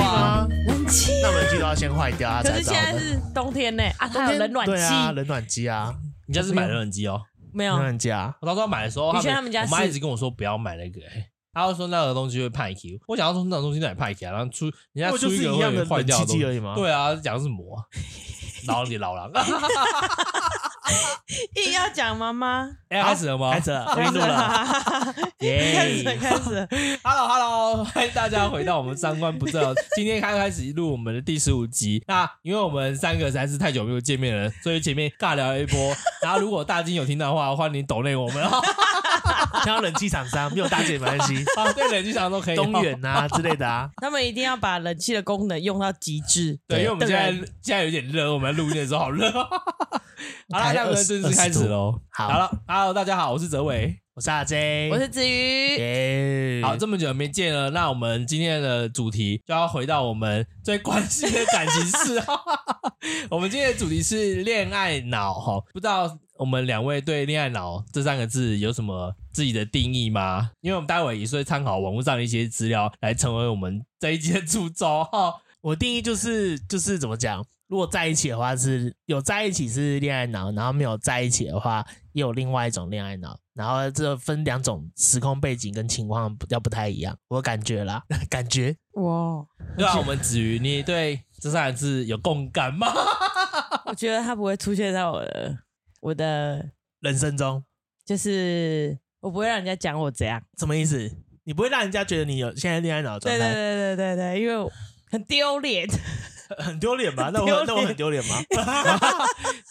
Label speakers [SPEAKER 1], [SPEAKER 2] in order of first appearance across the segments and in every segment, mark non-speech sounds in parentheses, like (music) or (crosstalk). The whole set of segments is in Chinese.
[SPEAKER 1] 冷气
[SPEAKER 2] 那啊冷气啊都要先坏掉啊，
[SPEAKER 1] 可
[SPEAKER 2] 才
[SPEAKER 1] 是
[SPEAKER 2] 着
[SPEAKER 1] 现在
[SPEAKER 2] 的。
[SPEAKER 1] 是冬天呢，啊，它有冷暖
[SPEAKER 2] 对啊，
[SPEAKER 1] 气，
[SPEAKER 2] 冷暖机啊，
[SPEAKER 3] 你家是买冷冷机哦？
[SPEAKER 1] 没有
[SPEAKER 2] 冷？暖机啊，
[SPEAKER 3] 我当时要买的时候，
[SPEAKER 1] 你去
[SPEAKER 3] 们
[SPEAKER 1] 他们家
[SPEAKER 3] 我
[SPEAKER 1] 试
[SPEAKER 3] 妈一直跟我说不要买那个、欸，她就说那个东西会派 Q。我想要说那种东西哪里派 Q 啊？然后出人家
[SPEAKER 2] 不就
[SPEAKER 3] 出
[SPEAKER 2] 是
[SPEAKER 3] 个
[SPEAKER 2] 一样的
[SPEAKER 3] 会坏
[SPEAKER 2] 冷
[SPEAKER 3] 掉的
[SPEAKER 2] 气
[SPEAKER 3] 东
[SPEAKER 2] 机
[SPEAKER 3] 西，
[SPEAKER 2] 而已吗？
[SPEAKER 3] 对啊，讲的是魔
[SPEAKER 2] (laughs)
[SPEAKER 3] 啊，老你老 (laughs) 狼，
[SPEAKER 1] 硬要讲妈妈，
[SPEAKER 3] 哎，开始了吗？
[SPEAKER 2] 开 (laughs) 始了，我已经录了。
[SPEAKER 1] 开始了
[SPEAKER 3] 耶
[SPEAKER 1] 开
[SPEAKER 2] (laughs)
[SPEAKER 1] 始了，
[SPEAKER 3] ！Hello Hello，欢 (laughs) 迎大家回到我们三观不正
[SPEAKER 2] (laughs)
[SPEAKER 3] 哦。今天开开始录我们的第十五集。那因为我们三个实在是太久没有见面了，所以前面尬聊了一
[SPEAKER 2] (laughs)
[SPEAKER 3] 波。然后如果大金有听到的话，欢迎抖内我们哦。
[SPEAKER 2] 挑冷气厂商，没有大姐没关系，
[SPEAKER 3] 啊， (laughs) 对，冷气场都可以哦。
[SPEAKER 2] 东远啊之类的啊，
[SPEAKER 1] 他们一定要把冷气的功能用到极致。
[SPEAKER 3] 对，因为我们
[SPEAKER 1] 对
[SPEAKER 3] 现在现在有点热，我们录音的时候好热。 (laughs) (laughs) 好了，那我们正式开始喽。
[SPEAKER 2] 好
[SPEAKER 3] 好了，Hello，大家好，我是泽伟。
[SPEAKER 2] 我是阿 J，
[SPEAKER 1] 我是子瑜，
[SPEAKER 2] 耶，
[SPEAKER 3] 好，这么久没见了，那我们今天的主题就要回到我们最关心的感情事。 (laughs) 我们今天的主题是恋爱脑哈，不知道我们两位对“恋爱脑”这三个字有什么自己的定义吗？因为我们待会也是会参考网络上的一些资料来成为我们这一集的主轴哈。
[SPEAKER 2] 我定义就是就是怎么讲，如果在一起的话是有在一起是恋爱脑，然后没有在一起的话也有另外一种恋爱脑，然后这分两种时空背景跟情况不要不太一样，我感觉啦，感觉
[SPEAKER 1] 哇，
[SPEAKER 3] (laughs) 对啊，我们子瑜，你对这三个字有共感吗？ (laughs)
[SPEAKER 1] 我觉得他不会出现在我的我的，
[SPEAKER 2] 人生中
[SPEAKER 1] 就是我不会让人家讲我怎样。
[SPEAKER 2] 什么意思？你不会让人家觉得你有现在恋爱脑的状
[SPEAKER 1] 对对
[SPEAKER 2] 态，
[SPEAKER 1] 对对对对，因为我很丢脸。
[SPEAKER 2] 很丢
[SPEAKER 3] (laughs)
[SPEAKER 2] 脸吧？那
[SPEAKER 1] 很丢
[SPEAKER 2] 我
[SPEAKER 1] 脸
[SPEAKER 2] 那我很丢脸吗？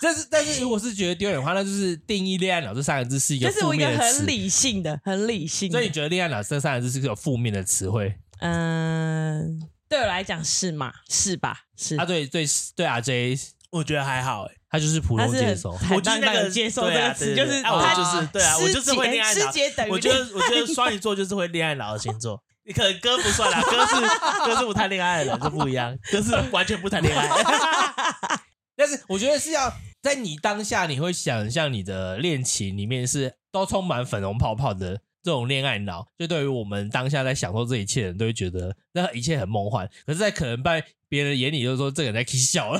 [SPEAKER 3] 但是，但是如果是觉得丢脸的话，那就是定义“恋爱脑”这三个字是一个
[SPEAKER 1] 就是
[SPEAKER 3] 负
[SPEAKER 1] 我一个
[SPEAKER 3] 面的词
[SPEAKER 1] 很。理性的，很理性
[SPEAKER 3] 所
[SPEAKER 1] 的
[SPEAKER 3] 以你觉得“恋爱脑”这三个字是个有负面的词汇？
[SPEAKER 1] 嗯，对我来讲是嘛？是吧？是
[SPEAKER 2] 啊
[SPEAKER 3] 他，对对对 RJ，
[SPEAKER 2] 我觉得还好哎、
[SPEAKER 3] 他就是普
[SPEAKER 1] 他
[SPEAKER 3] 通
[SPEAKER 1] 是
[SPEAKER 3] 接
[SPEAKER 1] 很
[SPEAKER 3] 受。
[SPEAKER 1] 坦
[SPEAKER 2] 我就
[SPEAKER 1] 荡
[SPEAKER 2] 是那
[SPEAKER 1] 荡
[SPEAKER 2] 个
[SPEAKER 1] 地接受
[SPEAKER 2] 对
[SPEAKER 1] 这
[SPEAKER 2] 啊
[SPEAKER 1] 个
[SPEAKER 2] 对
[SPEAKER 1] 词，
[SPEAKER 2] 对
[SPEAKER 1] 就
[SPEAKER 2] 对
[SPEAKER 1] 是
[SPEAKER 2] 啊我
[SPEAKER 1] 他
[SPEAKER 2] 就是对啊我
[SPEAKER 1] 师
[SPEAKER 2] 就是会
[SPEAKER 1] 姐
[SPEAKER 2] 恋爱脑
[SPEAKER 1] 师姐等于
[SPEAKER 2] 我觉得，我觉得双鱼座就是会恋爱脑的星座。你可能歌不算啦，歌是歌是不谈恋爱的人，这不一样，歌是完全不谈恋爱。
[SPEAKER 3] 但是我觉得是要在你当下，你会想象你的恋情里面是都充满粉红泡泡的这种恋爱脑。就对于我们当下在享受这一切的人，都会觉得那一切很梦幻。可是，在可能在别人眼里，就是说这个人在 k 笑了。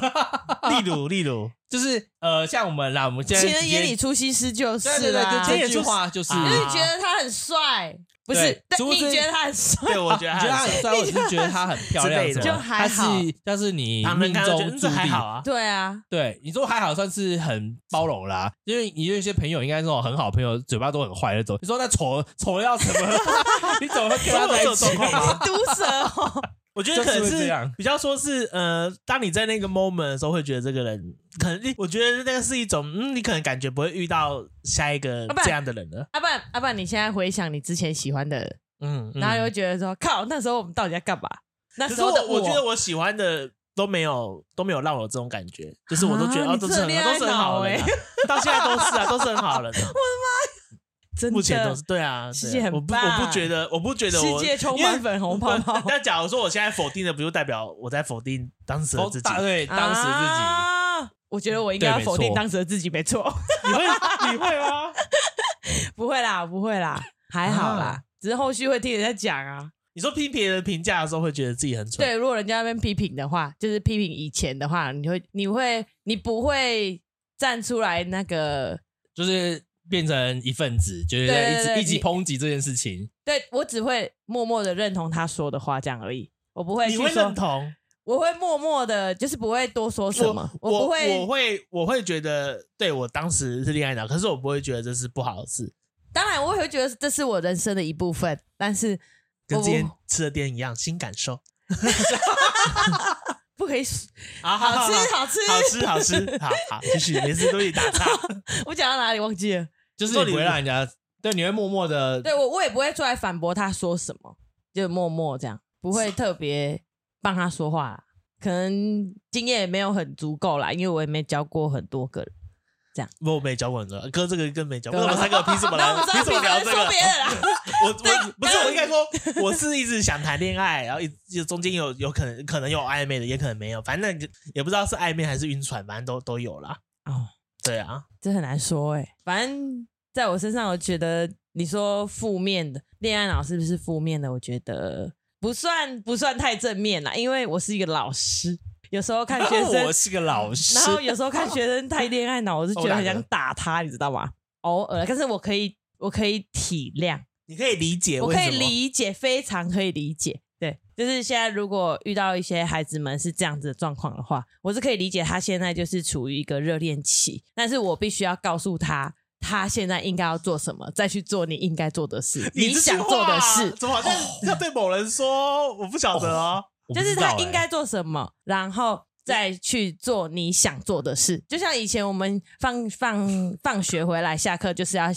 [SPEAKER 2] 例如，例如，
[SPEAKER 3] 就是呃，像我们啦，我们现在
[SPEAKER 1] 情人
[SPEAKER 3] 直接
[SPEAKER 1] 眼里出西施就
[SPEAKER 3] 对
[SPEAKER 1] 是
[SPEAKER 3] 对对，
[SPEAKER 1] 啦。
[SPEAKER 3] 就
[SPEAKER 2] 也
[SPEAKER 3] 这句
[SPEAKER 2] 就是
[SPEAKER 3] 话就是，
[SPEAKER 1] 因为
[SPEAKER 2] 啊
[SPEAKER 1] 你觉得他很帅，不
[SPEAKER 3] 对
[SPEAKER 1] 是？但
[SPEAKER 3] 殊不
[SPEAKER 1] 你
[SPEAKER 3] 知
[SPEAKER 1] 觉得他很帅，
[SPEAKER 2] (laughs) 对我觉得
[SPEAKER 3] 啊你觉得他
[SPEAKER 2] 还好
[SPEAKER 3] 很帅，或者是觉得他很漂亮
[SPEAKER 2] 之类的
[SPEAKER 3] 什么
[SPEAKER 1] (laughs) 就还好
[SPEAKER 3] 他是但是你
[SPEAKER 2] 旁人
[SPEAKER 3] 命
[SPEAKER 2] 看到觉得
[SPEAKER 3] 中
[SPEAKER 2] 嗯
[SPEAKER 3] 注
[SPEAKER 2] 这还
[SPEAKER 3] 定
[SPEAKER 2] 好。啊，
[SPEAKER 1] 对
[SPEAKER 2] (laughs)
[SPEAKER 1] 啊，
[SPEAKER 3] 对，你说还好，算是很包容啦。因为你有一些朋友，应该是那种很好朋友，嘴巴都很坏那种。你说那丑丑得要什么？ (laughs) 你怎么会跟他在一
[SPEAKER 2] 啊这种
[SPEAKER 3] 起？
[SPEAKER 2] 状况吗
[SPEAKER 1] 毒舌哦，
[SPEAKER 2] 我觉得可
[SPEAKER 3] 就
[SPEAKER 2] 能
[SPEAKER 3] 是会这
[SPEAKER 2] 是
[SPEAKER 3] 样
[SPEAKER 2] 比较说是呃，当你在那个 moment 的时候，会觉得这个人可能，我觉得那个是一种，嗯，你可能感觉不会遇到下一个
[SPEAKER 1] 啊不然
[SPEAKER 2] 这样的人了。
[SPEAKER 1] 阿爸阿爸，你现在回想你之前喜欢的人，
[SPEAKER 2] 嗯，嗯
[SPEAKER 1] 然后又觉得说，靠，那时候我们到底在干嘛？那
[SPEAKER 2] 可
[SPEAKER 1] 时
[SPEAKER 2] 是
[SPEAKER 1] 候的
[SPEAKER 2] 我我觉得我喜欢的都没有都没有让我这种感觉，就是我都觉得、
[SPEAKER 1] 啊
[SPEAKER 2] 哦，都是很
[SPEAKER 1] 你这
[SPEAKER 2] 都是很好人、
[SPEAKER 1] 恋爱
[SPEAKER 2] 啊
[SPEAKER 1] 脑，欸
[SPEAKER 2] 到现在都是啊，都是很好
[SPEAKER 1] (laughs)
[SPEAKER 2] 人、啊。
[SPEAKER 1] 真的
[SPEAKER 2] 目前都是对啊，对啊
[SPEAKER 1] 世界很
[SPEAKER 2] 我不
[SPEAKER 1] 棒
[SPEAKER 2] 我不觉得，我不觉得我
[SPEAKER 1] 世界充满粉红泡泡
[SPEAKER 2] 因为 (laughs) 但假如说我现在否定的，不就代表我在否定当时的
[SPEAKER 3] 哦
[SPEAKER 2] 自己？
[SPEAKER 3] 大对，当时自
[SPEAKER 1] 啊我觉得我应该要
[SPEAKER 3] 对没错
[SPEAKER 1] 否定当时的自己，没错。 (laughs)
[SPEAKER 2] 你会你会吗？
[SPEAKER 1] 不会啦，不会啦，还好啦，
[SPEAKER 2] 啊
[SPEAKER 1] 只是后续会听人家讲啊。
[SPEAKER 2] 你说批别人评价的时候，会觉得自己很蠢。
[SPEAKER 1] 对，如果人家那边批评的话，就是批评以前的话，你会，你会，你不会站出来那个。
[SPEAKER 3] 己就是变成一份子，就是在
[SPEAKER 1] 对对对
[SPEAKER 3] 一直一
[SPEAKER 1] 你
[SPEAKER 3] 直抨击这件事情。
[SPEAKER 1] 对我只会默默的认同他说的话，这样而已。我不会
[SPEAKER 2] 你
[SPEAKER 1] 去
[SPEAKER 2] 会认
[SPEAKER 1] 说，
[SPEAKER 2] 同
[SPEAKER 1] 我会默默的，就是不会多说什么，
[SPEAKER 2] 我
[SPEAKER 1] 不
[SPEAKER 2] 我
[SPEAKER 1] 会。
[SPEAKER 2] 会我会觉得，对我当时是恋爱脑，可是我不会觉得这是不好的事，
[SPEAKER 1] 当然，我也会觉得这是我人生的一部分，但是
[SPEAKER 2] 跟
[SPEAKER 1] 我
[SPEAKER 2] 之前
[SPEAKER 1] 不
[SPEAKER 2] 吃的店一样，新感受。
[SPEAKER 1] 不可以
[SPEAKER 2] 好 (laughs)
[SPEAKER 1] 好吃好吃。
[SPEAKER 2] 好吃好吃，好好继续，没事都
[SPEAKER 1] (laughs)
[SPEAKER 2] 去打岔。
[SPEAKER 1] 我讲到哪里忘记了？
[SPEAKER 3] 就是你不会让人家对，你会默默的
[SPEAKER 1] 对我，我也不会出来反驳他说什么，就默默这样，不会特别帮他说话啦。可能经验也没有很足够啦，因为我也没教过很多
[SPEAKER 2] (laughs)
[SPEAKER 1] 个人。
[SPEAKER 2] 我没教过你哥，这个更没教过。
[SPEAKER 1] 对
[SPEAKER 2] 我
[SPEAKER 1] 吧
[SPEAKER 2] 们三个凭什么
[SPEAKER 1] 那
[SPEAKER 2] 来
[SPEAKER 1] (laughs) 我们？知
[SPEAKER 2] 凭
[SPEAKER 1] 道别人
[SPEAKER 2] 什么聊这
[SPEAKER 1] 说
[SPEAKER 2] 个
[SPEAKER 1] 别？人啦，
[SPEAKER 2] 我我不是，我应该说，我是一直想谈恋爱，然后一就中间有有可能可能有暧昧的，也可能没有，反正也不知道是暧昧还是晕船，反正都都有啦。
[SPEAKER 1] 哦，
[SPEAKER 2] 对啊，
[SPEAKER 1] 这很难说哎、反正在我身上，我觉得你说负面的恋爱脑是不是负面的？我觉得不算不算太正面啦，因为我是一个老师，有时候看
[SPEAKER 2] (laughs)
[SPEAKER 1] 学
[SPEAKER 3] 我
[SPEAKER 1] 生，
[SPEAKER 3] 是个老师
[SPEAKER 1] 然，后有时候看学生太恋爱脑，哦我是觉得很想打他，你知道吗？偶尔，但是我可以，我可以体谅，
[SPEAKER 2] 你可以理解
[SPEAKER 1] 我
[SPEAKER 2] 为
[SPEAKER 1] 可
[SPEAKER 2] 什么，
[SPEAKER 1] 以理解，非常可以理解。对，就是现在如果遇到一些孩子们是这样子的状况的话，我是可以理解他现在就是处于一个热恋期，但是我必须要告诉他。他现在应该要做什么，再去做你应该做的事，
[SPEAKER 2] 你
[SPEAKER 1] 你
[SPEAKER 2] 这句
[SPEAKER 1] 想做的
[SPEAKER 2] 话
[SPEAKER 1] 事。
[SPEAKER 2] 怎么好
[SPEAKER 1] (laughs)
[SPEAKER 2] 像要对某人说？我不晓得哦。
[SPEAKER 3] 我不
[SPEAKER 1] 就是
[SPEAKER 3] 知
[SPEAKER 1] 他
[SPEAKER 3] 道欸
[SPEAKER 1] 应该做什么，然后再去做你想做的事。就像以前我们放放放学回来，下课就是要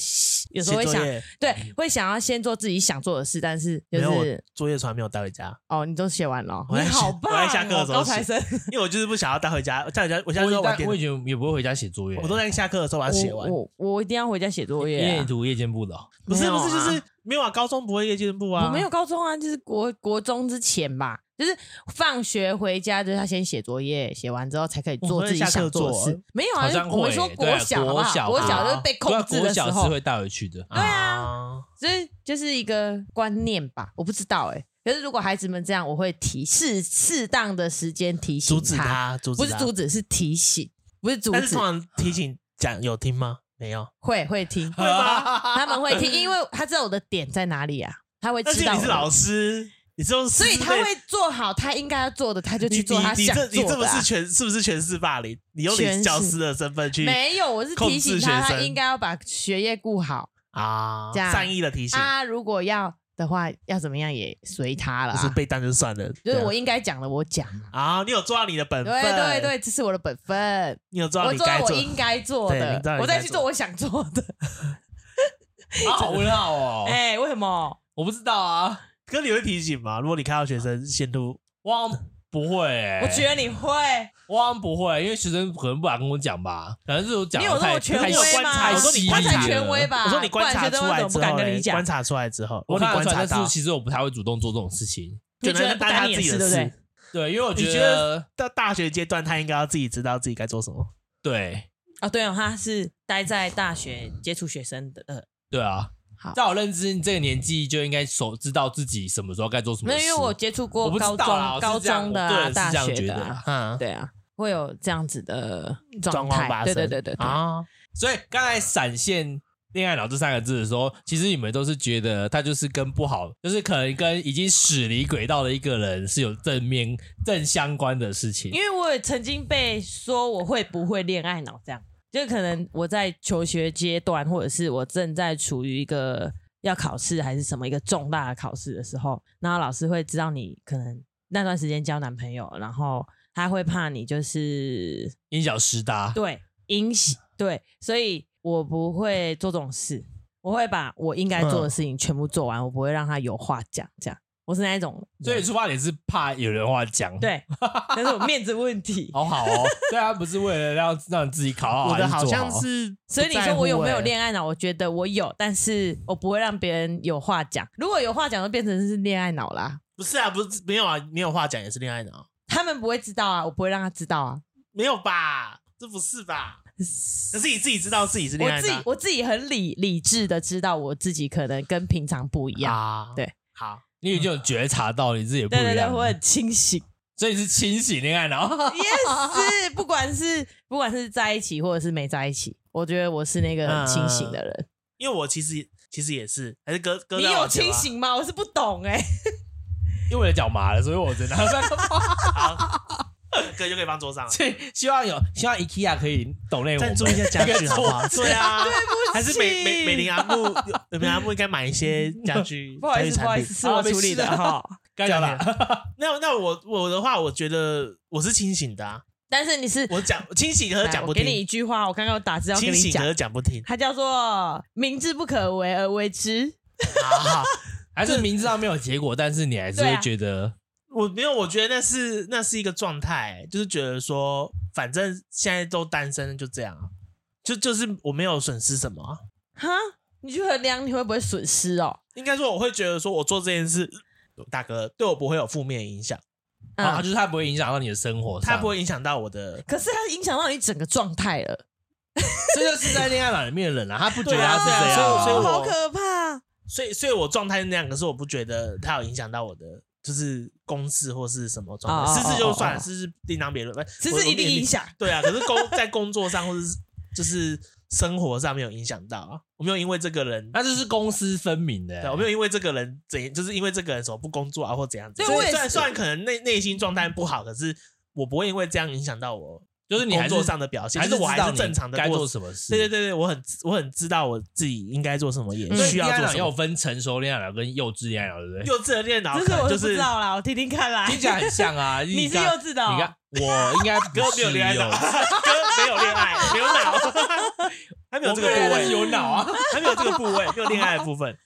[SPEAKER 1] 有时候会
[SPEAKER 2] 写
[SPEAKER 1] 想
[SPEAKER 2] 作，业
[SPEAKER 1] 对，会想要先做自己想做的事，但是就
[SPEAKER 2] 没有，
[SPEAKER 1] 是
[SPEAKER 2] 我作业从来没有带回家，
[SPEAKER 1] 哦，你都写完了哦，
[SPEAKER 2] 我
[SPEAKER 1] 你
[SPEAKER 2] 在
[SPEAKER 1] 好
[SPEAKER 2] 下
[SPEAKER 1] 棒
[SPEAKER 2] 我在下课的
[SPEAKER 1] 哦，
[SPEAKER 2] 时候
[SPEAKER 1] 高材生。
[SPEAKER 2] 因为我就是不想要带回家，带回家我现在
[SPEAKER 3] 我
[SPEAKER 2] 就在玩
[SPEAKER 3] 以前
[SPEAKER 2] 电
[SPEAKER 3] 我
[SPEAKER 2] 脑
[SPEAKER 3] 以，前也不会回家写作业，
[SPEAKER 2] 我都在下课的时候把它写完。
[SPEAKER 1] 我我我一定要回家写作
[SPEAKER 3] 因
[SPEAKER 1] 业
[SPEAKER 3] 为
[SPEAKER 1] 啊、
[SPEAKER 3] 你读夜间部的哦，
[SPEAKER 2] 不是
[SPEAKER 1] 没有
[SPEAKER 2] 不
[SPEAKER 1] 啊
[SPEAKER 2] 是，就是没有啊，高中不会业绩进步啊，
[SPEAKER 1] 我没有高中啊，就是国国中之前吧，就是放学回家，就是他先写作业，写完之后才可以
[SPEAKER 2] 我
[SPEAKER 1] 做
[SPEAKER 2] 们
[SPEAKER 1] 自己
[SPEAKER 2] 下课
[SPEAKER 1] 想做的
[SPEAKER 2] 做
[SPEAKER 1] 事。没有啊，
[SPEAKER 3] 好像会
[SPEAKER 1] 我们
[SPEAKER 3] 欸。
[SPEAKER 1] 说
[SPEAKER 3] 对
[SPEAKER 1] 国
[SPEAKER 3] 啊
[SPEAKER 1] 小好不
[SPEAKER 3] 国
[SPEAKER 1] 好？
[SPEAKER 3] 小
[SPEAKER 1] 国
[SPEAKER 2] 小
[SPEAKER 1] 就是被控制的时
[SPEAKER 3] 对啊国
[SPEAKER 1] 候
[SPEAKER 3] 小是，会带回去
[SPEAKER 1] (laughs)
[SPEAKER 3] 的。
[SPEAKER 1] 对啊
[SPEAKER 2] 啊，
[SPEAKER 1] 所以就是一个观念吧，我不知道哎、可是如果孩子们这样，我会提适适当的时间提醒
[SPEAKER 2] 阻止
[SPEAKER 1] 他，
[SPEAKER 2] 他，阻止
[SPEAKER 1] 不是
[SPEAKER 2] 他
[SPEAKER 1] 阻，止是提醒，不是阻
[SPEAKER 2] 但是
[SPEAKER 1] 止
[SPEAKER 2] 通，常提醒讲有听吗？没有，
[SPEAKER 1] 会会
[SPEAKER 2] (laughs)
[SPEAKER 1] 听，他
[SPEAKER 2] 他
[SPEAKER 1] 们会听，因为他知道我的点在哪里啊，他会
[SPEAKER 2] 但
[SPEAKER 1] 知
[SPEAKER 2] 是
[SPEAKER 1] 道
[SPEAKER 2] 你
[SPEAKER 1] 我的，
[SPEAKER 2] 是老师，你是用师
[SPEAKER 1] 所以他
[SPEAKER 2] 妹
[SPEAKER 1] 会做好他应该要做的，他就
[SPEAKER 2] 你
[SPEAKER 1] 去做他
[SPEAKER 2] 你你
[SPEAKER 1] 想
[SPEAKER 2] 这你
[SPEAKER 1] 做
[SPEAKER 2] 这不
[SPEAKER 1] 的啊、
[SPEAKER 2] 是全是不是全是霸凌？你用
[SPEAKER 1] 全
[SPEAKER 2] 你
[SPEAKER 1] 是
[SPEAKER 2] 教师的身份去
[SPEAKER 1] 没有，我是
[SPEAKER 2] 控
[SPEAKER 1] 提醒
[SPEAKER 2] 制
[SPEAKER 1] 他，他
[SPEAKER 2] 学生
[SPEAKER 1] 应该要把学业顾好
[SPEAKER 2] 啊，
[SPEAKER 1] 这样
[SPEAKER 2] 善意的提醒，
[SPEAKER 1] 啊。如果要的话，要怎么样也随他了、
[SPEAKER 2] 就是
[SPEAKER 1] 啊。
[SPEAKER 2] 被当就算了。
[SPEAKER 1] 就是我
[SPEAKER 2] 对
[SPEAKER 1] 应该讲的，我讲。
[SPEAKER 2] 啊，啊你有做到你的本分，
[SPEAKER 1] 对对，对，这是我的本分，
[SPEAKER 2] 你有做到
[SPEAKER 1] 我
[SPEAKER 2] 你
[SPEAKER 1] 做
[SPEAKER 2] 该
[SPEAKER 1] 我
[SPEAKER 2] 做。
[SPEAKER 1] 应该做
[SPEAKER 2] 对
[SPEAKER 1] 的
[SPEAKER 2] 你知道，你
[SPEAKER 1] 我再
[SPEAKER 2] 该
[SPEAKER 1] 去
[SPEAKER 2] 做
[SPEAKER 1] 做我想做的。
[SPEAKER 3] 啊好问号 (laughs) 哦，
[SPEAKER 1] (laughs) 哎，为什么？
[SPEAKER 3] 我不知道啊，
[SPEAKER 2] 可你会提醒吗？如果你看到学生陷入，
[SPEAKER 3] 我好像不会欸，
[SPEAKER 2] 哎
[SPEAKER 1] 我觉得你会，
[SPEAKER 3] 我好像不会，因为学生可能不敢跟我讲吧，可能是我讲
[SPEAKER 1] 你
[SPEAKER 3] 得
[SPEAKER 1] 有那
[SPEAKER 3] 太
[SPEAKER 1] 么权
[SPEAKER 3] 太
[SPEAKER 1] 威
[SPEAKER 3] 细
[SPEAKER 1] 吗？
[SPEAKER 3] 太
[SPEAKER 2] 我说
[SPEAKER 3] 细
[SPEAKER 2] 你
[SPEAKER 1] 他
[SPEAKER 2] 观察
[SPEAKER 1] 才
[SPEAKER 3] 了
[SPEAKER 1] 权威吧？
[SPEAKER 2] 我说你观察
[SPEAKER 1] 啊不然学
[SPEAKER 2] 出
[SPEAKER 1] 生为
[SPEAKER 2] 来
[SPEAKER 1] 什么
[SPEAKER 2] 之
[SPEAKER 1] 不
[SPEAKER 2] 后
[SPEAKER 1] 敢跟
[SPEAKER 2] 嘞
[SPEAKER 1] 你，讲，
[SPEAKER 2] 观察出来之后，
[SPEAKER 3] 我
[SPEAKER 2] 如果
[SPEAKER 3] 看得
[SPEAKER 2] 你观
[SPEAKER 3] 出
[SPEAKER 2] 察
[SPEAKER 3] 来，但
[SPEAKER 2] 到
[SPEAKER 3] 是，其实我不太会主动做这种事情。
[SPEAKER 1] 你
[SPEAKER 2] 就能当他
[SPEAKER 1] 你
[SPEAKER 2] 自
[SPEAKER 1] 也
[SPEAKER 2] 己
[SPEAKER 1] 是
[SPEAKER 2] 的
[SPEAKER 1] 对不对
[SPEAKER 2] 事？。
[SPEAKER 3] 对，因为我
[SPEAKER 2] 你
[SPEAKER 3] 觉
[SPEAKER 2] 觉得
[SPEAKER 3] 得
[SPEAKER 2] 到大学阶段，他应该要自己知道自己该做什么。
[SPEAKER 3] 对
[SPEAKER 1] 啊，对哦，他是待在大学接触学生的，呃，
[SPEAKER 3] 对啊
[SPEAKER 1] 好，
[SPEAKER 3] 在我认知，你这个年纪就应该熟知道自己什么时候该做什么
[SPEAKER 1] 没
[SPEAKER 3] 事。
[SPEAKER 1] 有，因为我接触
[SPEAKER 3] 我
[SPEAKER 1] 过
[SPEAKER 3] 不知
[SPEAKER 1] 高
[SPEAKER 3] 道啦
[SPEAKER 1] 中、
[SPEAKER 3] 我
[SPEAKER 1] 高
[SPEAKER 3] 是这样
[SPEAKER 1] 中的
[SPEAKER 3] 我个
[SPEAKER 1] 啊、
[SPEAKER 3] 人
[SPEAKER 1] 大
[SPEAKER 3] 是这样
[SPEAKER 1] 学
[SPEAKER 3] 觉
[SPEAKER 1] 的
[SPEAKER 3] 得
[SPEAKER 1] 啊，
[SPEAKER 3] 啦，嗯，
[SPEAKER 1] 对啊，会有这样子的
[SPEAKER 2] 状
[SPEAKER 1] 状
[SPEAKER 2] 况
[SPEAKER 1] 态
[SPEAKER 2] 发，
[SPEAKER 1] 对
[SPEAKER 2] 生，
[SPEAKER 1] 对对对对，
[SPEAKER 2] 啊，
[SPEAKER 3] 所以刚才闪现“恋爱脑”这三个字的时候，其实你们都是觉得他就是跟不好，就是可能跟已经驶离轨道的一个人是有正面正相关的事情
[SPEAKER 1] 因。为我也曾经被说我会不会恋爱脑，这样就可能我在求学阶段，或者是我正在处于一个要考试还是什么一个重大的考试的时候，然后老师会知道你可能那段时间交男朋友，然后他会怕你就是
[SPEAKER 3] 因小失大，
[SPEAKER 1] 对影响对，所以我不会做这种事，我会把我应该做的事情全部做完，我不会让他有话讲，这样我是那一种人，
[SPEAKER 3] 所以出发点是怕有人话讲。，
[SPEAKER 1] 对，那是我面子问题。
[SPEAKER 3] 好好哦，对啊，不是为了让让自己考好，
[SPEAKER 2] 我的好
[SPEAKER 3] 还是做
[SPEAKER 2] 像哦是，
[SPEAKER 1] 所以你说我
[SPEAKER 2] 欸
[SPEAKER 1] 有没有？恋爱脑？我觉得我有，但是我不会让别人有话讲。如果有话讲，就变成是恋爱脑啦。
[SPEAKER 2] 不是啊，不是没有啊，没有话讲也是恋爱脑，
[SPEAKER 1] 他们不会知道啊，我不会让他知道啊。
[SPEAKER 2] 没有吧？这不是吧？可是你自己知道自己是恋
[SPEAKER 1] 我
[SPEAKER 2] 爱啊
[SPEAKER 1] 自己
[SPEAKER 2] 脑
[SPEAKER 1] 我自己很理理智的知道我自己可能跟平常不一样。
[SPEAKER 2] 啊，
[SPEAKER 1] 对，
[SPEAKER 2] 好，
[SPEAKER 3] 你已经有觉察到你自己不
[SPEAKER 1] 对对
[SPEAKER 3] 一
[SPEAKER 1] 对，
[SPEAKER 3] 样
[SPEAKER 1] 我
[SPEAKER 3] 了，
[SPEAKER 1] 很清
[SPEAKER 2] (laughs)
[SPEAKER 1] 醒。
[SPEAKER 3] 所以是清醒恋爱脑。 (laughs)
[SPEAKER 1] 也是，不管是不管是在一起或者是没在一起，我觉得我是那个很清醒
[SPEAKER 2] 嗯
[SPEAKER 1] 的人。
[SPEAKER 2] 因为我其实其实也是，还是哥哥
[SPEAKER 1] 你
[SPEAKER 2] 在
[SPEAKER 1] 有
[SPEAKER 2] 往前
[SPEAKER 1] 清
[SPEAKER 2] 吧？
[SPEAKER 1] 醒吗？我是不懂哎、
[SPEAKER 3] 因为我的脚麻了，所以我只拿三个包。
[SPEAKER 2] 好，哥就可以放桌上了。
[SPEAKER 3] 所以 (laughs) 希望有希望 IKEA 可以懂内我
[SPEAKER 2] 赞
[SPEAKER 3] 们
[SPEAKER 2] 助一下家具好不好？
[SPEAKER 1] (laughs)
[SPEAKER 3] 一个桌子
[SPEAKER 2] 对啊，还是美美美林阿木，美林阿木应该买一些家具，
[SPEAKER 1] 不好
[SPEAKER 2] 家
[SPEAKER 1] 意
[SPEAKER 2] 具
[SPEAKER 1] 思，
[SPEAKER 2] 产
[SPEAKER 1] 不好意
[SPEAKER 2] 品
[SPEAKER 1] 思，是我处理的哈。
[SPEAKER 3] 该讲了。
[SPEAKER 2] (laughs) 那那我我的话，我觉得我是清醒的啊，
[SPEAKER 1] 但是你是
[SPEAKER 2] 我讲清醒可是
[SPEAKER 1] 来
[SPEAKER 2] 讲不
[SPEAKER 1] 我给你一
[SPEAKER 2] 听，
[SPEAKER 1] 句话，我刚刚有打字要跟
[SPEAKER 2] 清
[SPEAKER 1] 你
[SPEAKER 2] 醒
[SPEAKER 1] 讲
[SPEAKER 2] 可，是讲不听。
[SPEAKER 1] 它叫做“明知不可为而为之
[SPEAKER 2] 好好，
[SPEAKER 3] 还是明知道没有结果，但是你还是
[SPEAKER 1] 对
[SPEAKER 3] 会
[SPEAKER 1] 啊
[SPEAKER 3] 觉得
[SPEAKER 2] 我没有，我觉得那是那是一个状态，就是觉得说，反正现在都单身，就这样啊，就就是我没有损失什么啊。”。
[SPEAKER 1] 哈，你去衡量你会不会损失哦？
[SPEAKER 2] 应该说，我会觉得说我做这件事，大哥对我不会有负面影响，
[SPEAKER 3] 啊，
[SPEAKER 1] 啊，
[SPEAKER 3] 就是它不会影响到你的生活上，
[SPEAKER 2] 它不，会影响到我的。
[SPEAKER 1] 可是它影响到你整个状态了。
[SPEAKER 3] 这就是在恋爱脑里面的人啊，他不觉
[SPEAKER 2] 对
[SPEAKER 3] 得
[SPEAKER 2] 啊
[SPEAKER 3] 他是这样啊，
[SPEAKER 2] 所以所以我
[SPEAKER 1] 好可怕！
[SPEAKER 2] 所以，所以我状态是那样，可是我不觉得它有影响到我的就是公事或是什么
[SPEAKER 1] 哦
[SPEAKER 2] 状
[SPEAKER 1] 哦
[SPEAKER 2] 态，私事就算
[SPEAKER 1] 哦
[SPEAKER 2] 了，
[SPEAKER 1] 哦
[SPEAKER 2] 私事另当别论，不
[SPEAKER 1] 私
[SPEAKER 2] 我
[SPEAKER 1] 事一
[SPEAKER 2] 我
[SPEAKER 1] 定
[SPEAKER 2] 免
[SPEAKER 1] 影响
[SPEAKER 2] 对啊，可是工在工作上或是就是生活上没有影响到啊，我没有因为这个人，
[SPEAKER 1] 啊
[SPEAKER 3] 那就是公私分明的、
[SPEAKER 2] 对，我没有因为这个人怎，就是因为这个人什么不工作啊或怎样子，
[SPEAKER 1] 对
[SPEAKER 2] 所以
[SPEAKER 1] 我也
[SPEAKER 2] 虽然
[SPEAKER 1] 是
[SPEAKER 2] 虽然可能内内心状态不好，可是我不会因为这样影响到我
[SPEAKER 3] 就是你还
[SPEAKER 2] 工
[SPEAKER 3] 是
[SPEAKER 2] 作上的表现，
[SPEAKER 3] 还
[SPEAKER 2] 就是我
[SPEAKER 3] 知道
[SPEAKER 2] 还是
[SPEAKER 3] 你
[SPEAKER 2] 正常的
[SPEAKER 3] 该
[SPEAKER 2] 过
[SPEAKER 3] 做什么事。
[SPEAKER 2] 对对对对，我很我很知道我自己应该做什么，也
[SPEAKER 1] 嗯
[SPEAKER 3] 所以
[SPEAKER 2] 需要
[SPEAKER 3] 恋爱
[SPEAKER 2] 做
[SPEAKER 3] 脑
[SPEAKER 2] 什
[SPEAKER 3] 也有
[SPEAKER 2] 么。
[SPEAKER 3] 分成熟恋爱脑跟幼稚恋爱脑，对不对？
[SPEAKER 1] (laughs)
[SPEAKER 2] 幼稚的恋脑
[SPEAKER 1] 这
[SPEAKER 2] 可
[SPEAKER 1] 是我
[SPEAKER 2] 能
[SPEAKER 1] 就
[SPEAKER 2] 就
[SPEAKER 1] 不
[SPEAKER 2] 是
[SPEAKER 1] 知道啦，我 (laughs) 听听看啦。
[SPEAKER 3] 听起来很像啊。
[SPEAKER 1] (laughs) 你是
[SPEAKER 3] 看
[SPEAKER 1] 幼稚的哦
[SPEAKER 3] 你看我应该不
[SPEAKER 2] 哥没有
[SPEAKER 3] 是
[SPEAKER 2] 恋爱脑， (laughs)
[SPEAKER 3] 幼稚
[SPEAKER 2] 哥没有恋爱，没有脑，他没有
[SPEAKER 3] 我
[SPEAKER 2] 这个部
[SPEAKER 3] 本来就
[SPEAKER 2] 位，
[SPEAKER 3] 有脑
[SPEAKER 1] (laughs)
[SPEAKER 3] 啊。
[SPEAKER 2] 他没有这个部位，没有恋爱的部分。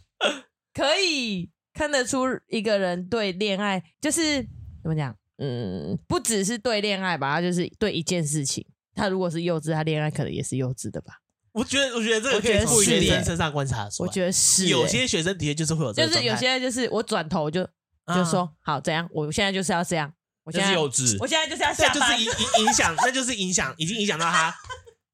[SPEAKER 1] 可以看得出一个人对恋爱就是怎么讲，嗯，不只是对恋爱吧，他就是对一件事情。他如果是幼稚，他恋爱可能也是幼稚的吧？
[SPEAKER 2] (laughs) 我觉得，我觉得这个
[SPEAKER 1] 我
[SPEAKER 2] 可
[SPEAKER 1] 觉
[SPEAKER 2] 以
[SPEAKER 1] 得
[SPEAKER 2] 从
[SPEAKER 1] 是
[SPEAKER 2] 学
[SPEAKER 1] 耶
[SPEAKER 2] 生身上观察出
[SPEAKER 1] 我
[SPEAKER 2] 来。
[SPEAKER 1] 觉得是、欸，
[SPEAKER 2] 有些学生的确就是会有这
[SPEAKER 1] 就
[SPEAKER 2] 个状
[SPEAKER 1] 是
[SPEAKER 2] 态，嗯
[SPEAKER 1] 有些就是我转头就就说、好怎样，我现在就是要这样，我
[SPEAKER 3] 就
[SPEAKER 1] 现
[SPEAKER 3] 是
[SPEAKER 1] 在
[SPEAKER 3] 幼稚，
[SPEAKER 1] 我现在就是要
[SPEAKER 2] 对，
[SPEAKER 1] 下
[SPEAKER 2] 就是
[SPEAKER 1] 班，
[SPEAKER 2] 影影影响，那就是影响，已经影响到 (laughs) 他。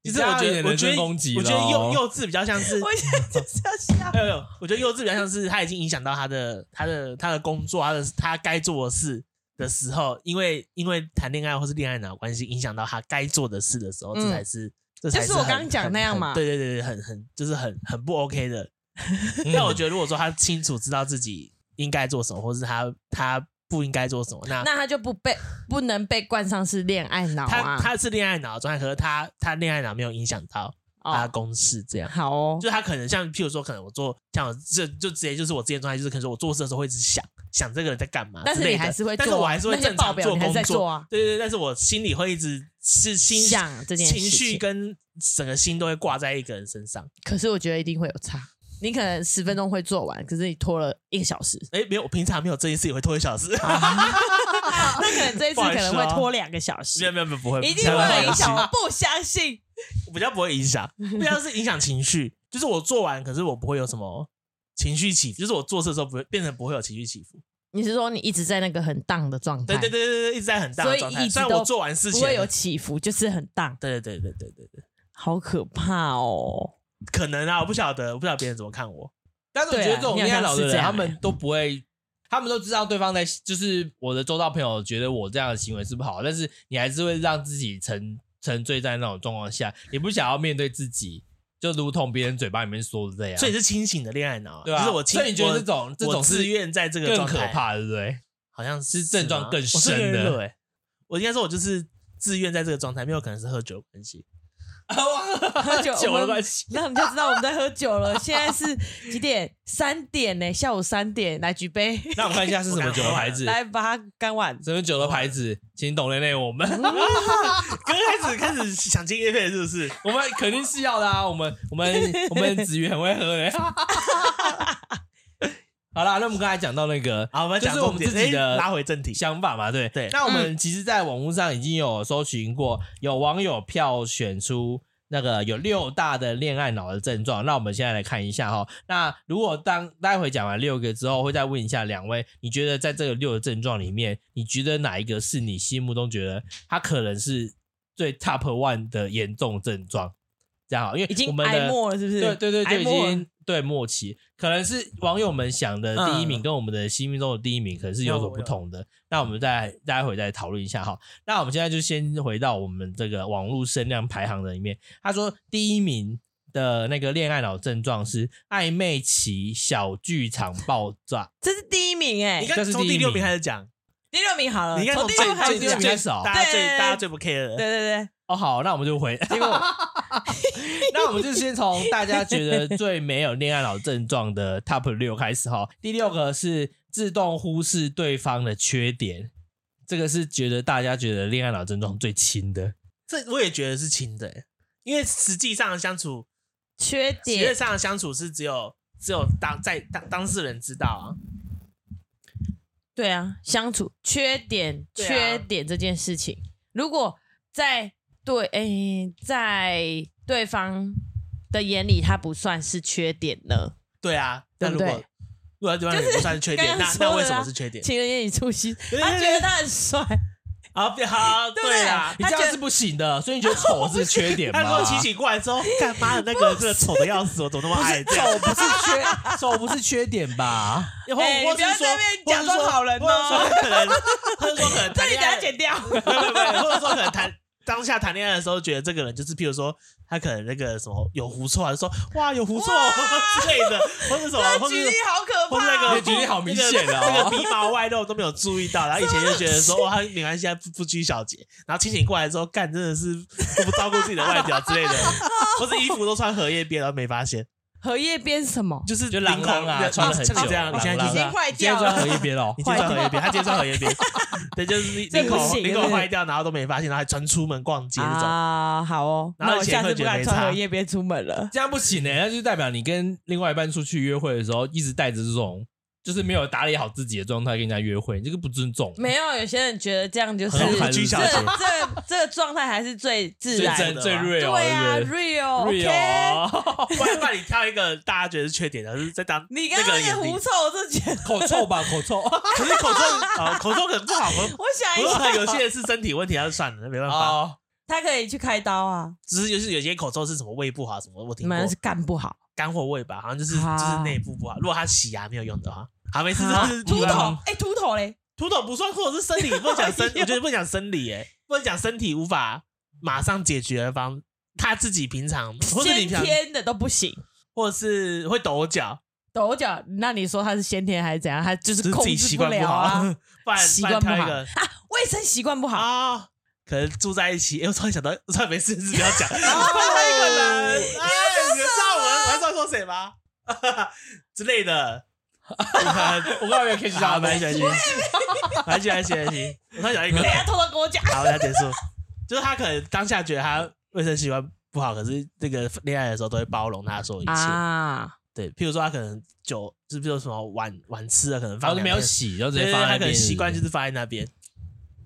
[SPEAKER 3] 你
[SPEAKER 2] 其
[SPEAKER 3] 这
[SPEAKER 2] 实
[SPEAKER 3] 样
[SPEAKER 2] 我
[SPEAKER 3] 有
[SPEAKER 2] 觉
[SPEAKER 3] 点
[SPEAKER 2] 得，我
[SPEAKER 3] 人
[SPEAKER 2] 觉
[SPEAKER 3] 身
[SPEAKER 2] 得，
[SPEAKER 3] 攻击
[SPEAKER 2] 我
[SPEAKER 3] 了
[SPEAKER 2] 觉
[SPEAKER 3] 哦
[SPEAKER 2] 得幼幼稚比较像是
[SPEAKER 1] 我现在就是要下班。
[SPEAKER 2] 没有没有，我觉得幼稚比较像是他已经影响到他的他的他的工作，啊他的他该做的事的时候，因为因为谈恋爱或是恋爱脑的关系，影响到他该做的事的时候，
[SPEAKER 1] 嗯
[SPEAKER 2] 这才是这才
[SPEAKER 1] 就是
[SPEAKER 2] 很
[SPEAKER 1] 我刚刚讲那样嘛
[SPEAKER 2] 很很对对对对，很很就是很很不 OK 的。但我觉得如果说他清楚知道自己应该做什么，或是他他不应该做什么，
[SPEAKER 1] (laughs)
[SPEAKER 2] 那
[SPEAKER 1] 那他就不被不能被冠上是恋爱脑
[SPEAKER 2] 他
[SPEAKER 1] 啊！
[SPEAKER 2] 他是恋爱脑的状态，可是他他恋爱脑没有影响到他的
[SPEAKER 1] 哦，
[SPEAKER 2] 公事这样。
[SPEAKER 1] 好哦，
[SPEAKER 2] 啊就他可能像，譬如说，可能我做像我这就直接就是我之前状态，就是可能说我做事的时候会一直想想这个人在干嘛之类的，
[SPEAKER 1] 但是你还是会
[SPEAKER 2] 但是
[SPEAKER 1] 做啊
[SPEAKER 2] 我还是会
[SPEAKER 1] 那些
[SPEAKER 2] 正
[SPEAKER 1] 报
[SPEAKER 2] 常
[SPEAKER 1] 表
[SPEAKER 2] 做
[SPEAKER 1] 你还是
[SPEAKER 2] 工
[SPEAKER 1] 在
[SPEAKER 2] 作，
[SPEAKER 1] 做啊
[SPEAKER 2] 对对对，但是我心里会一直是心
[SPEAKER 1] 想这件事
[SPEAKER 2] 情
[SPEAKER 1] 情
[SPEAKER 2] 绪跟整个心都会挂在一个人身上。
[SPEAKER 1] 可是我觉得一定会有差。你可能十分钟会做完，可是你拖了一个小
[SPEAKER 2] (laughs)
[SPEAKER 1] 时，
[SPEAKER 2] 哎，没有，我平常没有这件事也会拖一小时，
[SPEAKER 1] 啊那可能这一次
[SPEAKER 2] 不好
[SPEAKER 1] 可
[SPEAKER 2] 意思哦
[SPEAKER 1] 能会拖两个小
[SPEAKER 2] (laughs) 没有
[SPEAKER 1] 时，
[SPEAKER 2] 没有没有不会，
[SPEAKER 1] 一定会有影响。啊
[SPEAKER 2] 不
[SPEAKER 1] 我
[SPEAKER 2] 会
[SPEAKER 1] 不相信，
[SPEAKER 2] 我比较不会影
[SPEAKER 1] (laughs)
[SPEAKER 2] 响，比较是影响情绪，就是我做完，可是我不会有什么情绪起伏，就是我做事的时候不会变成不会有情绪起伏。
[SPEAKER 1] 你是说你一直在那个很荡的状态，
[SPEAKER 2] 对对对对对，一直在很大
[SPEAKER 1] 所
[SPEAKER 2] 的
[SPEAKER 1] 以
[SPEAKER 2] 状
[SPEAKER 1] 一
[SPEAKER 2] 态，
[SPEAKER 1] 直
[SPEAKER 2] 虽然
[SPEAKER 1] 都
[SPEAKER 2] 我做完事
[SPEAKER 1] 不
[SPEAKER 2] 情
[SPEAKER 1] 会有起伏，就是很荡，
[SPEAKER 2] 对对对对对对对，
[SPEAKER 1] 好可怕
[SPEAKER 2] (laughs)
[SPEAKER 1] 哦！
[SPEAKER 2] 可能啊，我不晓得，我不晓得别人怎么看我。
[SPEAKER 3] 但是我觉得这种
[SPEAKER 1] 对啊
[SPEAKER 3] 恋爱脑的
[SPEAKER 1] 你好像是这
[SPEAKER 3] 人，
[SPEAKER 1] 样
[SPEAKER 3] 他们都不会，他们都知道对方在，就是我的周遭朋友觉得我这样的行为是不好，但是你还是会让自己沉沉醉在那种状况下，你不想要面对自己，就如同别人嘴巴里面说的这样。
[SPEAKER 2] 所以你是清醒的恋爱脑、啊，
[SPEAKER 3] 对啊，
[SPEAKER 2] 就是我清，
[SPEAKER 3] 所以你觉得
[SPEAKER 2] 我
[SPEAKER 3] 这种这
[SPEAKER 2] 我
[SPEAKER 3] 种
[SPEAKER 2] 自
[SPEAKER 3] 是
[SPEAKER 2] 愿在这个
[SPEAKER 3] 更
[SPEAKER 2] 状
[SPEAKER 3] 可
[SPEAKER 2] 态，
[SPEAKER 3] 怕，对不 (laughs) 对？
[SPEAKER 2] 好像是
[SPEAKER 3] 是症状
[SPEAKER 2] 吗
[SPEAKER 3] 更
[SPEAKER 2] 我是
[SPEAKER 3] 深
[SPEAKER 2] 越
[SPEAKER 3] 的
[SPEAKER 2] 热欸我应该说，我就是自愿在这个状态，没有可能是喝酒的关系。
[SPEAKER 1] 喝酒
[SPEAKER 2] 酒
[SPEAKER 1] 我们
[SPEAKER 2] 的关系，
[SPEAKER 1] 让人家知道我们在喝酒了。现在是几点？三点呢、下午三点，来举杯，
[SPEAKER 3] 那我们看一下是什么酒的牌
[SPEAKER 1] (laughs)
[SPEAKER 3] 子，
[SPEAKER 1] 来把它干完。
[SPEAKER 3] 什么酒的牌子，请董磊磊我们。
[SPEAKER 2] 刚开始开始想进夜配是不是？
[SPEAKER 3] 我们肯定是要的啊！我们我们我们子瑜很会喝的、 (laughs) 好啦，那我们刚才讲到那个
[SPEAKER 2] 好，我们
[SPEAKER 3] 就是
[SPEAKER 2] 讲
[SPEAKER 3] 我
[SPEAKER 2] 重
[SPEAKER 3] 们
[SPEAKER 2] 点，
[SPEAKER 3] 自己的
[SPEAKER 2] 哎拉回正题。
[SPEAKER 3] 想法嘛，对
[SPEAKER 2] 对
[SPEAKER 3] 那我
[SPEAKER 1] 嗯
[SPEAKER 3] 们其实，在网络上已经有搜寻过，有网友票选出那个有六大的恋爱脑的症状。那我们现在来看一下哈。那如果当待会讲完六个之后，会再问一下两位，你觉得在这个六个症状里面，你觉得哪一个是你心目中觉得它可能是最 top one 的严重症状？这样好，因为
[SPEAKER 1] 已
[SPEAKER 3] 我
[SPEAKER 1] 经
[SPEAKER 3] 们
[SPEAKER 1] 哀
[SPEAKER 3] 的
[SPEAKER 1] 莫了，是不是？
[SPEAKER 3] 对对对，就
[SPEAKER 1] 哀
[SPEAKER 3] 已
[SPEAKER 1] 莫了
[SPEAKER 3] 经对默契，可能是网友们想的第一名
[SPEAKER 2] 嗯
[SPEAKER 3] 跟我们的心目中的第一名可能是有所不同的。那我们再待会再讨论一下哈。那我们现在就先回到我们这个网络声量排行的里面，他说第一名。的那个恋爱脑症状是暧昧期小剧场爆炸，
[SPEAKER 1] 这是第一名哎、
[SPEAKER 2] 你
[SPEAKER 3] 这
[SPEAKER 2] 看，
[SPEAKER 3] 是
[SPEAKER 2] 从
[SPEAKER 3] 第一
[SPEAKER 2] 第六
[SPEAKER 3] 名呃
[SPEAKER 2] 名开始讲，
[SPEAKER 1] 第六名好了，
[SPEAKER 2] 你看
[SPEAKER 1] 从
[SPEAKER 2] 从
[SPEAKER 1] 第
[SPEAKER 2] 最
[SPEAKER 1] 六名开
[SPEAKER 2] 最
[SPEAKER 1] 始
[SPEAKER 2] 最
[SPEAKER 1] 讲。
[SPEAKER 3] 开始哦
[SPEAKER 2] 大家最
[SPEAKER 1] 对
[SPEAKER 2] 大家最不 care
[SPEAKER 1] 对，
[SPEAKER 2] 的
[SPEAKER 1] 对
[SPEAKER 3] 哦，好，那我们就回。
[SPEAKER 1] 对，结果
[SPEAKER 3] (laughs) 那我们就先从大家觉得最没有恋爱脑症状的 top 六开始哈。第六个是自动忽视对方的缺点，这个是觉得大家觉得恋爱脑症状最轻的。
[SPEAKER 2] 这我也觉得是轻的、欸，因为实际上的相处，
[SPEAKER 1] 缺
[SPEAKER 2] 实际
[SPEAKER 1] 点
[SPEAKER 2] 上的相处是只有只有当在当当事人知道啊。
[SPEAKER 1] 对啊，相处缺点、
[SPEAKER 2] 对啊
[SPEAKER 1] 缺点这件事情，如果在对诶、在对方的眼里，它不算是缺点呢。
[SPEAKER 2] 对啊，
[SPEAKER 1] 对
[SPEAKER 2] 那
[SPEAKER 1] 不
[SPEAKER 2] 如
[SPEAKER 1] 对
[SPEAKER 2] 果如果对方也不算是缺点，
[SPEAKER 1] 就是
[SPEAKER 2] 那
[SPEAKER 1] 刚刚
[SPEAKER 2] 那
[SPEAKER 1] 说
[SPEAKER 2] 为
[SPEAKER 1] 的
[SPEAKER 2] 什
[SPEAKER 1] 啊
[SPEAKER 2] 么是缺点？
[SPEAKER 1] 情人眼里出西，
[SPEAKER 2] 对对对
[SPEAKER 1] 他觉得他很帅，(laughs)
[SPEAKER 2] 啊，不好，
[SPEAKER 1] 对不对啊
[SPEAKER 2] 对啦。
[SPEAKER 3] 你这样是不行的，所以你觉得丑是缺点
[SPEAKER 2] 他
[SPEAKER 3] 吗？
[SPEAKER 2] 如果提醒过来之后，
[SPEAKER 1] (laughs)
[SPEAKER 2] 干妈的那个这个丑的要死，我怎么那么爱这样？
[SPEAKER 3] 丑 (laughs) 不是缺，丑不是缺点吧？
[SPEAKER 2] 或
[SPEAKER 1] 哎
[SPEAKER 2] 或
[SPEAKER 1] 你不要
[SPEAKER 2] 是说
[SPEAKER 1] 在那边，
[SPEAKER 2] 或
[SPEAKER 1] 假
[SPEAKER 2] 是
[SPEAKER 1] 装
[SPEAKER 2] 说
[SPEAKER 1] 好人哦
[SPEAKER 2] 或者说可能， (laughs) 或者说可能
[SPEAKER 1] 这
[SPEAKER 2] 谈
[SPEAKER 1] 里
[SPEAKER 2] 恋
[SPEAKER 1] 等下
[SPEAKER 2] 爱，
[SPEAKER 1] 剪掉。
[SPEAKER 2] 不不不， (laughs) 或者说可能谈当下谈恋爱的时候，觉得这个人就是，譬如说他可能那个什么有狐臭啊，就说哇有狐臭哦 (laughs) 之类的，或者什么，
[SPEAKER 1] 这
[SPEAKER 2] 或者
[SPEAKER 1] 举例好
[SPEAKER 2] (laughs)
[SPEAKER 1] 可
[SPEAKER 2] 或者
[SPEAKER 1] 怕、
[SPEAKER 2] 那
[SPEAKER 1] 哦
[SPEAKER 2] 个
[SPEAKER 3] 你！举例好明显哦
[SPEAKER 2] 那个鼻毛外露都没有注意到，然后以前就
[SPEAKER 1] (laughs)
[SPEAKER 2] 觉得说哇他没关系，他不不拘小节，然后清醒过来之后，干真的是不照顾自己的外表之
[SPEAKER 1] (laughs)
[SPEAKER 2] 类的，或者衣服都穿荷叶边，然后没发现，
[SPEAKER 1] 荷叶边什么？
[SPEAKER 2] 就是
[SPEAKER 3] 就
[SPEAKER 2] 领
[SPEAKER 3] 朗
[SPEAKER 2] 口
[SPEAKER 3] 朗啊，穿的很久，
[SPEAKER 2] 像你这样，你现在就是
[SPEAKER 1] 已
[SPEAKER 2] 啊、
[SPEAKER 1] 经坏
[SPEAKER 3] 今天
[SPEAKER 1] 掉
[SPEAKER 3] 穿
[SPEAKER 1] 了
[SPEAKER 3] 荷叶边哦
[SPEAKER 2] 你。今天穿荷叶边，他今天穿荷叶
[SPEAKER 1] (laughs)
[SPEAKER 2] 边，对，就是领
[SPEAKER 1] 这不
[SPEAKER 2] 口
[SPEAKER 1] 行
[SPEAKER 2] 领口
[SPEAKER 1] 对
[SPEAKER 2] 坏掉，然后都没发现，然后还穿出门逛街那种。
[SPEAKER 1] 啊，好哦，
[SPEAKER 2] 然后
[SPEAKER 1] 那我
[SPEAKER 2] 以前
[SPEAKER 1] 下次
[SPEAKER 2] 会
[SPEAKER 1] 不
[SPEAKER 2] 觉得
[SPEAKER 1] 敢
[SPEAKER 2] 没
[SPEAKER 1] 穿
[SPEAKER 2] 差
[SPEAKER 1] 荷叶边出门了。
[SPEAKER 3] 这样不行呢、欸那就代表你跟另外一半出去约会的时候，一直带着这种就是没有打理好自己的状态跟人家约会，你这个不尊重。
[SPEAKER 1] 没有，有些人觉得这样就是
[SPEAKER 2] 很
[SPEAKER 1] 这
[SPEAKER 2] 含蓄
[SPEAKER 1] 这
[SPEAKER 2] 小姐
[SPEAKER 1] 个这个状态还是最自
[SPEAKER 3] 最
[SPEAKER 1] 然
[SPEAKER 3] 真
[SPEAKER 1] 的。
[SPEAKER 3] 最
[SPEAKER 2] 哦
[SPEAKER 3] real，
[SPEAKER 1] 对啊
[SPEAKER 3] 对不对啊
[SPEAKER 1] ，real，OK。
[SPEAKER 3] (laughs) real，
[SPEAKER 2] 不然，不然你挑一个大家觉得是缺点的，就是在当
[SPEAKER 1] 你刚
[SPEAKER 2] 那个
[SPEAKER 1] 刚
[SPEAKER 2] 人
[SPEAKER 1] 那
[SPEAKER 2] 眼
[SPEAKER 1] 个
[SPEAKER 2] 里
[SPEAKER 1] 狐。臭，我真的觉得，
[SPEAKER 3] 口臭吧，口臭。
[SPEAKER 2] 可是口臭啊，口臭可能不好，口
[SPEAKER 1] 我想一
[SPEAKER 2] 口
[SPEAKER 1] 下，
[SPEAKER 2] 臭有些人是身体问题，那就算了，那没办
[SPEAKER 1] 哦
[SPEAKER 2] 法。
[SPEAKER 3] 啊，
[SPEAKER 1] 他可以去开刀啊，
[SPEAKER 2] 只是就是有些口臭是什么胃不好啊什么，我
[SPEAKER 1] 你
[SPEAKER 2] 听过
[SPEAKER 1] 们是干不好，
[SPEAKER 2] 干货胃吧，好像就是
[SPEAKER 1] 啊
[SPEAKER 2] 就是内部不好。如果他洗牙没有用的话，好没事，
[SPEAKER 1] 啊
[SPEAKER 2] (laughs) 这是
[SPEAKER 1] 秃
[SPEAKER 2] 题外话
[SPEAKER 1] 头，哎，秃头嘞，
[SPEAKER 2] 秃头不算，或者是生理，不
[SPEAKER 1] (laughs) 哎
[SPEAKER 2] 能讲生，我觉得不能讲生理，哎，不能讲身体无法马上解决的方，他自己平常，或者你
[SPEAKER 1] 先
[SPEAKER 2] 平常，
[SPEAKER 1] 天的都不行。
[SPEAKER 2] 或者是会抖脚，
[SPEAKER 1] 抖脚，那你说他是先天还是怎样？他就
[SPEAKER 2] 就是是
[SPEAKER 1] 控
[SPEAKER 2] 自己
[SPEAKER 1] 制
[SPEAKER 2] 习
[SPEAKER 1] 不
[SPEAKER 2] 惯不
[SPEAKER 1] 了
[SPEAKER 2] 好， (laughs)
[SPEAKER 1] 啊，
[SPEAKER 2] 不然
[SPEAKER 1] 习
[SPEAKER 2] 不
[SPEAKER 1] 惯
[SPEAKER 2] 然
[SPEAKER 1] 不好
[SPEAKER 2] 挑一个
[SPEAKER 1] 啊，卫生习惯不好。
[SPEAKER 2] 啊。可能住在一起，哎、我突然想到，我突然没事，不要讲。他一个人，哎，你知道我我还知道说谁吗？ (laughs) 之类的。
[SPEAKER 3] 我刚才啊没 catch 到，
[SPEAKER 2] 好，来来来，来来来来，我突然想到一个
[SPEAKER 1] 等，一啊下偷偷跟我讲，
[SPEAKER 2] 好，我要结束。就是他可能当下觉得他卫生习惯不好，可是那个恋爱的时候都会包容他所有一切。
[SPEAKER 1] 啊，
[SPEAKER 2] 对，譬如说他可能酒，就是譬如说什么晚晚吃啊，可能
[SPEAKER 3] 然
[SPEAKER 2] 放
[SPEAKER 3] 后哦就没
[SPEAKER 2] 两
[SPEAKER 3] 有
[SPEAKER 2] 天
[SPEAKER 3] 洗，然后直
[SPEAKER 2] 对
[SPEAKER 3] 接
[SPEAKER 2] 对，
[SPEAKER 3] 放在
[SPEAKER 2] 他
[SPEAKER 3] 那
[SPEAKER 2] 可能
[SPEAKER 3] 边。
[SPEAKER 2] 习惯就是放在那边。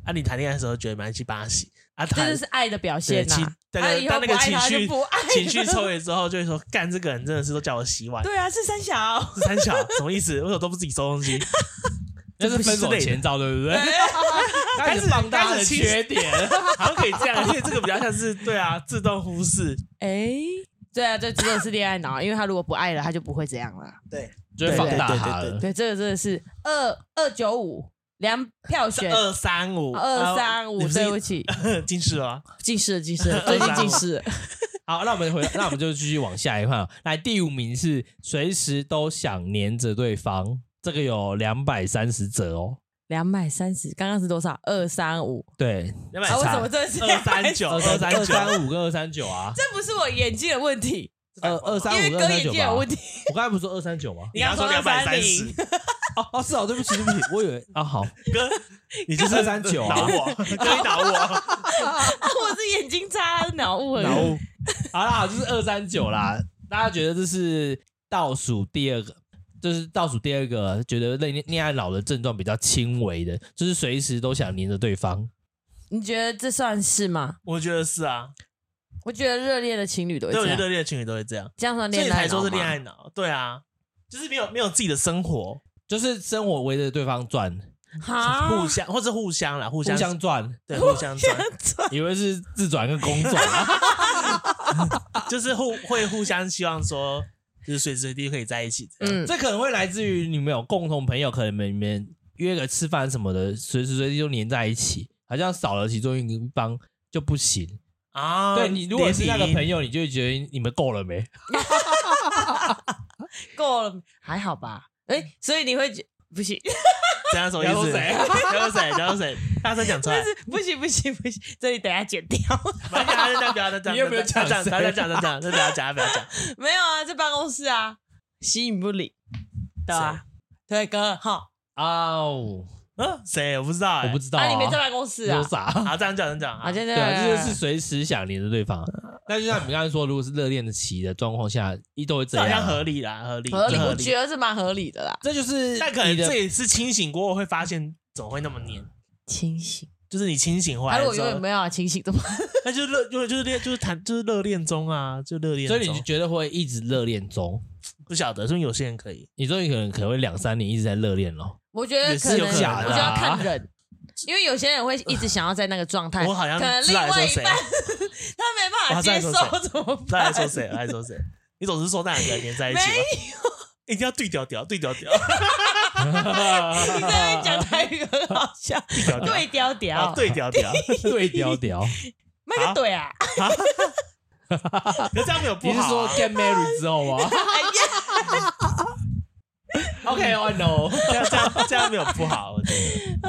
[SPEAKER 2] 啊，你谈恋爱的时候觉得蛮去帮他洗啊，
[SPEAKER 1] 这
[SPEAKER 2] 谈
[SPEAKER 1] 就是爱的表
[SPEAKER 2] 对
[SPEAKER 1] 现
[SPEAKER 2] 情
[SPEAKER 1] 呐。
[SPEAKER 2] 那
[SPEAKER 1] 啊
[SPEAKER 2] 个
[SPEAKER 1] 以
[SPEAKER 2] 当
[SPEAKER 1] 后不
[SPEAKER 2] 那个
[SPEAKER 1] 爱
[SPEAKER 2] 情
[SPEAKER 1] 他就
[SPEAKER 2] 绪
[SPEAKER 1] 不爱了，
[SPEAKER 2] 情绪抽离之后，就会说干这个人真的是都叫我洗
[SPEAKER 1] (laughs)
[SPEAKER 2] 碗，
[SPEAKER 1] 对啊，是三
[SPEAKER 2] (laughs)
[SPEAKER 1] 小。
[SPEAKER 2] 是三小什么意思？为什么都不自己收东
[SPEAKER 3] (laughs)
[SPEAKER 2] 西？
[SPEAKER 3] 这是分手
[SPEAKER 1] (laughs)
[SPEAKER 3] 前兆，对不
[SPEAKER 2] 哎
[SPEAKER 3] 对？开始放大
[SPEAKER 2] 开
[SPEAKER 3] 的
[SPEAKER 2] 始清
[SPEAKER 3] 缺点，
[SPEAKER 2] (laughs) 好像可以这样，因为这个比较像是对啊，自动忽视，
[SPEAKER 1] 哎，对啊，这真的是恋爱脑，因为他如果不爱了，他就不会这样了。
[SPEAKER 2] 对，
[SPEAKER 3] 就会放大它
[SPEAKER 2] 对对对
[SPEAKER 3] 了。
[SPEAKER 1] 对，这个真的是二二九五两票选
[SPEAKER 2] 二三五啊
[SPEAKER 1] 二三五，对不
[SPEAKER 2] 对 (laughs)
[SPEAKER 1] 起，，
[SPEAKER 2] 近视了吗？
[SPEAKER 1] 近视了，近视了，最近近视了。
[SPEAKER 3] 好，那我们回，那我们就继续往下一块哦。来，第五名是随时都想黏着对方，这个有两百三十折哦。
[SPEAKER 1] 两百三十，刚刚是多少？二三五
[SPEAKER 3] 对，
[SPEAKER 2] 两
[SPEAKER 1] 啊？为什么
[SPEAKER 2] 百
[SPEAKER 1] 这是
[SPEAKER 2] 二三九
[SPEAKER 3] 二
[SPEAKER 2] 二
[SPEAKER 3] 三啊
[SPEAKER 2] 三
[SPEAKER 3] 二
[SPEAKER 2] 九，
[SPEAKER 3] 三五跟二三九啊，
[SPEAKER 1] (laughs) 这不是我眼睛的问题，
[SPEAKER 3] 呃二
[SPEAKER 1] 因
[SPEAKER 3] 三
[SPEAKER 1] 为
[SPEAKER 3] 五跟
[SPEAKER 1] 哥
[SPEAKER 3] 二三
[SPEAKER 1] 眼
[SPEAKER 3] 九
[SPEAKER 1] 睛
[SPEAKER 3] 吧。
[SPEAKER 1] 有问题。 (laughs)
[SPEAKER 3] 我刚才不是说二三九吗？
[SPEAKER 1] 你
[SPEAKER 2] 你
[SPEAKER 1] 刚
[SPEAKER 2] 刚刚说两百三
[SPEAKER 1] 230
[SPEAKER 2] 十，
[SPEAKER 3] (laughs) 哦哦，是哦，对不起对不起，我以为啊好，
[SPEAKER 2] 哥， (laughs) 你就是
[SPEAKER 3] 239啊
[SPEAKER 2] 挠 (laughs) 我，可以挠我，
[SPEAKER 1] 啊我是眼睛差，他是脑雾而已。
[SPEAKER 3] 然后好啦，就是二三九啦。大家觉得这是倒数第二个，就是倒数第二个，觉得恋恋爱脑的症状比较轻微的，就是随时都想黏着对方。
[SPEAKER 1] 你觉得这算是吗？
[SPEAKER 2] 我觉得是啊，
[SPEAKER 1] 我觉得热恋的情侣都会
[SPEAKER 2] 对，我
[SPEAKER 1] 这
[SPEAKER 2] 觉得
[SPEAKER 1] 样，
[SPEAKER 2] 热恋情侣都会这样，
[SPEAKER 1] 这样算
[SPEAKER 2] 所以
[SPEAKER 1] 恋
[SPEAKER 2] 你
[SPEAKER 1] 爱
[SPEAKER 2] 才
[SPEAKER 1] 脑
[SPEAKER 2] 说
[SPEAKER 1] 吗
[SPEAKER 2] 是恋爱脑，对啊，就是没有没有自己的生活，
[SPEAKER 3] 就是生活围着对方转，
[SPEAKER 1] 哈，(laughs)
[SPEAKER 2] 互相或是互相啦，互
[SPEAKER 3] 互
[SPEAKER 2] 相
[SPEAKER 3] 相转，
[SPEAKER 2] 对互相转，
[SPEAKER 3] 以为是自转跟公转、啊，
[SPEAKER 1] 啊
[SPEAKER 2] 就是互会互相希望说，就是随时随地可以在一起。嗯，
[SPEAKER 1] 嗯，
[SPEAKER 3] 这可能会来自于你们有共同朋友，可能你们约个吃饭什么的，随时随地就黏在一起，好像少了其中一方就不行。
[SPEAKER 2] 啊，
[SPEAKER 3] 对你如果是那个
[SPEAKER 2] 友，
[SPEAKER 3] 朋友，你就会觉得你们够了没？
[SPEAKER 1] 够了，还好吧？
[SPEAKER 2] 嗯
[SPEAKER 1] 哎，所以你会觉不行， (laughs)
[SPEAKER 2] 怎样什么意思？
[SPEAKER 3] 然
[SPEAKER 2] 然后谁？然后谁？大声讲出来
[SPEAKER 1] 但！是不行不行不行，这里等一下剪掉。 (laughs)
[SPEAKER 2] 不要讲，啊不要讲，
[SPEAKER 3] 你又没有讲
[SPEAKER 2] 不要
[SPEAKER 3] 谁啊
[SPEAKER 2] 讲，不要讲，不要讲，不要讲，不要讲。
[SPEAKER 1] 没有啊，在办公室啊，吸引不理，对啊，对哥哈，
[SPEAKER 3] 哦，
[SPEAKER 2] 嗯，谁？我不知道，
[SPEAKER 3] 我不
[SPEAKER 2] 知
[SPEAKER 3] 知道、
[SPEAKER 1] 啊，你们在办公室
[SPEAKER 3] 有
[SPEAKER 1] 啊？
[SPEAKER 3] 啥？
[SPEAKER 2] 好，这样讲，这样
[SPEAKER 1] 啊，
[SPEAKER 2] 讲。
[SPEAKER 1] 对对
[SPEAKER 3] 对啊，就是
[SPEAKER 1] 对
[SPEAKER 3] 是随时想黏着对方。那就像你们刚才说，如果是热恋的期的状况下，一都会这
[SPEAKER 2] 这好
[SPEAKER 3] 样
[SPEAKER 2] 像
[SPEAKER 3] 啊。
[SPEAKER 2] 合理啦，合理，
[SPEAKER 1] 合理，
[SPEAKER 2] 这
[SPEAKER 1] 我觉得是蛮合理的啦。
[SPEAKER 3] 这就是
[SPEAKER 2] 但可能
[SPEAKER 3] 你的
[SPEAKER 2] 这也是清醒过后会发现，怎么会那么黏？
[SPEAKER 1] 清醒，
[SPEAKER 2] 就是你清醒回
[SPEAKER 1] 他
[SPEAKER 2] 来
[SPEAKER 1] 如果
[SPEAKER 2] 的时
[SPEAKER 1] 永远
[SPEAKER 2] 候，
[SPEAKER 1] 没有啊清醒的话，
[SPEAKER 2] 那就是热，就是就是恋，就是谈，就是热恋中啊，就热恋
[SPEAKER 3] 所
[SPEAKER 2] 中。
[SPEAKER 3] 以你就觉得会一直热恋中。
[SPEAKER 2] 不晓得，所以有些人可以。
[SPEAKER 3] 你说你可能可能会两三年一直在热恋咯。
[SPEAKER 1] 我觉得
[SPEAKER 2] 也
[SPEAKER 1] 可
[SPEAKER 2] 是有
[SPEAKER 1] 能
[SPEAKER 2] 可能啊
[SPEAKER 3] (laughs)
[SPEAKER 1] 我就要看人，因为有些人会一直想要在那个状态，
[SPEAKER 2] 我好像
[SPEAKER 1] 哎可能
[SPEAKER 2] 知
[SPEAKER 1] 另
[SPEAKER 2] 道你
[SPEAKER 1] 外
[SPEAKER 2] 说
[SPEAKER 1] 一
[SPEAKER 2] 谁
[SPEAKER 1] 半他没办法
[SPEAKER 2] 我知道
[SPEAKER 1] 接
[SPEAKER 2] 你
[SPEAKER 1] 受
[SPEAKER 2] 说
[SPEAKER 1] 怎么
[SPEAKER 2] 那还
[SPEAKER 1] 办？
[SPEAKER 2] 说谁？那啊还说谁？你总是说那两个人连在一起
[SPEAKER 1] 没
[SPEAKER 2] 吗？ (laughs) 一定要对调调，对调调， (laughs)
[SPEAKER 1] 你在那边讲台语很好
[SPEAKER 2] (laughs)
[SPEAKER 1] 笑，
[SPEAKER 2] 对调调，
[SPEAKER 1] 对调调
[SPEAKER 2] 啊，
[SPEAKER 3] 对
[SPEAKER 2] 对调调。
[SPEAKER 3] 调调，
[SPEAKER 1] 那个对啊，
[SPEAKER 2] 可这样没有
[SPEAKER 3] (laughs) 你
[SPEAKER 2] 不
[SPEAKER 3] 是
[SPEAKER 2] 好
[SPEAKER 3] 说
[SPEAKER 2] 啊。
[SPEAKER 3] get married 之后吗
[SPEAKER 1] 哎呀，
[SPEAKER 3] ？OK，I know。
[SPEAKER 2] 这样这样这样没有不好，我觉 得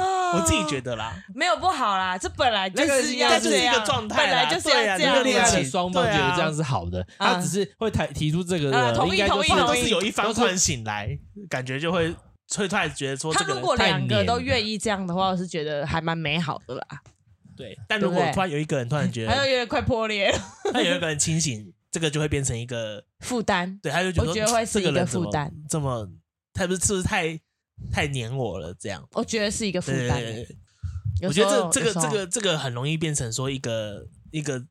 [SPEAKER 1] (laughs) 啊
[SPEAKER 2] 我自己觉得啦，
[SPEAKER 1] 没有不好啦，这本来就
[SPEAKER 3] 那个
[SPEAKER 1] 是
[SPEAKER 3] 应
[SPEAKER 1] 要
[SPEAKER 3] 该就是
[SPEAKER 1] 这样，
[SPEAKER 2] 一个状态
[SPEAKER 1] 本
[SPEAKER 2] 啦
[SPEAKER 1] 来就是要这
[SPEAKER 2] 对啊
[SPEAKER 1] 样
[SPEAKER 2] 那个
[SPEAKER 3] 恋爱
[SPEAKER 1] 啊。
[SPEAKER 3] 的双方觉得这样是好的，
[SPEAKER 1] 啊
[SPEAKER 3] 他只是会提提出这个
[SPEAKER 1] 啊
[SPEAKER 3] 的，
[SPEAKER 1] 同
[SPEAKER 3] 应
[SPEAKER 1] 意
[SPEAKER 3] 该就是
[SPEAKER 1] 同意
[SPEAKER 2] 都
[SPEAKER 1] 同意
[SPEAKER 2] 是有一方
[SPEAKER 3] 都是
[SPEAKER 2] 突然醒来，感觉就会会突然觉得说
[SPEAKER 1] 他
[SPEAKER 2] 这个
[SPEAKER 1] 如
[SPEAKER 2] 人
[SPEAKER 1] 果
[SPEAKER 3] 太
[SPEAKER 1] 两个
[SPEAKER 3] 黏
[SPEAKER 1] 都
[SPEAKER 3] 了
[SPEAKER 1] 愿意这样的话，我是觉得还蛮美好的啦。
[SPEAKER 2] 对，但如果
[SPEAKER 1] 对不对
[SPEAKER 2] 突然有一个人突然觉
[SPEAKER 1] 还有
[SPEAKER 2] 得，
[SPEAKER 1] 有点快破裂了，
[SPEAKER 2] 他有一个人清醒，这个就会变成一个，
[SPEAKER 1] 负担。
[SPEAKER 2] 对，他就
[SPEAKER 1] 我
[SPEAKER 2] 说
[SPEAKER 1] 觉得会是
[SPEAKER 2] 这个
[SPEAKER 1] 一个
[SPEAKER 2] 人怎
[SPEAKER 1] 负担
[SPEAKER 2] 么这么，他不是是不是太太黏我了这样？
[SPEAKER 1] 我觉得是一个负
[SPEAKER 2] 对对
[SPEAKER 1] 担
[SPEAKER 2] 对
[SPEAKER 1] 欸。
[SPEAKER 2] 对，
[SPEAKER 1] 有
[SPEAKER 2] 我
[SPEAKER 1] 时
[SPEAKER 2] 觉
[SPEAKER 1] 候
[SPEAKER 2] 得这这个
[SPEAKER 1] 有
[SPEAKER 2] 这，
[SPEAKER 1] 时候
[SPEAKER 2] 个这个很容易变成说一个一个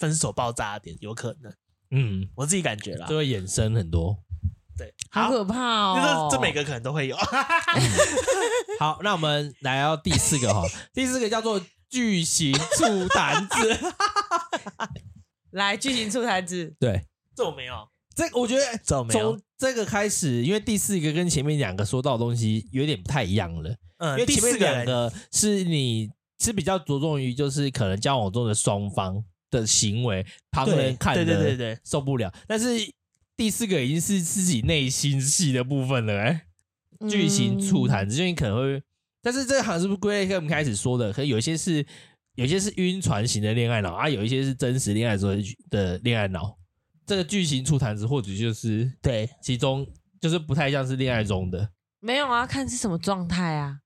[SPEAKER 2] 分手爆炸点，有可能，
[SPEAKER 3] 嗯，
[SPEAKER 2] 我自己感觉啦
[SPEAKER 3] 就。会衍生很多。
[SPEAKER 2] 对，
[SPEAKER 1] 好
[SPEAKER 2] 好，
[SPEAKER 1] 可怕哦
[SPEAKER 2] 这！这每个可能都会有。 (laughs)
[SPEAKER 3] 好，那我们来到第四个哈，第四个叫做巨型醋坛子。
[SPEAKER 1] 来剧情出台子，
[SPEAKER 3] 对，
[SPEAKER 2] 这我没有，
[SPEAKER 3] 这我觉得
[SPEAKER 2] 这我没有
[SPEAKER 3] 从。这个开始，因为第四个跟前面两个说到的东西有点不太一样了。
[SPEAKER 2] 嗯，
[SPEAKER 3] 因为
[SPEAKER 2] 第
[SPEAKER 3] 前
[SPEAKER 2] 四
[SPEAKER 3] 面
[SPEAKER 2] 个
[SPEAKER 3] 两
[SPEAKER 2] 人
[SPEAKER 3] 个是你是比较着重于就是可能交往中的双方的行为，旁
[SPEAKER 2] 对
[SPEAKER 3] 人看
[SPEAKER 2] 对对对
[SPEAKER 3] 的
[SPEAKER 2] 对，
[SPEAKER 3] 受不了，但是第四个已经是自己内心戏的部分了、哎，巨型醋坛子，就你可能会，但是这个好像是不是归类跟我们开始说的，可能有一些是有一些是晕船型的恋爱脑啊，有一些是真实恋爱时候的恋爱脑，这个巨型醋坛子或许就是
[SPEAKER 2] 对
[SPEAKER 3] 其中就是不太像是恋爱中的。
[SPEAKER 1] 没有啊，看是什么状态啊，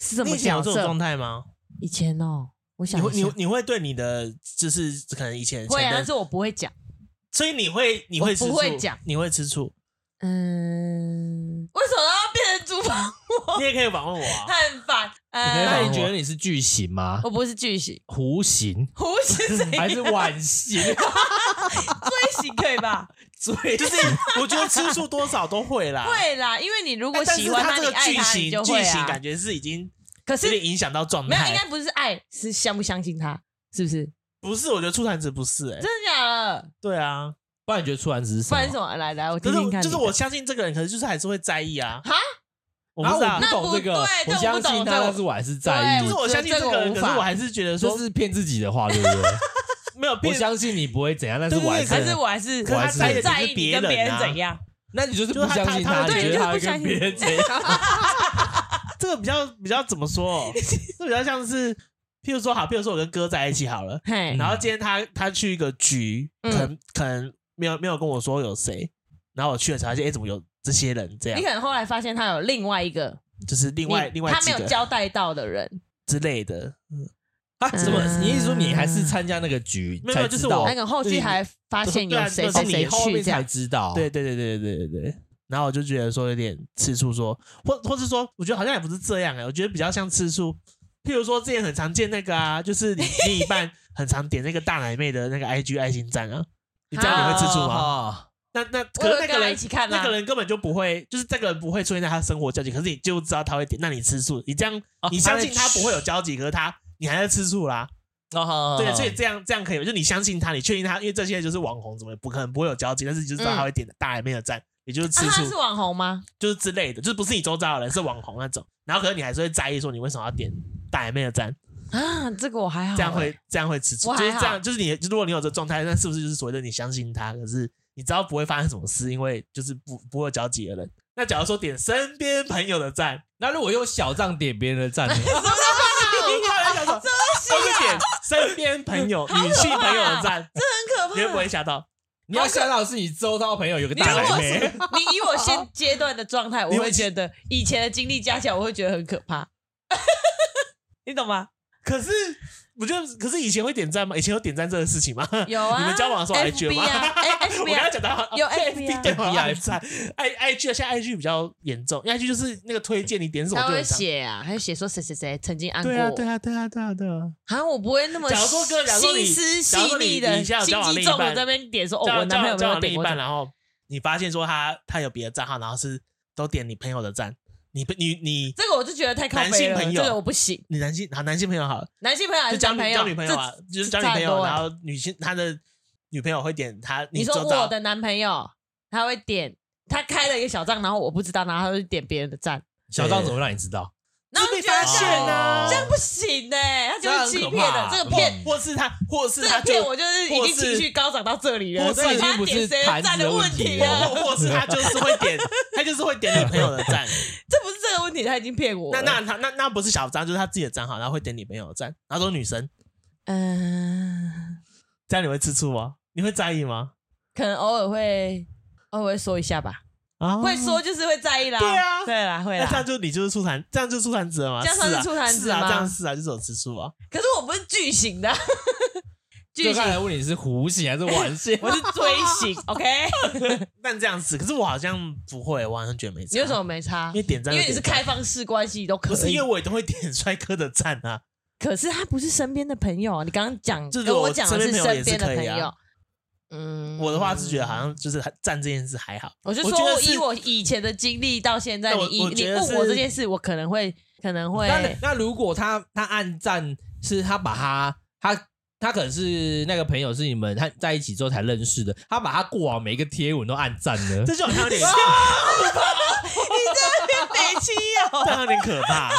[SPEAKER 1] 是什
[SPEAKER 2] 你
[SPEAKER 1] 么
[SPEAKER 2] 以前有
[SPEAKER 1] 角
[SPEAKER 2] 这种状
[SPEAKER 1] 色？
[SPEAKER 2] 态吗？
[SPEAKER 1] 以前哦，我
[SPEAKER 2] 你
[SPEAKER 1] 想
[SPEAKER 2] 会
[SPEAKER 1] 一
[SPEAKER 2] 你
[SPEAKER 1] 下
[SPEAKER 2] 会你会对你的就是可能以前
[SPEAKER 1] 会啊，
[SPEAKER 2] 前
[SPEAKER 1] 但
[SPEAKER 2] 任
[SPEAKER 1] 是我不会讲。
[SPEAKER 2] 所以你会你
[SPEAKER 1] 我
[SPEAKER 2] 会吃醋
[SPEAKER 1] 不会讲
[SPEAKER 2] 你会吃醋，
[SPEAKER 1] 嗯，为什么要变成猪房？
[SPEAKER 2] (laughs) 你也可以反问我
[SPEAKER 1] (laughs)
[SPEAKER 2] 啊。
[SPEAKER 1] 很
[SPEAKER 2] (laughs)
[SPEAKER 1] 烦。
[SPEAKER 3] 那
[SPEAKER 2] 反
[SPEAKER 1] 呃
[SPEAKER 2] 问，
[SPEAKER 3] 你觉得你是巨型吗
[SPEAKER 1] 我？不是巨型，
[SPEAKER 3] 弧形
[SPEAKER 1] 弧形怎
[SPEAKER 2] (laughs)
[SPEAKER 1] 样
[SPEAKER 3] (laughs) 还
[SPEAKER 1] (laughs)
[SPEAKER 3] 是碗形？
[SPEAKER 1] 锥形可以
[SPEAKER 2] (laughs)
[SPEAKER 1] 吧？
[SPEAKER 2] 对，就是我觉得吃醋多少都会啦。
[SPEAKER 1] 会啦，因为你如
[SPEAKER 2] 啊
[SPEAKER 1] 果
[SPEAKER 2] 哎，但是
[SPEAKER 1] 喜欢
[SPEAKER 2] 他这
[SPEAKER 1] 你
[SPEAKER 2] 个
[SPEAKER 1] 爱
[SPEAKER 2] 剧
[SPEAKER 1] 他，你
[SPEAKER 2] 情
[SPEAKER 1] 就
[SPEAKER 2] 剧
[SPEAKER 1] 会
[SPEAKER 2] 情
[SPEAKER 1] 啊
[SPEAKER 2] 感。觉是已经
[SPEAKER 1] 可是
[SPEAKER 2] 有点影响到状
[SPEAKER 1] 没有，应
[SPEAKER 2] 态
[SPEAKER 1] 该。不是爱，是相不相信他，是不是？
[SPEAKER 2] 不是，我觉得醋坛子不是哎。
[SPEAKER 1] 真的假的？
[SPEAKER 2] 对啊，
[SPEAKER 3] (laughs) 不然你觉得出完只是什
[SPEAKER 1] 不然是
[SPEAKER 3] 么？
[SPEAKER 1] 什么？来来，我
[SPEAKER 2] 可
[SPEAKER 1] 听
[SPEAKER 2] 是
[SPEAKER 1] 听
[SPEAKER 2] 我
[SPEAKER 1] 看你的。
[SPEAKER 2] 就是我相信这个人，可是就是还是会在意啊。
[SPEAKER 1] 哈，
[SPEAKER 2] 我不知
[SPEAKER 3] 啊
[SPEAKER 2] 道
[SPEAKER 3] 我不，懂这个，我
[SPEAKER 1] 那不对这我
[SPEAKER 3] 相
[SPEAKER 1] 不懂
[SPEAKER 3] 信
[SPEAKER 1] 这
[SPEAKER 3] 他，
[SPEAKER 1] 我
[SPEAKER 3] 但是我还是在意
[SPEAKER 2] 就
[SPEAKER 1] 对
[SPEAKER 2] 是。
[SPEAKER 1] 我
[SPEAKER 2] 我
[SPEAKER 1] 觉得
[SPEAKER 2] 相信
[SPEAKER 1] 这
[SPEAKER 2] 这
[SPEAKER 1] 个
[SPEAKER 2] 个人，
[SPEAKER 1] 无
[SPEAKER 2] 可
[SPEAKER 1] 法
[SPEAKER 2] 是我还是觉得
[SPEAKER 3] 这
[SPEAKER 2] 说
[SPEAKER 3] 是骗自己的话，对 (laughs) 不对？
[SPEAKER 2] 没有
[SPEAKER 3] 我
[SPEAKER 2] 变。
[SPEAKER 3] 相信你不会怎样，但是我还
[SPEAKER 2] 对
[SPEAKER 1] 还
[SPEAKER 2] 对
[SPEAKER 1] 是
[SPEAKER 3] 是，
[SPEAKER 1] 我还是
[SPEAKER 2] 可是
[SPEAKER 3] 他
[SPEAKER 1] 我
[SPEAKER 3] 在意的
[SPEAKER 1] 在
[SPEAKER 2] 只
[SPEAKER 1] 意
[SPEAKER 2] 是
[SPEAKER 1] 你
[SPEAKER 2] 别
[SPEAKER 1] 跟别
[SPEAKER 2] 人
[SPEAKER 1] 人
[SPEAKER 2] 啊
[SPEAKER 1] 怎样？
[SPEAKER 3] 那你就是不
[SPEAKER 2] 就是他
[SPEAKER 3] 相信
[SPEAKER 2] 他他
[SPEAKER 3] 你
[SPEAKER 1] 对
[SPEAKER 3] 觉得
[SPEAKER 1] 就是
[SPEAKER 3] 他
[SPEAKER 1] 不
[SPEAKER 3] 会
[SPEAKER 1] 相
[SPEAKER 3] 跟
[SPEAKER 1] 信
[SPEAKER 3] 别人怎样？
[SPEAKER 2] 这个比较比较怎
[SPEAKER 1] (laughs)
[SPEAKER 2] 么说？这比较像是，譬如说好，譬如说我跟哥在一起好了，
[SPEAKER 1] 嘿，
[SPEAKER 2] 然后今天他他去一个局，
[SPEAKER 1] 嗯
[SPEAKER 2] 可能可能没有没有跟我说有谁，然后我去了才发现，哎，怎么有这些人这样
[SPEAKER 1] 你？可能后来发现他有另外一个，
[SPEAKER 2] 就是另外
[SPEAKER 1] 你
[SPEAKER 2] 另外
[SPEAKER 1] 他
[SPEAKER 2] 几
[SPEAKER 1] 没有
[SPEAKER 2] 个
[SPEAKER 1] 交代到的人，
[SPEAKER 2] 之类的，
[SPEAKER 3] 啊， (laughs) 什么？
[SPEAKER 1] 嗯
[SPEAKER 3] 你意思说你还是参加那个局
[SPEAKER 2] 没有
[SPEAKER 3] 才
[SPEAKER 2] 哦就是
[SPEAKER 3] 知道哦
[SPEAKER 2] 我
[SPEAKER 1] 那？个后续还发现有谁
[SPEAKER 2] 对
[SPEAKER 1] 谁
[SPEAKER 2] 啊就是
[SPEAKER 1] 谁
[SPEAKER 2] 你
[SPEAKER 3] 你后
[SPEAKER 1] 去
[SPEAKER 3] 面
[SPEAKER 1] 这
[SPEAKER 3] 才
[SPEAKER 1] 样。
[SPEAKER 3] 知道，
[SPEAKER 2] 对对对对对对对。然后我就觉得说有点吃醋说，或或是说，我觉得好像也不是这样哎、我觉得比较像吃醋。譬如说之前很常见那个啊，就是
[SPEAKER 1] (laughs)
[SPEAKER 2] 你另一半很常点那个大奶妹的那个 IG 爱心赞啊，你
[SPEAKER 1] 啊
[SPEAKER 2] 这样你会吃醋吗？
[SPEAKER 3] 吗？
[SPEAKER 2] 那那
[SPEAKER 1] 我
[SPEAKER 2] 可
[SPEAKER 1] 有
[SPEAKER 2] 是那
[SPEAKER 1] 跟
[SPEAKER 2] 个
[SPEAKER 1] 他一
[SPEAKER 2] 人
[SPEAKER 1] 起看
[SPEAKER 2] 那个
[SPEAKER 1] 啊，
[SPEAKER 2] 人根本就不会，就是这个人不会出现在他生活交集，可是你就知道他会点，那你吃醋，你这样
[SPEAKER 3] 哦
[SPEAKER 2] 你相信他不会有交集，可是他你还在吃醋啦，
[SPEAKER 3] 哦，
[SPEAKER 2] 对，所以这样这样可以吗？就你相信他，你确定他，因为这些就是网红，怎么不可能不会有交集，但是你就知道他会点大奶妹的赞，也就是吃
[SPEAKER 1] 啊他
[SPEAKER 2] 醋
[SPEAKER 1] 是，网红吗？
[SPEAKER 2] 就是之类的，就是不是你周遭的人，是网红那种，然后可能你还是会在意说你为什么要点大奶妹的赞，
[SPEAKER 1] 啊，这个我还好欸，
[SPEAKER 2] 这
[SPEAKER 1] (laughs)
[SPEAKER 2] 样会这样会吃醋
[SPEAKER 1] 我，还
[SPEAKER 2] 就是这
[SPEAKER 1] 好
[SPEAKER 2] 样，就是你如果你有这状态，那是不是就是所谓的你相信他，可是你知道不会发生什么事，因为就是不不会有交集的人。那假如说点身边朋友的赞，
[SPEAKER 1] 哦
[SPEAKER 3] 那如果用小账点别人的赞 (laughs) 呢，
[SPEAKER 2] 你突然想
[SPEAKER 1] 哦
[SPEAKER 2] 说，
[SPEAKER 1] 啊
[SPEAKER 2] 都是点身边
[SPEAKER 1] (laughs)
[SPEAKER 2] 朋友、女性朋友的赞，
[SPEAKER 1] 很可
[SPEAKER 2] 你会不
[SPEAKER 1] 怕。
[SPEAKER 2] 会吓到？
[SPEAKER 3] 你要想到是你周遭朋友有个
[SPEAKER 1] 你
[SPEAKER 3] 大
[SPEAKER 1] 如
[SPEAKER 3] 奶
[SPEAKER 1] 果
[SPEAKER 3] 妹
[SPEAKER 1] 是。你以我
[SPEAKER 2] (laughs)
[SPEAKER 1] 现阶段的状态，我
[SPEAKER 2] 你
[SPEAKER 1] 会
[SPEAKER 2] 会
[SPEAKER 1] 觉得以前的经历加起来，我会觉得很可
[SPEAKER 2] (laughs)
[SPEAKER 1] 怕。你懂吗？
[SPEAKER 2] 可是我觉得，可是以前会点赞吗？以前有点赞这个事情吗？
[SPEAKER 1] 有啊，
[SPEAKER 2] (laughs) 你们交往的时候还觉得
[SPEAKER 1] FB
[SPEAKER 2] 吗 (laughs)
[SPEAKER 1] 啊哎
[SPEAKER 2] 我
[SPEAKER 1] ，FB
[SPEAKER 2] 刚
[SPEAKER 1] 啊
[SPEAKER 2] 刚讲到
[SPEAKER 1] 有 FB 啊
[SPEAKER 2] FB 对吗
[SPEAKER 3] FB 啊
[SPEAKER 2] 按赞，I I G 现在 I G 比较严重，因为 I G 就是那个推荐你点什么
[SPEAKER 1] 他
[SPEAKER 2] 就
[SPEAKER 1] 会
[SPEAKER 2] 有赞。
[SPEAKER 1] 写啊，他会写说谁谁谁曾经按过
[SPEAKER 2] 对
[SPEAKER 1] 我。
[SPEAKER 2] 啊，对啊，对啊，对啊，对啊。
[SPEAKER 1] 好像我不会那么
[SPEAKER 2] 假如说哥假如说你
[SPEAKER 1] 心思细腻
[SPEAKER 2] 假如说你
[SPEAKER 1] 的、
[SPEAKER 2] 你现在有
[SPEAKER 1] 心
[SPEAKER 2] 交往
[SPEAKER 1] 机
[SPEAKER 2] 另一
[SPEAKER 1] 重的
[SPEAKER 2] 半
[SPEAKER 1] 这边点说，哦，
[SPEAKER 2] 交
[SPEAKER 1] 我男朋友没
[SPEAKER 2] 交
[SPEAKER 1] 有
[SPEAKER 2] 往
[SPEAKER 1] 点
[SPEAKER 2] 另一
[SPEAKER 1] 过
[SPEAKER 2] 半，啊
[SPEAKER 1] 赞。
[SPEAKER 2] 然后你发现说他他有别的账号，然后是都点你朋友的赞，你你你
[SPEAKER 1] 这个我就觉得太靠
[SPEAKER 2] 男
[SPEAKER 1] 背
[SPEAKER 2] 性
[SPEAKER 1] 了，
[SPEAKER 2] 朋友
[SPEAKER 1] 这个我不行。
[SPEAKER 2] 你男性好男性朋友好了，
[SPEAKER 1] 男性朋友还
[SPEAKER 2] 就是交
[SPEAKER 1] 男
[SPEAKER 2] 女
[SPEAKER 1] 朋友，
[SPEAKER 2] 交女朋友啊，
[SPEAKER 1] 这
[SPEAKER 2] 就是交女朋
[SPEAKER 1] 差很
[SPEAKER 2] 友，
[SPEAKER 1] 多
[SPEAKER 2] 然后女性他的女朋友会点他，
[SPEAKER 1] 你说
[SPEAKER 2] 周
[SPEAKER 1] 我
[SPEAKER 2] 遭
[SPEAKER 1] 的男朋友他会点，他开了一个小账，然后我不知道，然后他会点别人的赞，
[SPEAKER 3] 小张怎么让你知道？
[SPEAKER 1] 然后
[SPEAKER 2] 被
[SPEAKER 1] 就觉得
[SPEAKER 2] 发现啊
[SPEAKER 1] 这样不行呢、欸他觉得
[SPEAKER 3] 这
[SPEAKER 1] 欺
[SPEAKER 3] 样很可
[SPEAKER 1] 骗
[SPEAKER 3] 怕
[SPEAKER 1] 了，
[SPEAKER 3] 啊
[SPEAKER 1] 这个骗。
[SPEAKER 2] 或是他，或
[SPEAKER 1] 这
[SPEAKER 2] 是他
[SPEAKER 1] 个
[SPEAKER 2] 就
[SPEAKER 1] 骗我就是已经情绪高涨到这里了，
[SPEAKER 2] 或是
[SPEAKER 1] 所以
[SPEAKER 3] 已经
[SPEAKER 1] 他
[SPEAKER 3] 不是
[SPEAKER 1] 点谁
[SPEAKER 3] 盘子
[SPEAKER 1] 赞
[SPEAKER 3] 的问
[SPEAKER 1] 问
[SPEAKER 3] 题
[SPEAKER 1] 题
[SPEAKER 2] 或
[SPEAKER 1] 了，
[SPEAKER 2] 或或是他就是
[SPEAKER 1] (laughs)
[SPEAKER 2] 会点，他就是会点女朋友的赞。
[SPEAKER 1] 这不是这个问题，他已经骗我
[SPEAKER 2] 那
[SPEAKER 1] 了。
[SPEAKER 2] 那他那那不是小张，就是他自己的账号，然后会点女朋友的赞，然后都是女生，
[SPEAKER 1] 嗯，
[SPEAKER 2] 这样你会吃醋吗？你会在意吗？
[SPEAKER 1] 可能偶尔会偶尔会说一下吧，
[SPEAKER 2] 啊，
[SPEAKER 1] 会说就是会在意啦，
[SPEAKER 2] 对啊
[SPEAKER 1] 对啦，会
[SPEAKER 2] 那
[SPEAKER 1] 啦
[SPEAKER 2] 这。样就你就是醋坛，这样就是醋坛子了吗？
[SPEAKER 1] 这样算是醋坛子
[SPEAKER 2] 是啊，是
[SPEAKER 1] 吗
[SPEAKER 2] 啊这样是啊，就是有吃醋啊。
[SPEAKER 1] 可是我不是巨型的， (laughs) 巨
[SPEAKER 3] 就
[SPEAKER 1] 型，
[SPEAKER 3] 刚才问你是弧形还是碗形
[SPEAKER 1] 我是锥 (laughs) 形，OK？
[SPEAKER 2] 但这样子，可是我好像不会，我好像觉得没差。
[SPEAKER 1] 你为什么？没差
[SPEAKER 2] 因？为点赞，
[SPEAKER 1] 因为你是开，放式关系都可以，
[SPEAKER 2] 不是因为我也都会点帅哥的赞啊。
[SPEAKER 1] 可是他不是身边的朋友啊，你刚刚讲
[SPEAKER 2] 就是
[SPEAKER 1] 跟
[SPEAKER 2] 我
[SPEAKER 1] 我讲的
[SPEAKER 2] 身边朋友
[SPEAKER 1] 身
[SPEAKER 2] 也
[SPEAKER 1] 边
[SPEAKER 2] 是
[SPEAKER 1] 的
[SPEAKER 2] 可以
[SPEAKER 1] 朋
[SPEAKER 2] 啊
[SPEAKER 1] 友。嗯，
[SPEAKER 2] 我的话是觉得好像就是赞这件事还好，
[SPEAKER 1] 我就
[SPEAKER 2] 我觉
[SPEAKER 1] 说
[SPEAKER 2] 得
[SPEAKER 1] 以
[SPEAKER 2] 是
[SPEAKER 1] 我以前的经历到现在，
[SPEAKER 2] 那
[SPEAKER 1] 你
[SPEAKER 2] 我
[SPEAKER 1] 一
[SPEAKER 2] 我
[SPEAKER 1] 你
[SPEAKER 2] 觉
[SPEAKER 1] 问
[SPEAKER 2] 得
[SPEAKER 1] 我
[SPEAKER 2] 是
[SPEAKER 1] 这件事，我可能会可能会
[SPEAKER 3] (laughs) 那那如果他他按赞是他把他他他可能是那个朋友是你们他在一起之后才认识的，他把他过往每一个贴文都按赞了，
[SPEAKER 2] 这就好像
[SPEAKER 1] 嗯
[SPEAKER 2] (laughs) 有点，
[SPEAKER 1] 北七哦，
[SPEAKER 2] 这样有点可怕。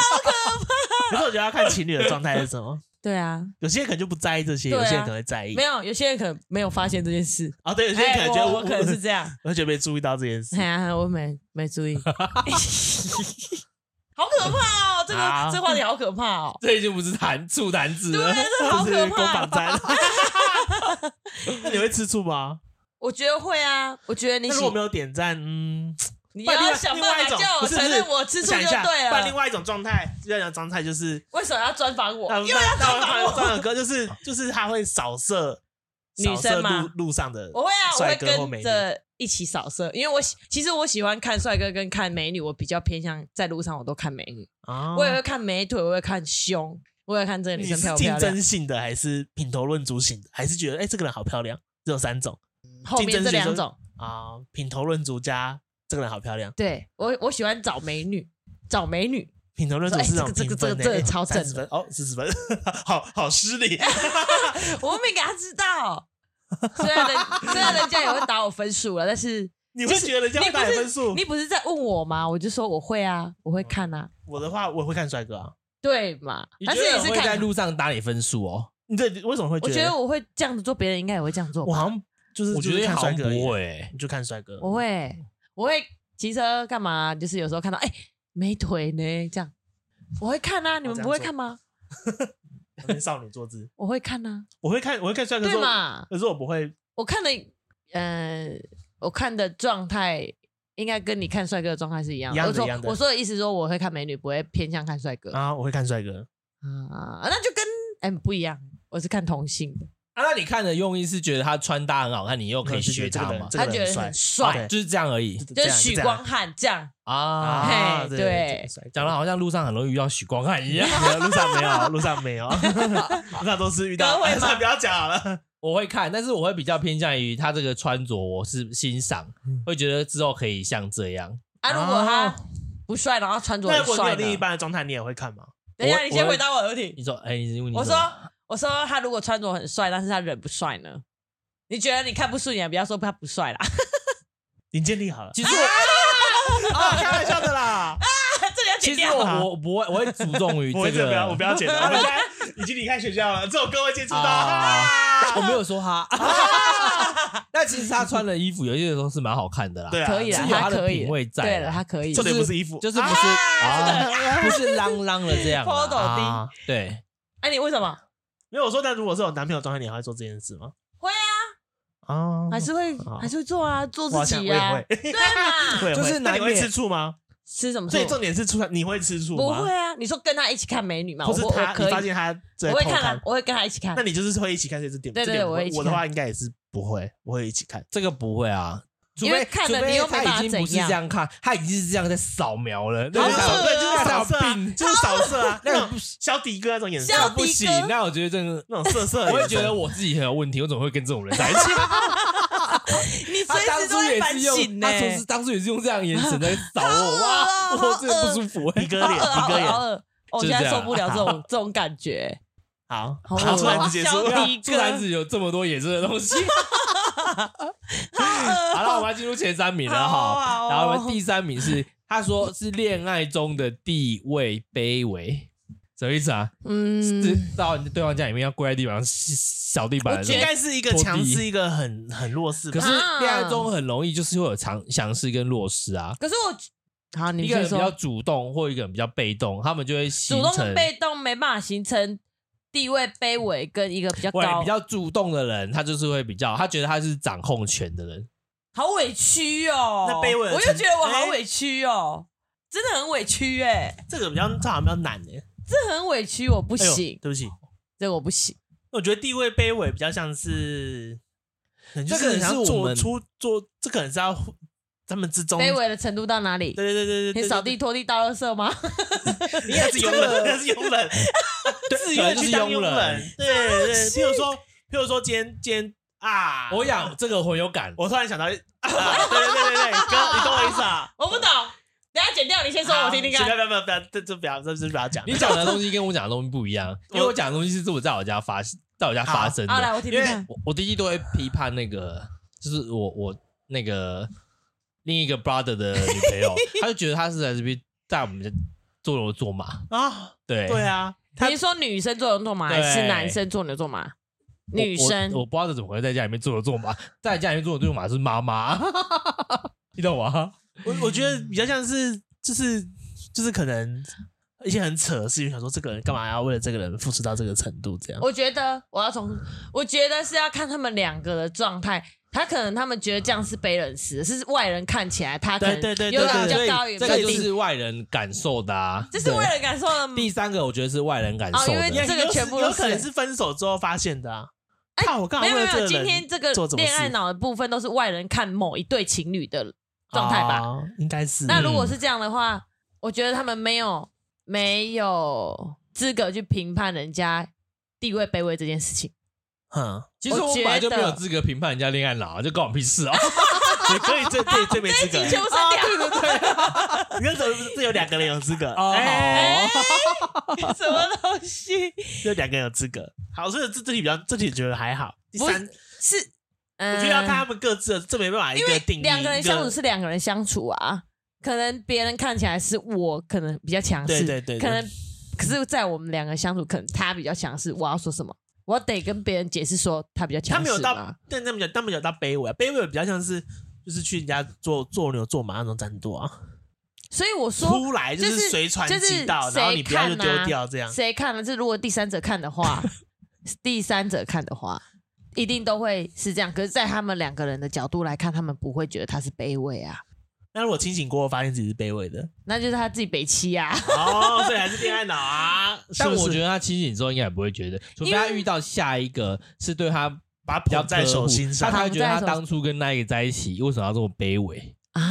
[SPEAKER 2] 可是我觉得要看情侣的状态是什么，
[SPEAKER 1] 对啊，
[SPEAKER 2] 有些人可能就不在意这些，
[SPEAKER 1] 对啊
[SPEAKER 2] 有些人可能会在意
[SPEAKER 1] 没。有有些人可能没有发现这件事，
[SPEAKER 2] 哦，对，有些人
[SPEAKER 1] 哎
[SPEAKER 2] 可能觉得
[SPEAKER 1] 我我可能是这
[SPEAKER 2] (laughs)
[SPEAKER 1] 样，
[SPEAKER 2] 我觉得没注意到这件事
[SPEAKER 1] 哎。呀，我没没注
[SPEAKER 2] (laughs)
[SPEAKER 1] 意，好可怕哦，这个
[SPEAKER 2] 好
[SPEAKER 1] 这话题好可怕
[SPEAKER 2] (laughs)
[SPEAKER 1] 哦，
[SPEAKER 3] (laughs) 这已经不是弹醋弹子
[SPEAKER 1] 对
[SPEAKER 3] 了
[SPEAKER 1] 啊，， (laughs) 这好
[SPEAKER 2] 就
[SPEAKER 1] 可
[SPEAKER 2] (laughs) 是公
[SPEAKER 1] 怕
[SPEAKER 2] 榜
[SPEAKER 1] 哦，
[SPEAKER 2] 单。 (laughs) 那你会吃醋吗？
[SPEAKER 1] 我觉得会啊，我觉得你
[SPEAKER 2] 那
[SPEAKER 1] 喜
[SPEAKER 2] 如果没有点赞，嗯，
[SPEAKER 1] 你
[SPEAKER 2] 不然另
[SPEAKER 1] 要
[SPEAKER 2] 外
[SPEAKER 1] 想
[SPEAKER 2] 另外
[SPEAKER 1] 办
[SPEAKER 2] 一
[SPEAKER 1] 法
[SPEAKER 2] 种
[SPEAKER 1] 叫我
[SPEAKER 2] 不是
[SPEAKER 1] 承
[SPEAKER 2] 不
[SPEAKER 1] 认
[SPEAKER 2] 是
[SPEAKER 1] 我吃醋
[SPEAKER 2] 想一
[SPEAKER 1] 就
[SPEAKER 2] 下，
[SPEAKER 1] 对
[SPEAKER 2] 不然另
[SPEAKER 1] 了，
[SPEAKER 2] 外一种状态，另外一种状态就是，
[SPEAKER 1] 为什么要专访我
[SPEAKER 2] 那？
[SPEAKER 1] 又要专访
[SPEAKER 2] 那
[SPEAKER 1] 我？
[SPEAKER 2] 张小哥就是就是他会扫射
[SPEAKER 1] 女
[SPEAKER 2] 扫射
[SPEAKER 1] 生吗
[SPEAKER 2] 路路上的
[SPEAKER 1] 我会啊，我会
[SPEAKER 2] 帅哥或
[SPEAKER 1] 跟
[SPEAKER 2] 美女
[SPEAKER 1] 着一起扫射，因为我喜其实我喜欢看帅哥跟看美女，我比较偏向在路上我都看美女，
[SPEAKER 2] 啊
[SPEAKER 1] 我也会看美腿，我会看胸，我也会看这个女
[SPEAKER 2] 你
[SPEAKER 1] 生漂
[SPEAKER 2] 是
[SPEAKER 1] 不
[SPEAKER 2] 竞
[SPEAKER 1] 漂亮。
[SPEAKER 2] 争性的还是品头论足型的，还是觉得哎、这个人好漂亮？只有三种
[SPEAKER 1] 后面这两
[SPEAKER 2] 竞争学
[SPEAKER 1] 种
[SPEAKER 2] 生，啊、品头论足加这个人好漂亮。
[SPEAKER 1] 对我我喜欢找美女，找美女，
[SPEAKER 2] 品头论足
[SPEAKER 1] 哎
[SPEAKER 2] 是种
[SPEAKER 1] 这个这个
[SPEAKER 2] 评分
[SPEAKER 1] 这
[SPEAKER 2] 的、
[SPEAKER 1] 个这个超正的
[SPEAKER 2] 三十分哦，四十分， (laughs) 好好失礼。 (laughs)
[SPEAKER 1] 我没给他知道。虽然人虽然人家也会打我分数了，但是
[SPEAKER 2] 你会觉得人家会打你分数
[SPEAKER 1] 你？不是在问我吗？我就说我会啊，我会看啊，
[SPEAKER 2] 我的话，我会看帅哥啊。
[SPEAKER 1] 对嘛？
[SPEAKER 3] 你觉
[SPEAKER 1] 但
[SPEAKER 3] 得
[SPEAKER 1] 是
[SPEAKER 3] 有
[SPEAKER 1] 你
[SPEAKER 3] 人
[SPEAKER 1] 是
[SPEAKER 3] 会在
[SPEAKER 1] 看，
[SPEAKER 3] 路上打你分数哦？
[SPEAKER 2] 你这为什么会
[SPEAKER 1] 我
[SPEAKER 2] 觉
[SPEAKER 1] 觉得我会这样子做，别人应该也会这样做吧。
[SPEAKER 2] 我好像就是
[SPEAKER 3] 我觉
[SPEAKER 2] 就是
[SPEAKER 3] 得
[SPEAKER 2] 看
[SPEAKER 3] 好欸
[SPEAKER 2] 帅
[SPEAKER 3] 像
[SPEAKER 2] 哥而已
[SPEAKER 3] 不
[SPEAKER 2] 啊，
[SPEAKER 3] 会，
[SPEAKER 2] 你就看帅哥。
[SPEAKER 1] 我会，我会骑车干嘛？就是有时候看到哎、美腿呢，这样我会看啊。你们
[SPEAKER 2] 哦这样
[SPEAKER 1] 不会
[SPEAKER 2] 做
[SPEAKER 1] 看吗？
[SPEAKER 2] 我偏少女坐姿，
[SPEAKER 1] 我会看啊，
[SPEAKER 2] 我会看我会看帅哥，
[SPEAKER 1] 对
[SPEAKER 2] 可是我
[SPEAKER 1] 嘛？
[SPEAKER 2] 可是我不会，
[SPEAKER 1] 我看的，呃，我看的状态应该跟你看帅哥的状态是一样
[SPEAKER 2] 一样的
[SPEAKER 1] 我说
[SPEAKER 2] 一样的
[SPEAKER 1] 我说的意思说我会看美女，不会偏向看帅哥啊
[SPEAKER 2] 啊，我会看帅哥。
[SPEAKER 1] 那就跟哎、不一样，我是看同性的，
[SPEAKER 3] 啊，那你看的用意是觉得他穿搭很好看，你又可以学他吗？
[SPEAKER 2] 这
[SPEAKER 1] 他
[SPEAKER 2] 个人
[SPEAKER 1] 觉得
[SPEAKER 2] 帅
[SPEAKER 1] 很帅
[SPEAKER 2] 对，
[SPEAKER 3] 就是这样而已
[SPEAKER 2] 这
[SPEAKER 1] 就是
[SPEAKER 2] 样
[SPEAKER 1] 许
[SPEAKER 2] 这样
[SPEAKER 1] 光汉这样。
[SPEAKER 3] 啊
[SPEAKER 1] 嘿。
[SPEAKER 2] 啊，
[SPEAKER 1] 对
[SPEAKER 2] 对，这个帅
[SPEAKER 3] 讲的好像路上很容易遇到许光汉一样，
[SPEAKER 2] 没有路上没有，路上没
[SPEAKER 1] (laughs)
[SPEAKER 2] 有，路上都是遇到。哎
[SPEAKER 1] 各位吗
[SPEAKER 2] 算了不要讲好了。
[SPEAKER 3] 我会看，但是我会比较偏向于他这个穿着，我是欣赏，
[SPEAKER 2] 嗯
[SPEAKER 3] 会觉得之后可以像这样。
[SPEAKER 1] 啊，如果他不帅，然后穿着
[SPEAKER 2] 哦那如
[SPEAKER 1] 很
[SPEAKER 2] 果你
[SPEAKER 1] 帅
[SPEAKER 2] 有
[SPEAKER 1] 呢，
[SPEAKER 2] 另一半的状态，你也会看吗？
[SPEAKER 1] 等一下，
[SPEAKER 3] 我
[SPEAKER 1] 你先
[SPEAKER 3] 我会
[SPEAKER 1] 回答我的问题。
[SPEAKER 3] 你说，哎、你问你
[SPEAKER 1] 我
[SPEAKER 3] 什么
[SPEAKER 1] 说，我说他如果穿着很帅，但是他人不帅呢？你觉得你看不顺眼，不要说他不帅啦， (laughs)
[SPEAKER 2] 你建立好了
[SPEAKER 3] 其实我
[SPEAKER 2] 啊，开玩笑的
[SPEAKER 3] (laughs)
[SPEAKER 2] 啦。
[SPEAKER 1] 这里要
[SPEAKER 3] 其
[SPEAKER 1] 剪
[SPEAKER 3] 实
[SPEAKER 1] 掉。
[SPEAKER 2] 啊
[SPEAKER 3] 我我不会，我会注重于
[SPEAKER 2] 我
[SPEAKER 3] 哎这
[SPEAKER 2] 这不
[SPEAKER 3] 个
[SPEAKER 2] 要，我不要剪了。我们现在已经离开学校了，只有各位接触到。
[SPEAKER 3] 啊
[SPEAKER 2] 啊
[SPEAKER 3] 我没有说他。 (laughs) 那其实他穿的衣服有些时候是蛮好看的啦，
[SPEAKER 2] 对啊，
[SPEAKER 1] 可以
[SPEAKER 3] 是
[SPEAKER 1] 啦，
[SPEAKER 3] 有
[SPEAKER 1] 他
[SPEAKER 3] 他的
[SPEAKER 1] 可以
[SPEAKER 3] 品味在啦
[SPEAKER 1] 对了，他可以。
[SPEAKER 2] 重点不是衣服，
[SPEAKER 3] 就是不是啊，不是浪浪的这样啦。
[SPEAKER 1] Photo 钉
[SPEAKER 3] 啊对，
[SPEAKER 1] 哎，你为什么
[SPEAKER 2] 没有我说，但如果是有男朋友状态，你还会做这件事吗？
[SPEAKER 1] 会啊？
[SPEAKER 2] 啊，
[SPEAKER 3] 嗯
[SPEAKER 1] 还是会
[SPEAKER 2] 啊
[SPEAKER 1] 还是会做啊，做
[SPEAKER 2] 我好
[SPEAKER 1] 自
[SPEAKER 2] 像
[SPEAKER 1] 己
[SPEAKER 2] 我也
[SPEAKER 1] 啊
[SPEAKER 2] 会，， (laughs)
[SPEAKER 1] 对嘛？
[SPEAKER 2] 对，
[SPEAKER 3] 就是
[SPEAKER 2] 那你
[SPEAKER 3] 难
[SPEAKER 2] 会
[SPEAKER 3] 免
[SPEAKER 2] 吃醋吗？
[SPEAKER 1] 吃什么醋
[SPEAKER 2] 所以？重点是醋，你会吃醋
[SPEAKER 1] 不
[SPEAKER 2] 吗？
[SPEAKER 1] 会，啊，你说跟他一起看美女嘛？
[SPEAKER 2] 或
[SPEAKER 1] 我
[SPEAKER 2] 是
[SPEAKER 1] 我我
[SPEAKER 2] 他你发
[SPEAKER 1] 可以，
[SPEAKER 2] 现他在
[SPEAKER 1] 我
[SPEAKER 2] 偷
[SPEAKER 1] 会看啊，我会跟他一起看
[SPEAKER 2] 那。你就是会一起看，所以这点
[SPEAKER 1] 对
[SPEAKER 2] 这
[SPEAKER 1] 对
[SPEAKER 2] 点
[SPEAKER 1] 我
[SPEAKER 2] 不
[SPEAKER 1] 会一起
[SPEAKER 2] 我的
[SPEAKER 1] 看
[SPEAKER 2] 话应该也是不会，我会一起看。
[SPEAKER 3] 这个不会啊，除
[SPEAKER 1] 因为
[SPEAKER 3] 非
[SPEAKER 1] 看了
[SPEAKER 3] 除非
[SPEAKER 1] 你又没办法
[SPEAKER 3] 他已经不是
[SPEAKER 1] 怎样
[SPEAKER 3] 这样看，他已经是这样在扫描了，
[SPEAKER 2] 对
[SPEAKER 3] 那
[SPEAKER 1] 好
[SPEAKER 2] 就
[SPEAKER 3] 个
[SPEAKER 2] 是
[SPEAKER 1] 恶
[SPEAKER 2] 扫
[SPEAKER 1] 啊
[SPEAKER 2] 对，就是扫
[SPEAKER 3] 那有病
[SPEAKER 2] 射啊，就是扫射啊，
[SPEAKER 3] 那
[SPEAKER 2] 那
[SPEAKER 3] 个
[SPEAKER 2] 种肖迪哥那种眼神，
[SPEAKER 1] 肖
[SPEAKER 3] 不行
[SPEAKER 1] 迪哥，
[SPEAKER 3] 那我觉得这个
[SPEAKER 2] 那种色色的
[SPEAKER 3] (laughs)
[SPEAKER 2] 眼
[SPEAKER 3] 我
[SPEAKER 2] 神，
[SPEAKER 1] (laughs)
[SPEAKER 3] 会觉得我自己很有问题，我怎么会跟这种人在一起？
[SPEAKER 1] 你
[SPEAKER 3] 他
[SPEAKER 1] 随
[SPEAKER 3] 啊当
[SPEAKER 1] 时都
[SPEAKER 3] 初也
[SPEAKER 1] 会反
[SPEAKER 3] 是
[SPEAKER 1] 省
[SPEAKER 3] 用，
[SPEAKER 1] 呢、
[SPEAKER 3] 他当时当初也是用这样的眼神在扫我，哇，
[SPEAKER 1] (laughs) 好恶
[SPEAKER 3] 我真的不舒服哎、
[SPEAKER 2] 比哥
[SPEAKER 1] 好
[SPEAKER 2] 脸，
[SPEAKER 1] 饿，
[SPEAKER 2] 比
[SPEAKER 1] 好
[SPEAKER 2] 哥
[SPEAKER 1] 饿，好
[SPEAKER 2] 脸，
[SPEAKER 1] 饿！我
[SPEAKER 3] 就是
[SPEAKER 1] 现在
[SPEAKER 3] 这样
[SPEAKER 1] 受不了这种这种感觉，
[SPEAKER 2] 好，
[SPEAKER 1] 好
[SPEAKER 2] 好，
[SPEAKER 1] 恶
[SPEAKER 2] 突然子结
[SPEAKER 3] (laughs)
[SPEAKER 2] 束。
[SPEAKER 1] 小迪
[SPEAKER 3] 助产
[SPEAKER 1] 哥，
[SPEAKER 3] 子有这么多野生的东
[SPEAKER 1] (laughs)
[SPEAKER 3] 西。好了，我们要进入前三名了
[SPEAKER 1] 好
[SPEAKER 3] 哈。
[SPEAKER 1] 好哦
[SPEAKER 3] 然后我们第三名是他说是恋爱中的地位卑微，什么意思啊？是
[SPEAKER 1] 嗯，
[SPEAKER 3] 到你的对方家里面要跪在地板上扫地板
[SPEAKER 2] 我
[SPEAKER 3] 的
[SPEAKER 2] 觉得应
[SPEAKER 3] 那种。
[SPEAKER 2] 该是一个强势，一个很很弱势
[SPEAKER 3] 可
[SPEAKER 2] 吧。可
[SPEAKER 3] 是
[SPEAKER 2] 是
[SPEAKER 3] 恋爱中很容易就是会有强强势跟弱势啊，
[SPEAKER 1] 可是我，好，你
[SPEAKER 3] 一个
[SPEAKER 1] 先
[SPEAKER 3] 人比较
[SPEAKER 1] 说，
[SPEAKER 3] 主动或一个人比较被动，他们就会形
[SPEAKER 1] 主动
[SPEAKER 3] 成
[SPEAKER 1] 跟被动没办法形成地位卑微跟一个
[SPEAKER 3] (laughs)
[SPEAKER 1] 比较
[SPEAKER 3] 喂
[SPEAKER 1] 高
[SPEAKER 3] 比，较主动的人，他就是会比较，他觉得他是掌控权的人。
[SPEAKER 1] 好委屈哦。
[SPEAKER 2] 那卑微的
[SPEAKER 1] 我又
[SPEAKER 2] 程
[SPEAKER 1] 觉得我好
[SPEAKER 2] 哎
[SPEAKER 1] 委屈哦，真的很委屈哎，
[SPEAKER 2] 这个比较，这好像比较难的。
[SPEAKER 1] 这很委屈，我不
[SPEAKER 2] 哎呦
[SPEAKER 1] 行，
[SPEAKER 2] 对不起，
[SPEAKER 1] 这个我不行。
[SPEAKER 2] 我觉得地位卑微比较像是，可能就
[SPEAKER 3] 这个
[SPEAKER 2] 是想
[SPEAKER 3] 是我
[SPEAKER 2] 做
[SPEAKER 3] 们
[SPEAKER 2] 出做，这可能是要他们之中，
[SPEAKER 1] 卑
[SPEAKER 2] 对
[SPEAKER 1] 微的程度到哪里？
[SPEAKER 2] 对对对对，
[SPEAKER 1] 你扫地拖地倒垃圾吗？ (laughs)
[SPEAKER 2] 你也是佣
[SPEAKER 3] (laughs)
[SPEAKER 2] 人，那是佣人， (laughs) 自
[SPEAKER 3] 啊
[SPEAKER 2] 愿去当佣
[SPEAKER 3] 可能
[SPEAKER 2] 人。对对对，譬如说，譬如说今天今天啊，
[SPEAKER 3] 我讲这个我有感，
[SPEAKER 2] (laughs) 我突然想到，啊对对对对对，哥，你懂我意思啊？
[SPEAKER 1] 我不懂，等下剪掉，你先 (laughs) 说，我听听
[SPEAKER 2] 好
[SPEAKER 1] 看。
[SPEAKER 2] 不要不要不要，这这不要，这这不要讲。
[SPEAKER 3] 你讲的东西跟我讲的东西不一
[SPEAKER 2] (laughs)
[SPEAKER 3] 样，因为我讲的东西是我在我家发，在我家发生
[SPEAKER 1] 好，来
[SPEAKER 3] 的。
[SPEAKER 1] 我听
[SPEAKER 3] 因
[SPEAKER 1] 听
[SPEAKER 3] 为
[SPEAKER 1] 看。
[SPEAKER 3] 我我弟弟都会批判那个，就是我我那个另一个 brother 的女朋
[SPEAKER 2] (laughs)
[SPEAKER 3] 友，他就觉得他是在这边在我们家做牛做马，
[SPEAKER 2] 啊，
[SPEAKER 3] 对
[SPEAKER 2] 对啊，他
[SPEAKER 1] 你是说女生做牛做马，还是
[SPEAKER 3] 对
[SPEAKER 1] 男生做牛做马？
[SPEAKER 3] 我
[SPEAKER 1] 女生
[SPEAKER 3] 我我不知道怎么会在家里面做牛做马，在家里面做牛做马是妈妈， (laughs) 你懂吗？
[SPEAKER 2] 我我觉得比较像是就是就是可能一些很扯的事情，想说这个人干嘛要为了这个人付出到这个程度这样。
[SPEAKER 1] 我觉得我要从，我觉得是要看他们两个的状态。他可能他们觉得这样是卑人死，是外人看起来他可能
[SPEAKER 2] 对对对
[SPEAKER 1] 有点
[SPEAKER 2] 对啊
[SPEAKER 1] 比
[SPEAKER 3] 所以
[SPEAKER 1] 较高，有
[SPEAKER 3] 这
[SPEAKER 1] 点
[SPEAKER 3] 个
[SPEAKER 1] 比较
[SPEAKER 3] 就
[SPEAKER 1] 低
[SPEAKER 3] 是外人感受的啊。
[SPEAKER 1] 这是
[SPEAKER 3] 对
[SPEAKER 1] 外人感受的吗。
[SPEAKER 3] 第三个，我觉得是外人感受的。
[SPEAKER 1] 哦因为
[SPEAKER 2] 因为
[SPEAKER 1] 这个
[SPEAKER 2] 有
[SPEAKER 1] 全部都
[SPEAKER 2] 有可能
[SPEAKER 1] 是
[SPEAKER 2] 是分手之后发现的啊。
[SPEAKER 1] 哎
[SPEAKER 2] 看我干嘛
[SPEAKER 1] 没有
[SPEAKER 2] 为
[SPEAKER 1] 没
[SPEAKER 2] 了
[SPEAKER 1] 有，
[SPEAKER 2] 这个
[SPEAKER 1] 今
[SPEAKER 2] 人
[SPEAKER 1] 天这个
[SPEAKER 2] 做什么
[SPEAKER 1] 恋爱
[SPEAKER 2] 事
[SPEAKER 1] 脑的部分都是外人看某一对情侣的状态吧？
[SPEAKER 2] 哦应该是。
[SPEAKER 1] 那如果是这样的话，我觉得他们没有没有资格去评判人家地位卑微这件事情。
[SPEAKER 2] 嗯，
[SPEAKER 3] 其实我
[SPEAKER 1] 我觉
[SPEAKER 3] 本来
[SPEAKER 1] 得
[SPEAKER 3] 就没有资格评判人家恋爱脑啊，就关我屁
[SPEAKER 1] (laughs)
[SPEAKER 3] 事哦。啊，
[SPEAKER 2] 你可以最最最没资
[SPEAKER 1] 这 (laughs)
[SPEAKER 2] 格
[SPEAKER 1] 集。全部删
[SPEAKER 3] 对
[SPEAKER 1] 掉，
[SPEAKER 3] 对对，
[SPEAKER 2] 你看，怎么这有两个人有资格？
[SPEAKER 3] 哦
[SPEAKER 2] 哎，
[SPEAKER 1] (laughs) 什么东西？
[SPEAKER 2] 有两个人有资格。好，所以这这题比较，这题觉得还好。第
[SPEAKER 1] 不是
[SPEAKER 2] 三，
[SPEAKER 1] 是，
[SPEAKER 2] 我
[SPEAKER 1] 嗯
[SPEAKER 2] 觉得要看他们各自的，这没办法一
[SPEAKER 1] 因
[SPEAKER 2] 个
[SPEAKER 1] 为
[SPEAKER 2] 定义。
[SPEAKER 1] 两个人
[SPEAKER 2] 一个
[SPEAKER 1] 相处是两个人相处啊，可能别人看起来是我可能比较强势，
[SPEAKER 2] 对对对对
[SPEAKER 1] 可能可是在我们两个相处，可能他比较强势。我要说什么？我得跟别人解释说他比较强
[SPEAKER 2] 他
[SPEAKER 1] 势
[SPEAKER 2] 没有
[SPEAKER 1] 吗
[SPEAKER 2] 到，但他们讲，他们有到卑微、啊，卑微比较像是就是去人家做做牛做马那种程度啊，
[SPEAKER 1] 所以我说
[SPEAKER 2] 出来就
[SPEAKER 1] 就是是
[SPEAKER 2] 随传
[SPEAKER 1] 就是
[SPEAKER 2] 即到，
[SPEAKER 1] 谁
[SPEAKER 2] 然后你不要就
[SPEAKER 1] 看啊
[SPEAKER 2] 丢掉这样。
[SPEAKER 1] 谁看了？这如果第三者看的
[SPEAKER 2] (laughs)
[SPEAKER 1] 话，第三者看的话，一定都会是这样。可是，在他们两个人的角度来看，他们不会觉得他是卑微啊，
[SPEAKER 2] 那如果清醒过后发现自己是卑微的，
[SPEAKER 1] 那就是他自己北欺啊。
[SPEAKER 2] 哦，所以还是恋爱脑啊。
[SPEAKER 3] 但我觉
[SPEAKER 2] 得
[SPEAKER 3] 得他清醒之后应该也不会觉得，除非他遇到下一个是对他
[SPEAKER 2] 把它
[SPEAKER 3] 比较
[SPEAKER 2] 捧在手心上
[SPEAKER 3] 他，才会觉得他当初跟那一个在一起为什么要这么卑微？
[SPEAKER 1] 啊，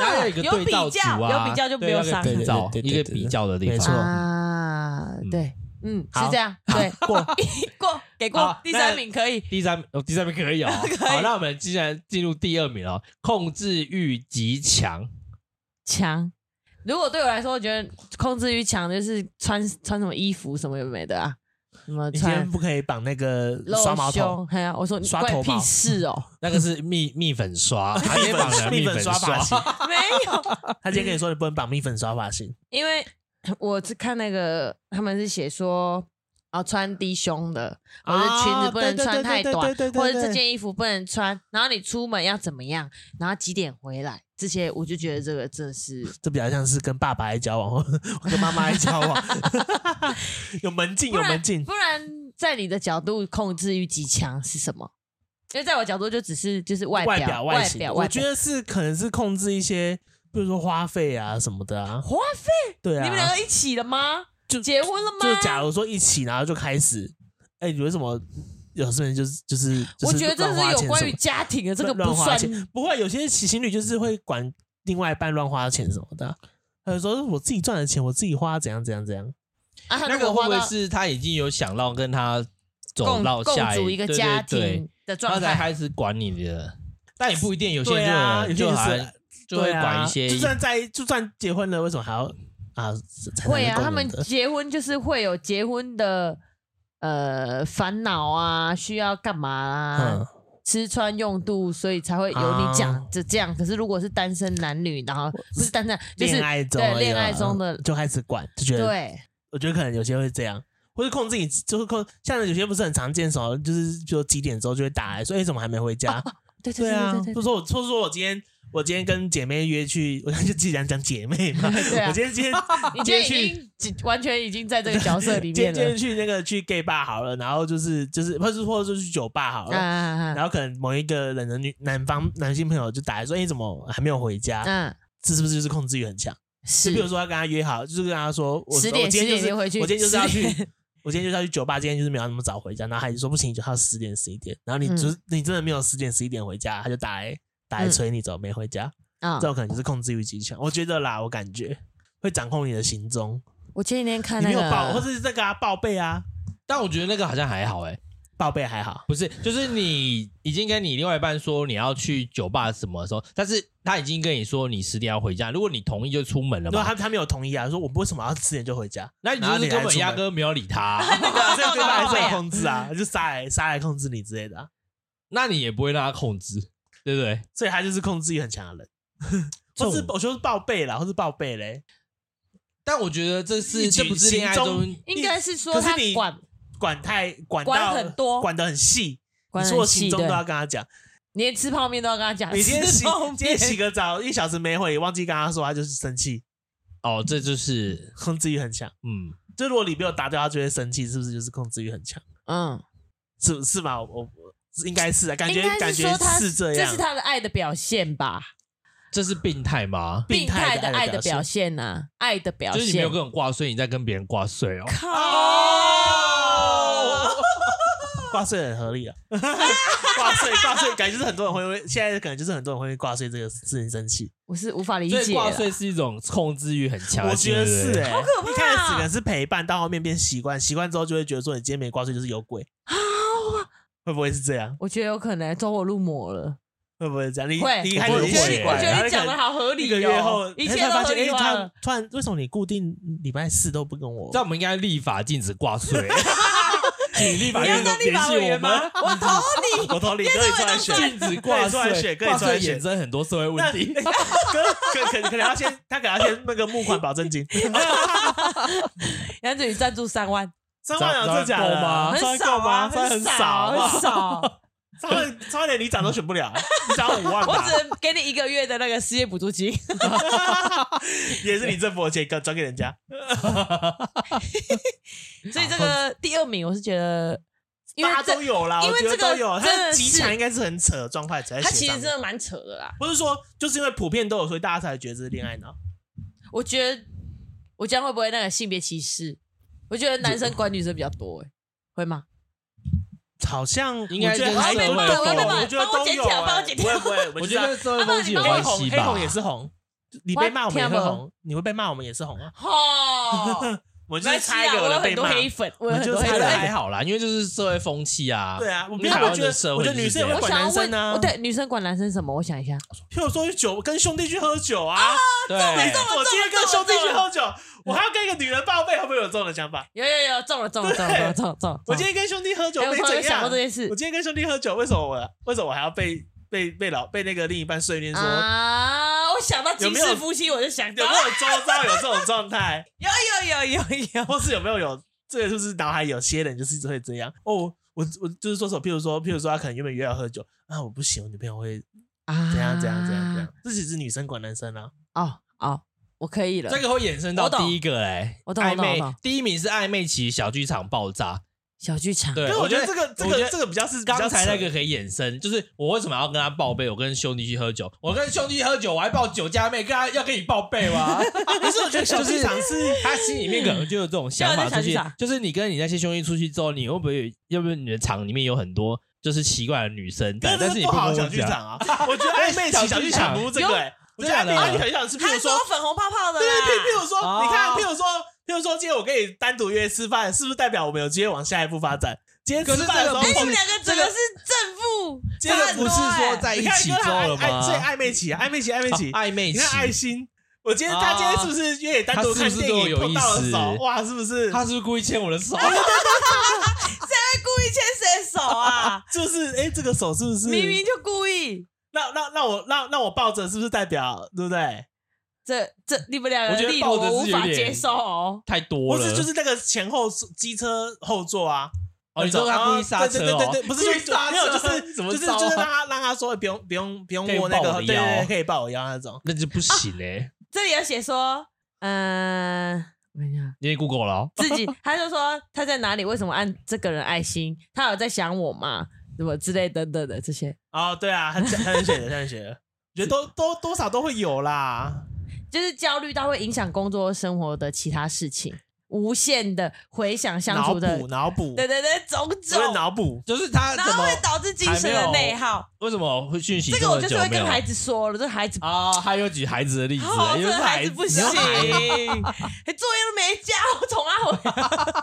[SPEAKER 3] 然后有一个对照组啊，
[SPEAKER 1] 有比较有比较就没有伤害
[SPEAKER 3] 对有一个比较
[SPEAKER 2] 对对对
[SPEAKER 3] 一
[SPEAKER 2] 对
[SPEAKER 3] 个比较的地方。
[SPEAKER 2] 没错
[SPEAKER 1] 啊，对，嗯，是
[SPEAKER 2] 好
[SPEAKER 1] 这样，
[SPEAKER 2] (laughs)
[SPEAKER 1] 对，
[SPEAKER 2] 过
[SPEAKER 1] 过给
[SPEAKER 3] 好
[SPEAKER 1] 过第三
[SPEAKER 3] 那
[SPEAKER 1] 名可以。
[SPEAKER 3] 第三，哦，第三名可以
[SPEAKER 1] (laughs)
[SPEAKER 3] 哦。好，那我们既然进入第二名哦，控制欲极强。
[SPEAKER 1] 强。如果对我来说，我觉得控制欲强就是穿穿什么衣服什么有没的啊，什么
[SPEAKER 2] 你今
[SPEAKER 1] 穿
[SPEAKER 2] 天不可以绑那个
[SPEAKER 1] 露
[SPEAKER 2] 刷毛头
[SPEAKER 1] 胸，，哎呀，我说你
[SPEAKER 2] 刷
[SPEAKER 1] 关
[SPEAKER 2] 头
[SPEAKER 1] 你屁
[SPEAKER 2] 毛
[SPEAKER 1] 事哦， (laughs)
[SPEAKER 3] 那个是蜜蜜粉刷，他
[SPEAKER 2] (laughs) 蜜
[SPEAKER 3] 也绑了
[SPEAKER 2] 粉蜜粉刷发型。
[SPEAKER 1] 没有，
[SPEAKER 2] 他今天跟你说你不能绑蜜粉刷发型，
[SPEAKER 1] 因为 (clears throat) 我是看那个他们是写说。啊，穿低胸的，或者裙子不能穿太短，
[SPEAKER 2] 哦对对对对对对对
[SPEAKER 1] 或者这件衣服不能穿，然后你出门要怎么样，然后几点回来，这些我就觉得这个真的是
[SPEAKER 2] 这比较像是跟爸爸爱交往，或或跟妈妈爱交
[SPEAKER 1] (laughs)
[SPEAKER 2] 往，有门禁，
[SPEAKER 1] 不
[SPEAKER 2] 有
[SPEAKER 1] 然
[SPEAKER 2] 门禁
[SPEAKER 1] 不。然在你的角度控制欲极强是什么？因为在我角度就只是就是外
[SPEAKER 2] 外
[SPEAKER 1] 表
[SPEAKER 2] 外
[SPEAKER 1] 外
[SPEAKER 2] 形，
[SPEAKER 1] 表，
[SPEAKER 2] 我
[SPEAKER 1] 外
[SPEAKER 2] 觉
[SPEAKER 1] 表
[SPEAKER 2] 得是可能是控制一些，比如说花费啊什么的啊。
[SPEAKER 1] 花费、
[SPEAKER 2] 对啊，
[SPEAKER 1] 你们两个一起了吗？
[SPEAKER 2] 就
[SPEAKER 1] 结婚了吗？
[SPEAKER 2] 就假如说一起，然后就开始，哎、你为什么有些人就是就是，就是
[SPEAKER 1] 我觉得这
[SPEAKER 2] 乱花
[SPEAKER 1] 是有
[SPEAKER 2] 钱
[SPEAKER 1] 关
[SPEAKER 2] 什
[SPEAKER 1] 于
[SPEAKER 2] 么
[SPEAKER 1] 家庭的，这
[SPEAKER 2] 乱
[SPEAKER 1] 个
[SPEAKER 2] 乱
[SPEAKER 1] 不
[SPEAKER 2] 花
[SPEAKER 1] 算。
[SPEAKER 2] 钱，不会有些情侣就是会管另外一半乱花钱什么的啊，他就说我自己赚的钱我自己花，怎样怎样怎样。
[SPEAKER 1] 啊，
[SPEAKER 3] 那
[SPEAKER 1] 如
[SPEAKER 3] 个会
[SPEAKER 1] 果花
[SPEAKER 3] 不会
[SPEAKER 1] 到
[SPEAKER 3] 是他已经有想到跟他走
[SPEAKER 1] 共
[SPEAKER 3] 到
[SPEAKER 1] 共
[SPEAKER 3] 下
[SPEAKER 1] 组一个家
[SPEAKER 3] 对对对
[SPEAKER 1] 庭
[SPEAKER 3] 他
[SPEAKER 1] 的状
[SPEAKER 3] 才
[SPEAKER 1] 态，
[SPEAKER 3] 开始管你的？但也不一定，有些
[SPEAKER 2] 对
[SPEAKER 3] 人
[SPEAKER 2] 啊，有些
[SPEAKER 3] 就
[SPEAKER 2] 人
[SPEAKER 3] 还
[SPEAKER 2] 是
[SPEAKER 3] 就会
[SPEAKER 2] 对啊
[SPEAKER 3] 管一些
[SPEAKER 2] 就算在就算结婚了，为什么还要啊？才
[SPEAKER 4] 会
[SPEAKER 2] 才
[SPEAKER 4] 啊，
[SPEAKER 2] 是
[SPEAKER 4] 他
[SPEAKER 2] 共
[SPEAKER 4] 们
[SPEAKER 2] 用的
[SPEAKER 4] 结婚就是会有结婚的呃烦恼啊，需要干嘛啊，
[SPEAKER 2] 嗯
[SPEAKER 4] 吃穿用度，所以才会有你
[SPEAKER 2] 啊
[SPEAKER 4] 讲这这样。可是如果是单身男女，然后不是单身，就是
[SPEAKER 2] 恋爱中
[SPEAKER 4] 对
[SPEAKER 2] 而已
[SPEAKER 4] 恋爱
[SPEAKER 2] 啦
[SPEAKER 4] 中的
[SPEAKER 2] 就开始管，就觉得
[SPEAKER 4] 对
[SPEAKER 2] 我觉得可能有些会这样，或者控制你，就是控，像有些不是很常见什么，就是就几点之后就会打来说，哎、怎么还没回家？
[SPEAKER 4] 对哦对
[SPEAKER 2] 对啊，
[SPEAKER 4] 对对
[SPEAKER 2] 就
[SPEAKER 4] 对
[SPEAKER 2] 说我，就说我今天。我今天跟姐妹约去，我就既然讲姐妹
[SPEAKER 4] (laughs)
[SPEAKER 2] 嘛，
[SPEAKER 4] 对啊
[SPEAKER 2] 我今天今天
[SPEAKER 4] 你
[SPEAKER 2] 今
[SPEAKER 4] 今天
[SPEAKER 2] 天
[SPEAKER 4] 已
[SPEAKER 2] 去
[SPEAKER 4] 经几完全已经在这个角色里
[SPEAKER 2] 今天
[SPEAKER 4] 面
[SPEAKER 2] 今天
[SPEAKER 4] 了
[SPEAKER 2] 去那个去 gay 吧好了，然后就是就是或者或者就是去酒吧好
[SPEAKER 4] 啊
[SPEAKER 2] 了，
[SPEAKER 4] 啊
[SPEAKER 2] 然后可能某一个人的女男方男性朋友就打来说，哎、你怎么还没有回家？
[SPEAKER 4] 啊啊，
[SPEAKER 2] 这是不是就是控制欲很强？就是比如说他跟他约好，就是跟他说，我
[SPEAKER 4] 10点
[SPEAKER 2] 我今天就是
[SPEAKER 4] 10点回去
[SPEAKER 2] 我今天就是要
[SPEAKER 4] 10
[SPEAKER 2] 去， (laughs) 我今天就是要去酒吧，今天就是没有那么早回家，然后他就说不行，就要十点十一点，然后你
[SPEAKER 4] 嗯
[SPEAKER 2] 就是、你真的没有十点十一点回家，他就打来打来催你走，没回家，
[SPEAKER 4] 啊
[SPEAKER 2] 这，种可能就是控制欲极强，我觉得啦，我感觉会掌控你的行踪，
[SPEAKER 4] 我前几天看
[SPEAKER 2] 你
[SPEAKER 4] 那
[SPEAKER 2] 没有报，或
[SPEAKER 4] 个
[SPEAKER 2] 者是这个啊报备啊，
[SPEAKER 3] 但我觉得那个好像还好哎、
[SPEAKER 2] 报备还好，
[SPEAKER 3] 不是，就是你已经跟你另外一半说你要去酒吧什么的时候，但是他已经跟你说你十点要回家，如果你同意就出门了
[SPEAKER 2] 对啊，
[SPEAKER 3] 嘛，
[SPEAKER 2] 他他没有同意啊，说我为什么要十点就
[SPEAKER 3] (laughs)
[SPEAKER 2] 回家？
[SPEAKER 3] 那你就是根本压根没有理他、
[SPEAKER 2] (laughs) 对啊，这个对方还是
[SPEAKER 4] 报备
[SPEAKER 2] 有
[SPEAKER 4] 啊
[SPEAKER 2] 控制啊，就杀来杀来控制你之类的、啊，
[SPEAKER 3] 那你也不会让他控制，对不对？
[SPEAKER 2] 所以他就是控制欲很强的人。或是
[SPEAKER 3] 这
[SPEAKER 2] 我说是报备啦，或是报备嘞，
[SPEAKER 3] 但我觉得这是
[SPEAKER 2] 一举
[SPEAKER 3] 这不是恋爱
[SPEAKER 2] 行
[SPEAKER 3] 中，
[SPEAKER 4] 应该是说
[SPEAKER 2] 可是
[SPEAKER 4] 他
[SPEAKER 2] 你
[SPEAKER 4] 管
[SPEAKER 2] 管太管到
[SPEAKER 1] 管很多
[SPEAKER 2] 管得很细，
[SPEAKER 4] 管
[SPEAKER 2] 你
[SPEAKER 4] 得
[SPEAKER 2] 所有
[SPEAKER 4] 很
[SPEAKER 2] 行
[SPEAKER 4] 细，
[SPEAKER 2] 踪
[SPEAKER 4] 对
[SPEAKER 2] 都，要跟他
[SPEAKER 4] (laughs)
[SPEAKER 2] 讲。
[SPEAKER 4] 你连吃泡面都要跟他讲，
[SPEAKER 2] 你今天
[SPEAKER 4] 吃
[SPEAKER 2] 洗 (laughs)
[SPEAKER 4] 泡
[SPEAKER 2] 今天洗
[SPEAKER 4] 面
[SPEAKER 2] 个澡，一小时没回，忘记跟他说，他就是生气，
[SPEAKER 3] 哦，这就是
[SPEAKER 2] 控制欲很强。
[SPEAKER 3] 嗯，
[SPEAKER 2] 就如果你没有答对，他就会生气，是不是就是控制欲很强？
[SPEAKER 4] 嗯，
[SPEAKER 2] 是是吧？我我应该是啊，感觉
[SPEAKER 4] 应该
[SPEAKER 2] 感
[SPEAKER 4] 是
[SPEAKER 2] 觉
[SPEAKER 4] 说他
[SPEAKER 2] 是
[SPEAKER 4] 这
[SPEAKER 2] 样啊
[SPEAKER 4] 是，他的爱的表现吧？
[SPEAKER 3] 这是病态吗？
[SPEAKER 2] 病
[SPEAKER 4] 病
[SPEAKER 2] 态
[SPEAKER 4] 态
[SPEAKER 2] 的
[SPEAKER 4] 的
[SPEAKER 2] 爱
[SPEAKER 4] 爱
[SPEAKER 2] 的
[SPEAKER 4] 的
[SPEAKER 2] 表
[SPEAKER 4] 表现呐，爱的表
[SPEAKER 3] 就是你没有
[SPEAKER 4] 现
[SPEAKER 3] 跟。我挂睡，你在跟别人挂睡哦。
[SPEAKER 2] 哦， (laughs) 挂税很合理啊，挂税挂税，感觉就是很多人会为现在可能就是很多人会为挂税这个事情生气。
[SPEAKER 4] 我是无法理
[SPEAKER 3] 所以
[SPEAKER 4] 解
[SPEAKER 3] 挂
[SPEAKER 1] 啊
[SPEAKER 4] 啦。
[SPEAKER 3] 睡是一种控制欲很强
[SPEAKER 2] 我
[SPEAKER 3] 的行
[SPEAKER 2] 觉
[SPEAKER 3] 为，
[SPEAKER 2] 得是哎、
[SPEAKER 3] 哎，
[SPEAKER 2] 一开始
[SPEAKER 4] 啊
[SPEAKER 2] 可能是陪伴，到后面变习惯，习惯之后就会觉得说你今天没挂睡就是有鬼，
[SPEAKER 4] 啊
[SPEAKER 2] 会不会是这样？
[SPEAKER 4] 我觉得有可能走火入魔了。
[SPEAKER 2] 会不会是这样？你
[SPEAKER 4] 会
[SPEAKER 2] 你一
[SPEAKER 4] 我
[SPEAKER 2] 开
[SPEAKER 4] 觉
[SPEAKER 2] 始
[SPEAKER 4] 得
[SPEAKER 3] 会
[SPEAKER 4] 我
[SPEAKER 2] 有
[SPEAKER 4] 觉
[SPEAKER 2] 奇
[SPEAKER 4] 得
[SPEAKER 3] 会
[SPEAKER 2] 怪，然后
[SPEAKER 4] 你讲的
[SPEAKER 2] 可能
[SPEAKER 4] 好合
[SPEAKER 2] 一
[SPEAKER 4] 理
[SPEAKER 2] 个月后
[SPEAKER 4] 哦，，一
[SPEAKER 2] 然
[SPEAKER 4] 切
[SPEAKER 2] 后
[SPEAKER 4] 都
[SPEAKER 2] 才发
[SPEAKER 4] 合
[SPEAKER 2] 现
[SPEAKER 4] 理
[SPEAKER 2] 哎，
[SPEAKER 4] 化
[SPEAKER 2] 他
[SPEAKER 4] 了。
[SPEAKER 2] 突然为什么你固定礼拜四都不跟我？
[SPEAKER 3] 这样我们应该立法禁止挂睡，请立法
[SPEAKER 1] 你
[SPEAKER 3] 院
[SPEAKER 1] 要当立
[SPEAKER 3] 联
[SPEAKER 1] 法
[SPEAKER 3] 系
[SPEAKER 1] 委
[SPEAKER 3] 我
[SPEAKER 1] 员吗
[SPEAKER 3] 们？。
[SPEAKER 1] 我投你，
[SPEAKER 2] 我投你，可以出来选，
[SPEAKER 3] 禁止挂
[SPEAKER 2] 可以出来
[SPEAKER 3] 税，
[SPEAKER 2] 选，可以
[SPEAKER 3] 挂
[SPEAKER 2] 出
[SPEAKER 3] 税
[SPEAKER 2] 来
[SPEAKER 3] 衍
[SPEAKER 2] 选。
[SPEAKER 3] 生很多社会
[SPEAKER 2] 那
[SPEAKER 3] 问
[SPEAKER 2] 可
[SPEAKER 3] 题。
[SPEAKER 2] 可可可能要先，他可能要先那个募款保证 (laughs) 金，
[SPEAKER 1] 杨子宇赞助三
[SPEAKER 2] (laughs)
[SPEAKER 1] 万，
[SPEAKER 2] 三万啊，
[SPEAKER 3] 三
[SPEAKER 2] 真的假的
[SPEAKER 3] 够吗
[SPEAKER 1] 很
[SPEAKER 2] 三万
[SPEAKER 1] 少
[SPEAKER 2] 够吗？
[SPEAKER 1] 啊，
[SPEAKER 2] 三万很少
[SPEAKER 1] 少，
[SPEAKER 2] 啊， (laughs)
[SPEAKER 1] 很少。
[SPEAKER 2] 三万三万连里长都选不 (laughs) 了，你长五万
[SPEAKER 1] 我
[SPEAKER 2] 吧，
[SPEAKER 1] 只能给你一个月的那个失业补助金。
[SPEAKER 2] (laughs) 也是你政府的钱，转转给人家。
[SPEAKER 1] 所以这个第二名，我是觉得，因为
[SPEAKER 2] 大家
[SPEAKER 1] 这
[SPEAKER 2] 都有啦，
[SPEAKER 1] 因为
[SPEAKER 2] 我觉得
[SPEAKER 1] 这个
[SPEAKER 2] 都有，啊
[SPEAKER 1] 真
[SPEAKER 2] 他
[SPEAKER 1] 的
[SPEAKER 2] 极
[SPEAKER 1] 是
[SPEAKER 2] 强应该是很扯的状态才
[SPEAKER 1] 他
[SPEAKER 2] 在
[SPEAKER 1] 其
[SPEAKER 2] 写
[SPEAKER 1] 实
[SPEAKER 2] 上
[SPEAKER 1] 真
[SPEAKER 2] 面。
[SPEAKER 1] 的蛮扯的啦。
[SPEAKER 2] 不是说就是因为普遍都有，所以大家才觉得这是恋爱脑。
[SPEAKER 1] 我觉得我这样会不会那个性别歧视？我觉得男生管女生比较多、欸，会
[SPEAKER 2] (laughs)
[SPEAKER 1] 吗？
[SPEAKER 2] 好像
[SPEAKER 3] 应该
[SPEAKER 2] 我觉得
[SPEAKER 3] 就是
[SPEAKER 2] 还
[SPEAKER 3] 社会
[SPEAKER 2] 有
[SPEAKER 3] 氛围
[SPEAKER 2] 都有
[SPEAKER 3] 帮我
[SPEAKER 2] 我觉得
[SPEAKER 1] 帮我
[SPEAKER 2] 都
[SPEAKER 1] 剪
[SPEAKER 2] 有
[SPEAKER 1] 掉
[SPEAKER 2] 欸
[SPEAKER 1] 帮我剪掉
[SPEAKER 2] 不会不会，
[SPEAKER 3] 我
[SPEAKER 2] 我
[SPEAKER 3] 觉
[SPEAKER 2] (laughs)
[SPEAKER 3] 得跟社会
[SPEAKER 1] 啊不
[SPEAKER 3] 风
[SPEAKER 1] 然
[SPEAKER 3] 气
[SPEAKER 1] 你
[SPEAKER 3] 有
[SPEAKER 1] 帮我
[SPEAKER 2] 黑
[SPEAKER 3] 关
[SPEAKER 2] 红
[SPEAKER 3] 系
[SPEAKER 2] 黑
[SPEAKER 3] 吧
[SPEAKER 2] 红。也是红，你被骂我们也
[SPEAKER 4] 听
[SPEAKER 2] 会
[SPEAKER 4] 不
[SPEAKER 2] 红，你会被骂我们也是红啊。
[SPEAKER 1] 哦，
[SPEAKER 2] 我就
[SPEAKER 1] 没关
[SPEAKER 2] 是
[SPEAKER 1] 系
[SPEAKER 2] 差
[SPEAKER 1] 啊
[SPEAKER 2] 一个
[SPEAKER 1] 我有
[SPEAKER 2] 人
[SPEAKER 1] 很
[SPEAKER 2] 被
[SPEAKER 1] 多
[SPEAKER 2] 骂，
[SPEAKER 1] 黑粉，我有
[SPEAKER 2] 们
[SPEAKER 1] 很
[SPEAKER 2] 就
[SPEAKER 1] 多
[SPEAKER 2] 是
[SPEAKER 1] 黑
[SPEAKER 3] 还
[SPEAKER 2] 黑
[SPEAKER 1] 粉
[SPEAKER 2] 人。
[SPEAKER 3] 还好啦，因为就是社会风气啊。
[SPEAKER 2] 对啊，我
[SPEAKER 3] 因为
[SPEAKER 2] 没有
[SPEAKER 3] 台
[SPEAKER 2] 我
[SPEAKER 3] 湾
[SPEAKER 2] 觉
[SPEAKER 3] 的
[SPEAKER 2] 得
[SPEAKER 3] 社会
[SPEAKER 2] 我觉得
[SPEAKER 3] 就是
[SPEAKER 2] 女生也
[SPEAKER 4] 我
[SPEAKER 3] 这样
[SPEAKER 2] 会管
[SPEAKER 4] 想要
[SPEAKER 2] 男生
[SPEAKER 4] 问，
[SPEAKER 2] 啊
[SPEAKER 1] 哦
[SPEAKER 4] 我，对女生管男生什么？我想一下，
[SPEAKER 2] 譬如说去酒跟兄弟去喝酒啊，
[SPEAKER 3] 对，
[SPEAKER 2] 我今天跟兄弟去喝酒，
[SPEAKER 1] (laughs)
[SPEAKER 2] 我还要跟一个女人报备，会不会有这种的想法？
[SPEAKER 1] 有有有中了中了中了中了中 (laughs) 了中了！
[SPEAKER 2] 我今天跟兄弟喝酒
[SPEAKER 1] 哎我
[SPEAKER 2] 没
[SPEAKER 1] 从来没
[SPEAKER 2] 怎
[SPEAKER 1] 想
[SPEAKER 2] 样
[SPEAKER 1] 过这，件事
[SPEAKER 2] 我今天跟兄弟喝酒，为什么我为什么我还要被被被老被那个另一半碎念说？
[SPEAKER 1] 啊！我想到
[SPEAKER 2] 有
[SPEAKER 1] 金
[SPEAKER 2] 没有
[SPEAKER 1] 氏夫妻，我就想
[SPEAKER 2] 有
[SPEAKER 1] 到
[SPEAKER 2] 没有周遭有这种状态，
[SPEAKER 1] 有有有有有，
[SPEAKER 2] 或是有没有有这个就是脑海有些人就是会这样哦。我我就是说什么，譬如说，譬如说，他可能原本约要喝酒啊，我不行，我女朋友会
[SPEAKER 4] 啊
[SPEAKER 2] 怎样怎样怎样怎样，这只是女生管男生啊。
[SPEAKER 4] 哦哦，我可以了
[SPEAKER 3] 这。个会衍生到
[SPEAKER 1] 我懂
[SPEAKER 3] 第一个哎，
[SPEAKER 4] 我懂
[SPEAKER 3] 暧
[SPEAKER 4] 我
[SPEAKER 3] 昧
[SPEAKER 4] 懂我懂
[SPEAKER 3] 第一名是暧昧期小剧场爆炸。
[SPEAKER 4] 小剧场，
[SPEAKER 3] 对，
[SPEAKER 2] 可是我觉得这个这
[SPEAKER 3] 我觉
[SPEAKER 2] 个
[SPEAKER 3] 得
[SPEAKER 2] 这个比较是比较
[SPEAKER 3] 刚才
[SPEAKER 2] 扯
[SPEAKER 3] 那个可以衍生，就是我为什么要跟他报备？我跟兄弟去喝酒，我跟兄弟喝酒，我还报酒家妹，跟他要跟你报备
[SPEAKER 2] (laughs)
[SPEAKER 3] 吗？
[SPEAKER 2] 可是我嗯觉得小剧场是
[SPEAKER 3] 他心里面可能就有这种想法
[SPEAKER 1] 对我在
[SPEAKER 3] 出
[SPEAKER 1] 想
[SPEAKER 3] 现
[SPEAKER 1] 去啥，
[SPEAKER 3] 就是你跟你那些兄弟出去之后，你会不会，要不然你的场里面有很多就是奇怪的女生，但但
[SPEAKER 2] 是
[SPEAKER 3] 是你
[SPEAKER 2] 不
[SPEAKER 3] 跟
[SPEAKER 2] 好
[SPEAKER 3] 我
[SPEAKER 2] 的小
[SPEAKER 3] 讲
[SPEAKER 2] 剧，场啊，我觉得暧昧期小剧场不是这个、欸，我觉得暧昧期小剧场是譬
[SPEAKER 1] 他
[SPEAKER 2] 如说
[SPEAKER 1] 说，粉红泡泡的
[SPEAKER 2] 对，啊譬譬
[SPEAKER 1] 啦，
[SPEAKER 2] 如说，
[SPEAKER 3] 哦
[SPEAKER 2] 你看，譬如说，譬如说，今天我跟你单独约吃饭，是不是代表我们有机会往下一步发展？今天
[SPEAKER 3] 可
[SPEAKER 2] 吃
[SPEAKER 3] 是
[SPEAKER 2] 饭的
[SPEAKER 3] 这
[SPEAKER 2] 时
[SPEAKER 3] 个
[SPEAKER 2] 候
[SPEAKER 3] 不
[SPEAKER 1] 哎你
[SPEAKER 2] 碰
[SPEAKER 1] 们，两个整个是正负哎
[SPEAKER 3] 这个不是说在一
[SPEAKER 2] 你看
[SPEAKER 3] 起
[SPEAKER 2] 跟
[SPEAKER 3] 之
[SPEAKER 2] 他
[SPEAKER 3] 后了
[SPEAKER 2] 暧
[SPEAKER 3] 吗？
[SPEAKER 2] 所以暧昧期啊，暧昧期，暧昧期，
[SPEAKER 3] 啊暧昧
[SPEAKER 2] 你
[SPEAKER 3] 期，
[SPEAKER 2] 看爱心，我今天他今天是不是越野单独看电影碰到了手？哇，是不是？
[SPEAKER 3] 他是不是故意牵我的
[SPEAKER 2] (laughs)
[SPEAKER 3] 手？
[SPEAKER 1] 故意牵谁手
[SPEAKER 3] (laughs)
[SPEAKER 1] 啊？
[SPEAKER 2] 是不是？哎，这个手是不是？
[SPEAKER 1] 明明就故意。
[SPEAKER 2] 那那那我那那我抱着是不是代表对不对？
[SPEAKER 1] 这这你们两
[SPEAKER 3] 我
[SPEAKER 1] 个
[SPEAKER 3] 觉得
[SPEAKER 1] 例子
[SPEAKER 3] 抱着
[SPEAKER 1] 我无
[SPEAKER 3] 自己
[SPEAKER 1] 法
[SPEAKER 3] 有点
[SPEAKER 1] 接受哦。
[SPEAKER 3] 太多
[SPEAKER 2] 不
[SPEAKER 3] 了，
[SPEAKER 2] 是就是那个前后机车后座啊？
[SPEAKER 3] 哦，你说他故意刹车
[SPEAKER 2] 对对
[SPEAKER 3] 哦，
[SPEAKER 2] 对对，不是
[SPEAKER 3] 故意刹车
[SPEAKER 2] 没有，就是
[SPEAKER 3] 怎么
[SPEAKER 2] 就是
[SPEAKER 3] 招啊
[SPEAKER 2] 就是让他让他说哎不用不用不用
[SPEAKER 3] 可以
[SPEAKER 2] 摸那
[SPEAKER 3] 抱
[SPEAKER 2] 个，
[SPEAKER 3] 我的
[SPEAKER 2] 对对
[SPEAKER 3] 腰
[SPEAKER 2] 对，可以抱我腰那种。
[SPEAKER 3] 那就不行欸嘞。
[SPEAKER 1] 这里有写说，嗯、我跟你讲，
[SPEAKER 3] 你也 Google 了哦，
[SPEAKER 1] 自
[SPEAKER 3] (laughs)
[SPEAKER 1] 己他就说他在哪里，为什么按这个人爱心，他有在想我吗？什么之类等等的这些，
[SPEAKER 2] 哦，对啊，很很写的，很写的，我觉得都都多少都会有啦。
[SPEAKER 1] 就是焦虑到会影响工作生活的其他事情，无限的回想相
[SPEAKER 2] 脑
[SPEAKER 1] 处的，
[SPEAKER 2] 补脑补，
[SPEAKER 1] 对对对，种
[SPEAKER 2] 所以
[SPEAKER 1] 种，
[SPEAKER 2] 脑补
[SPEAKER 3] 就是他
[SPEAKER 1] (laughs) 然
[SPEAKER 3] 怎
[SPEAKER 1] 后
[SPEAKER 3] 么
[SPEAKER 1] 会导致精神的内耗。
[SPEAKER 3] 为什么会讯息
[SPEAKER 1] 这个
[SPEAKER 3] 么
[SPEAKER 1] 我就是
[SPEAKER 3] 久
[SPEAKER 1] 会
[SPEAKER 3] 没
[SPEAKER 1] 跟
[SPEAKER 3] 有
[SPEAKER 1] 孩子说了，这孩子 (laughs)
[SPEAKER 3] 啊，他又举孩子的例子
[SPEAKER 1] 好，，
[SPEAKER 3] 因
[SPEAKER 1] 这
[SPEAKER 3] 为是
[SPEAKER 1] 孩
[SPEAKER 3] 孩
[SPEAKER 1] 子不
[SPEAKER 3] 子
[SPEAKER 1] 行，
[SPEAKER 3] 你是
[SPEAKER 1] 作
[SPEAKER 3] 孩子
[SPEAKER 1] 哎业都没交，从阿回
[SPEAKER 2] (laughs)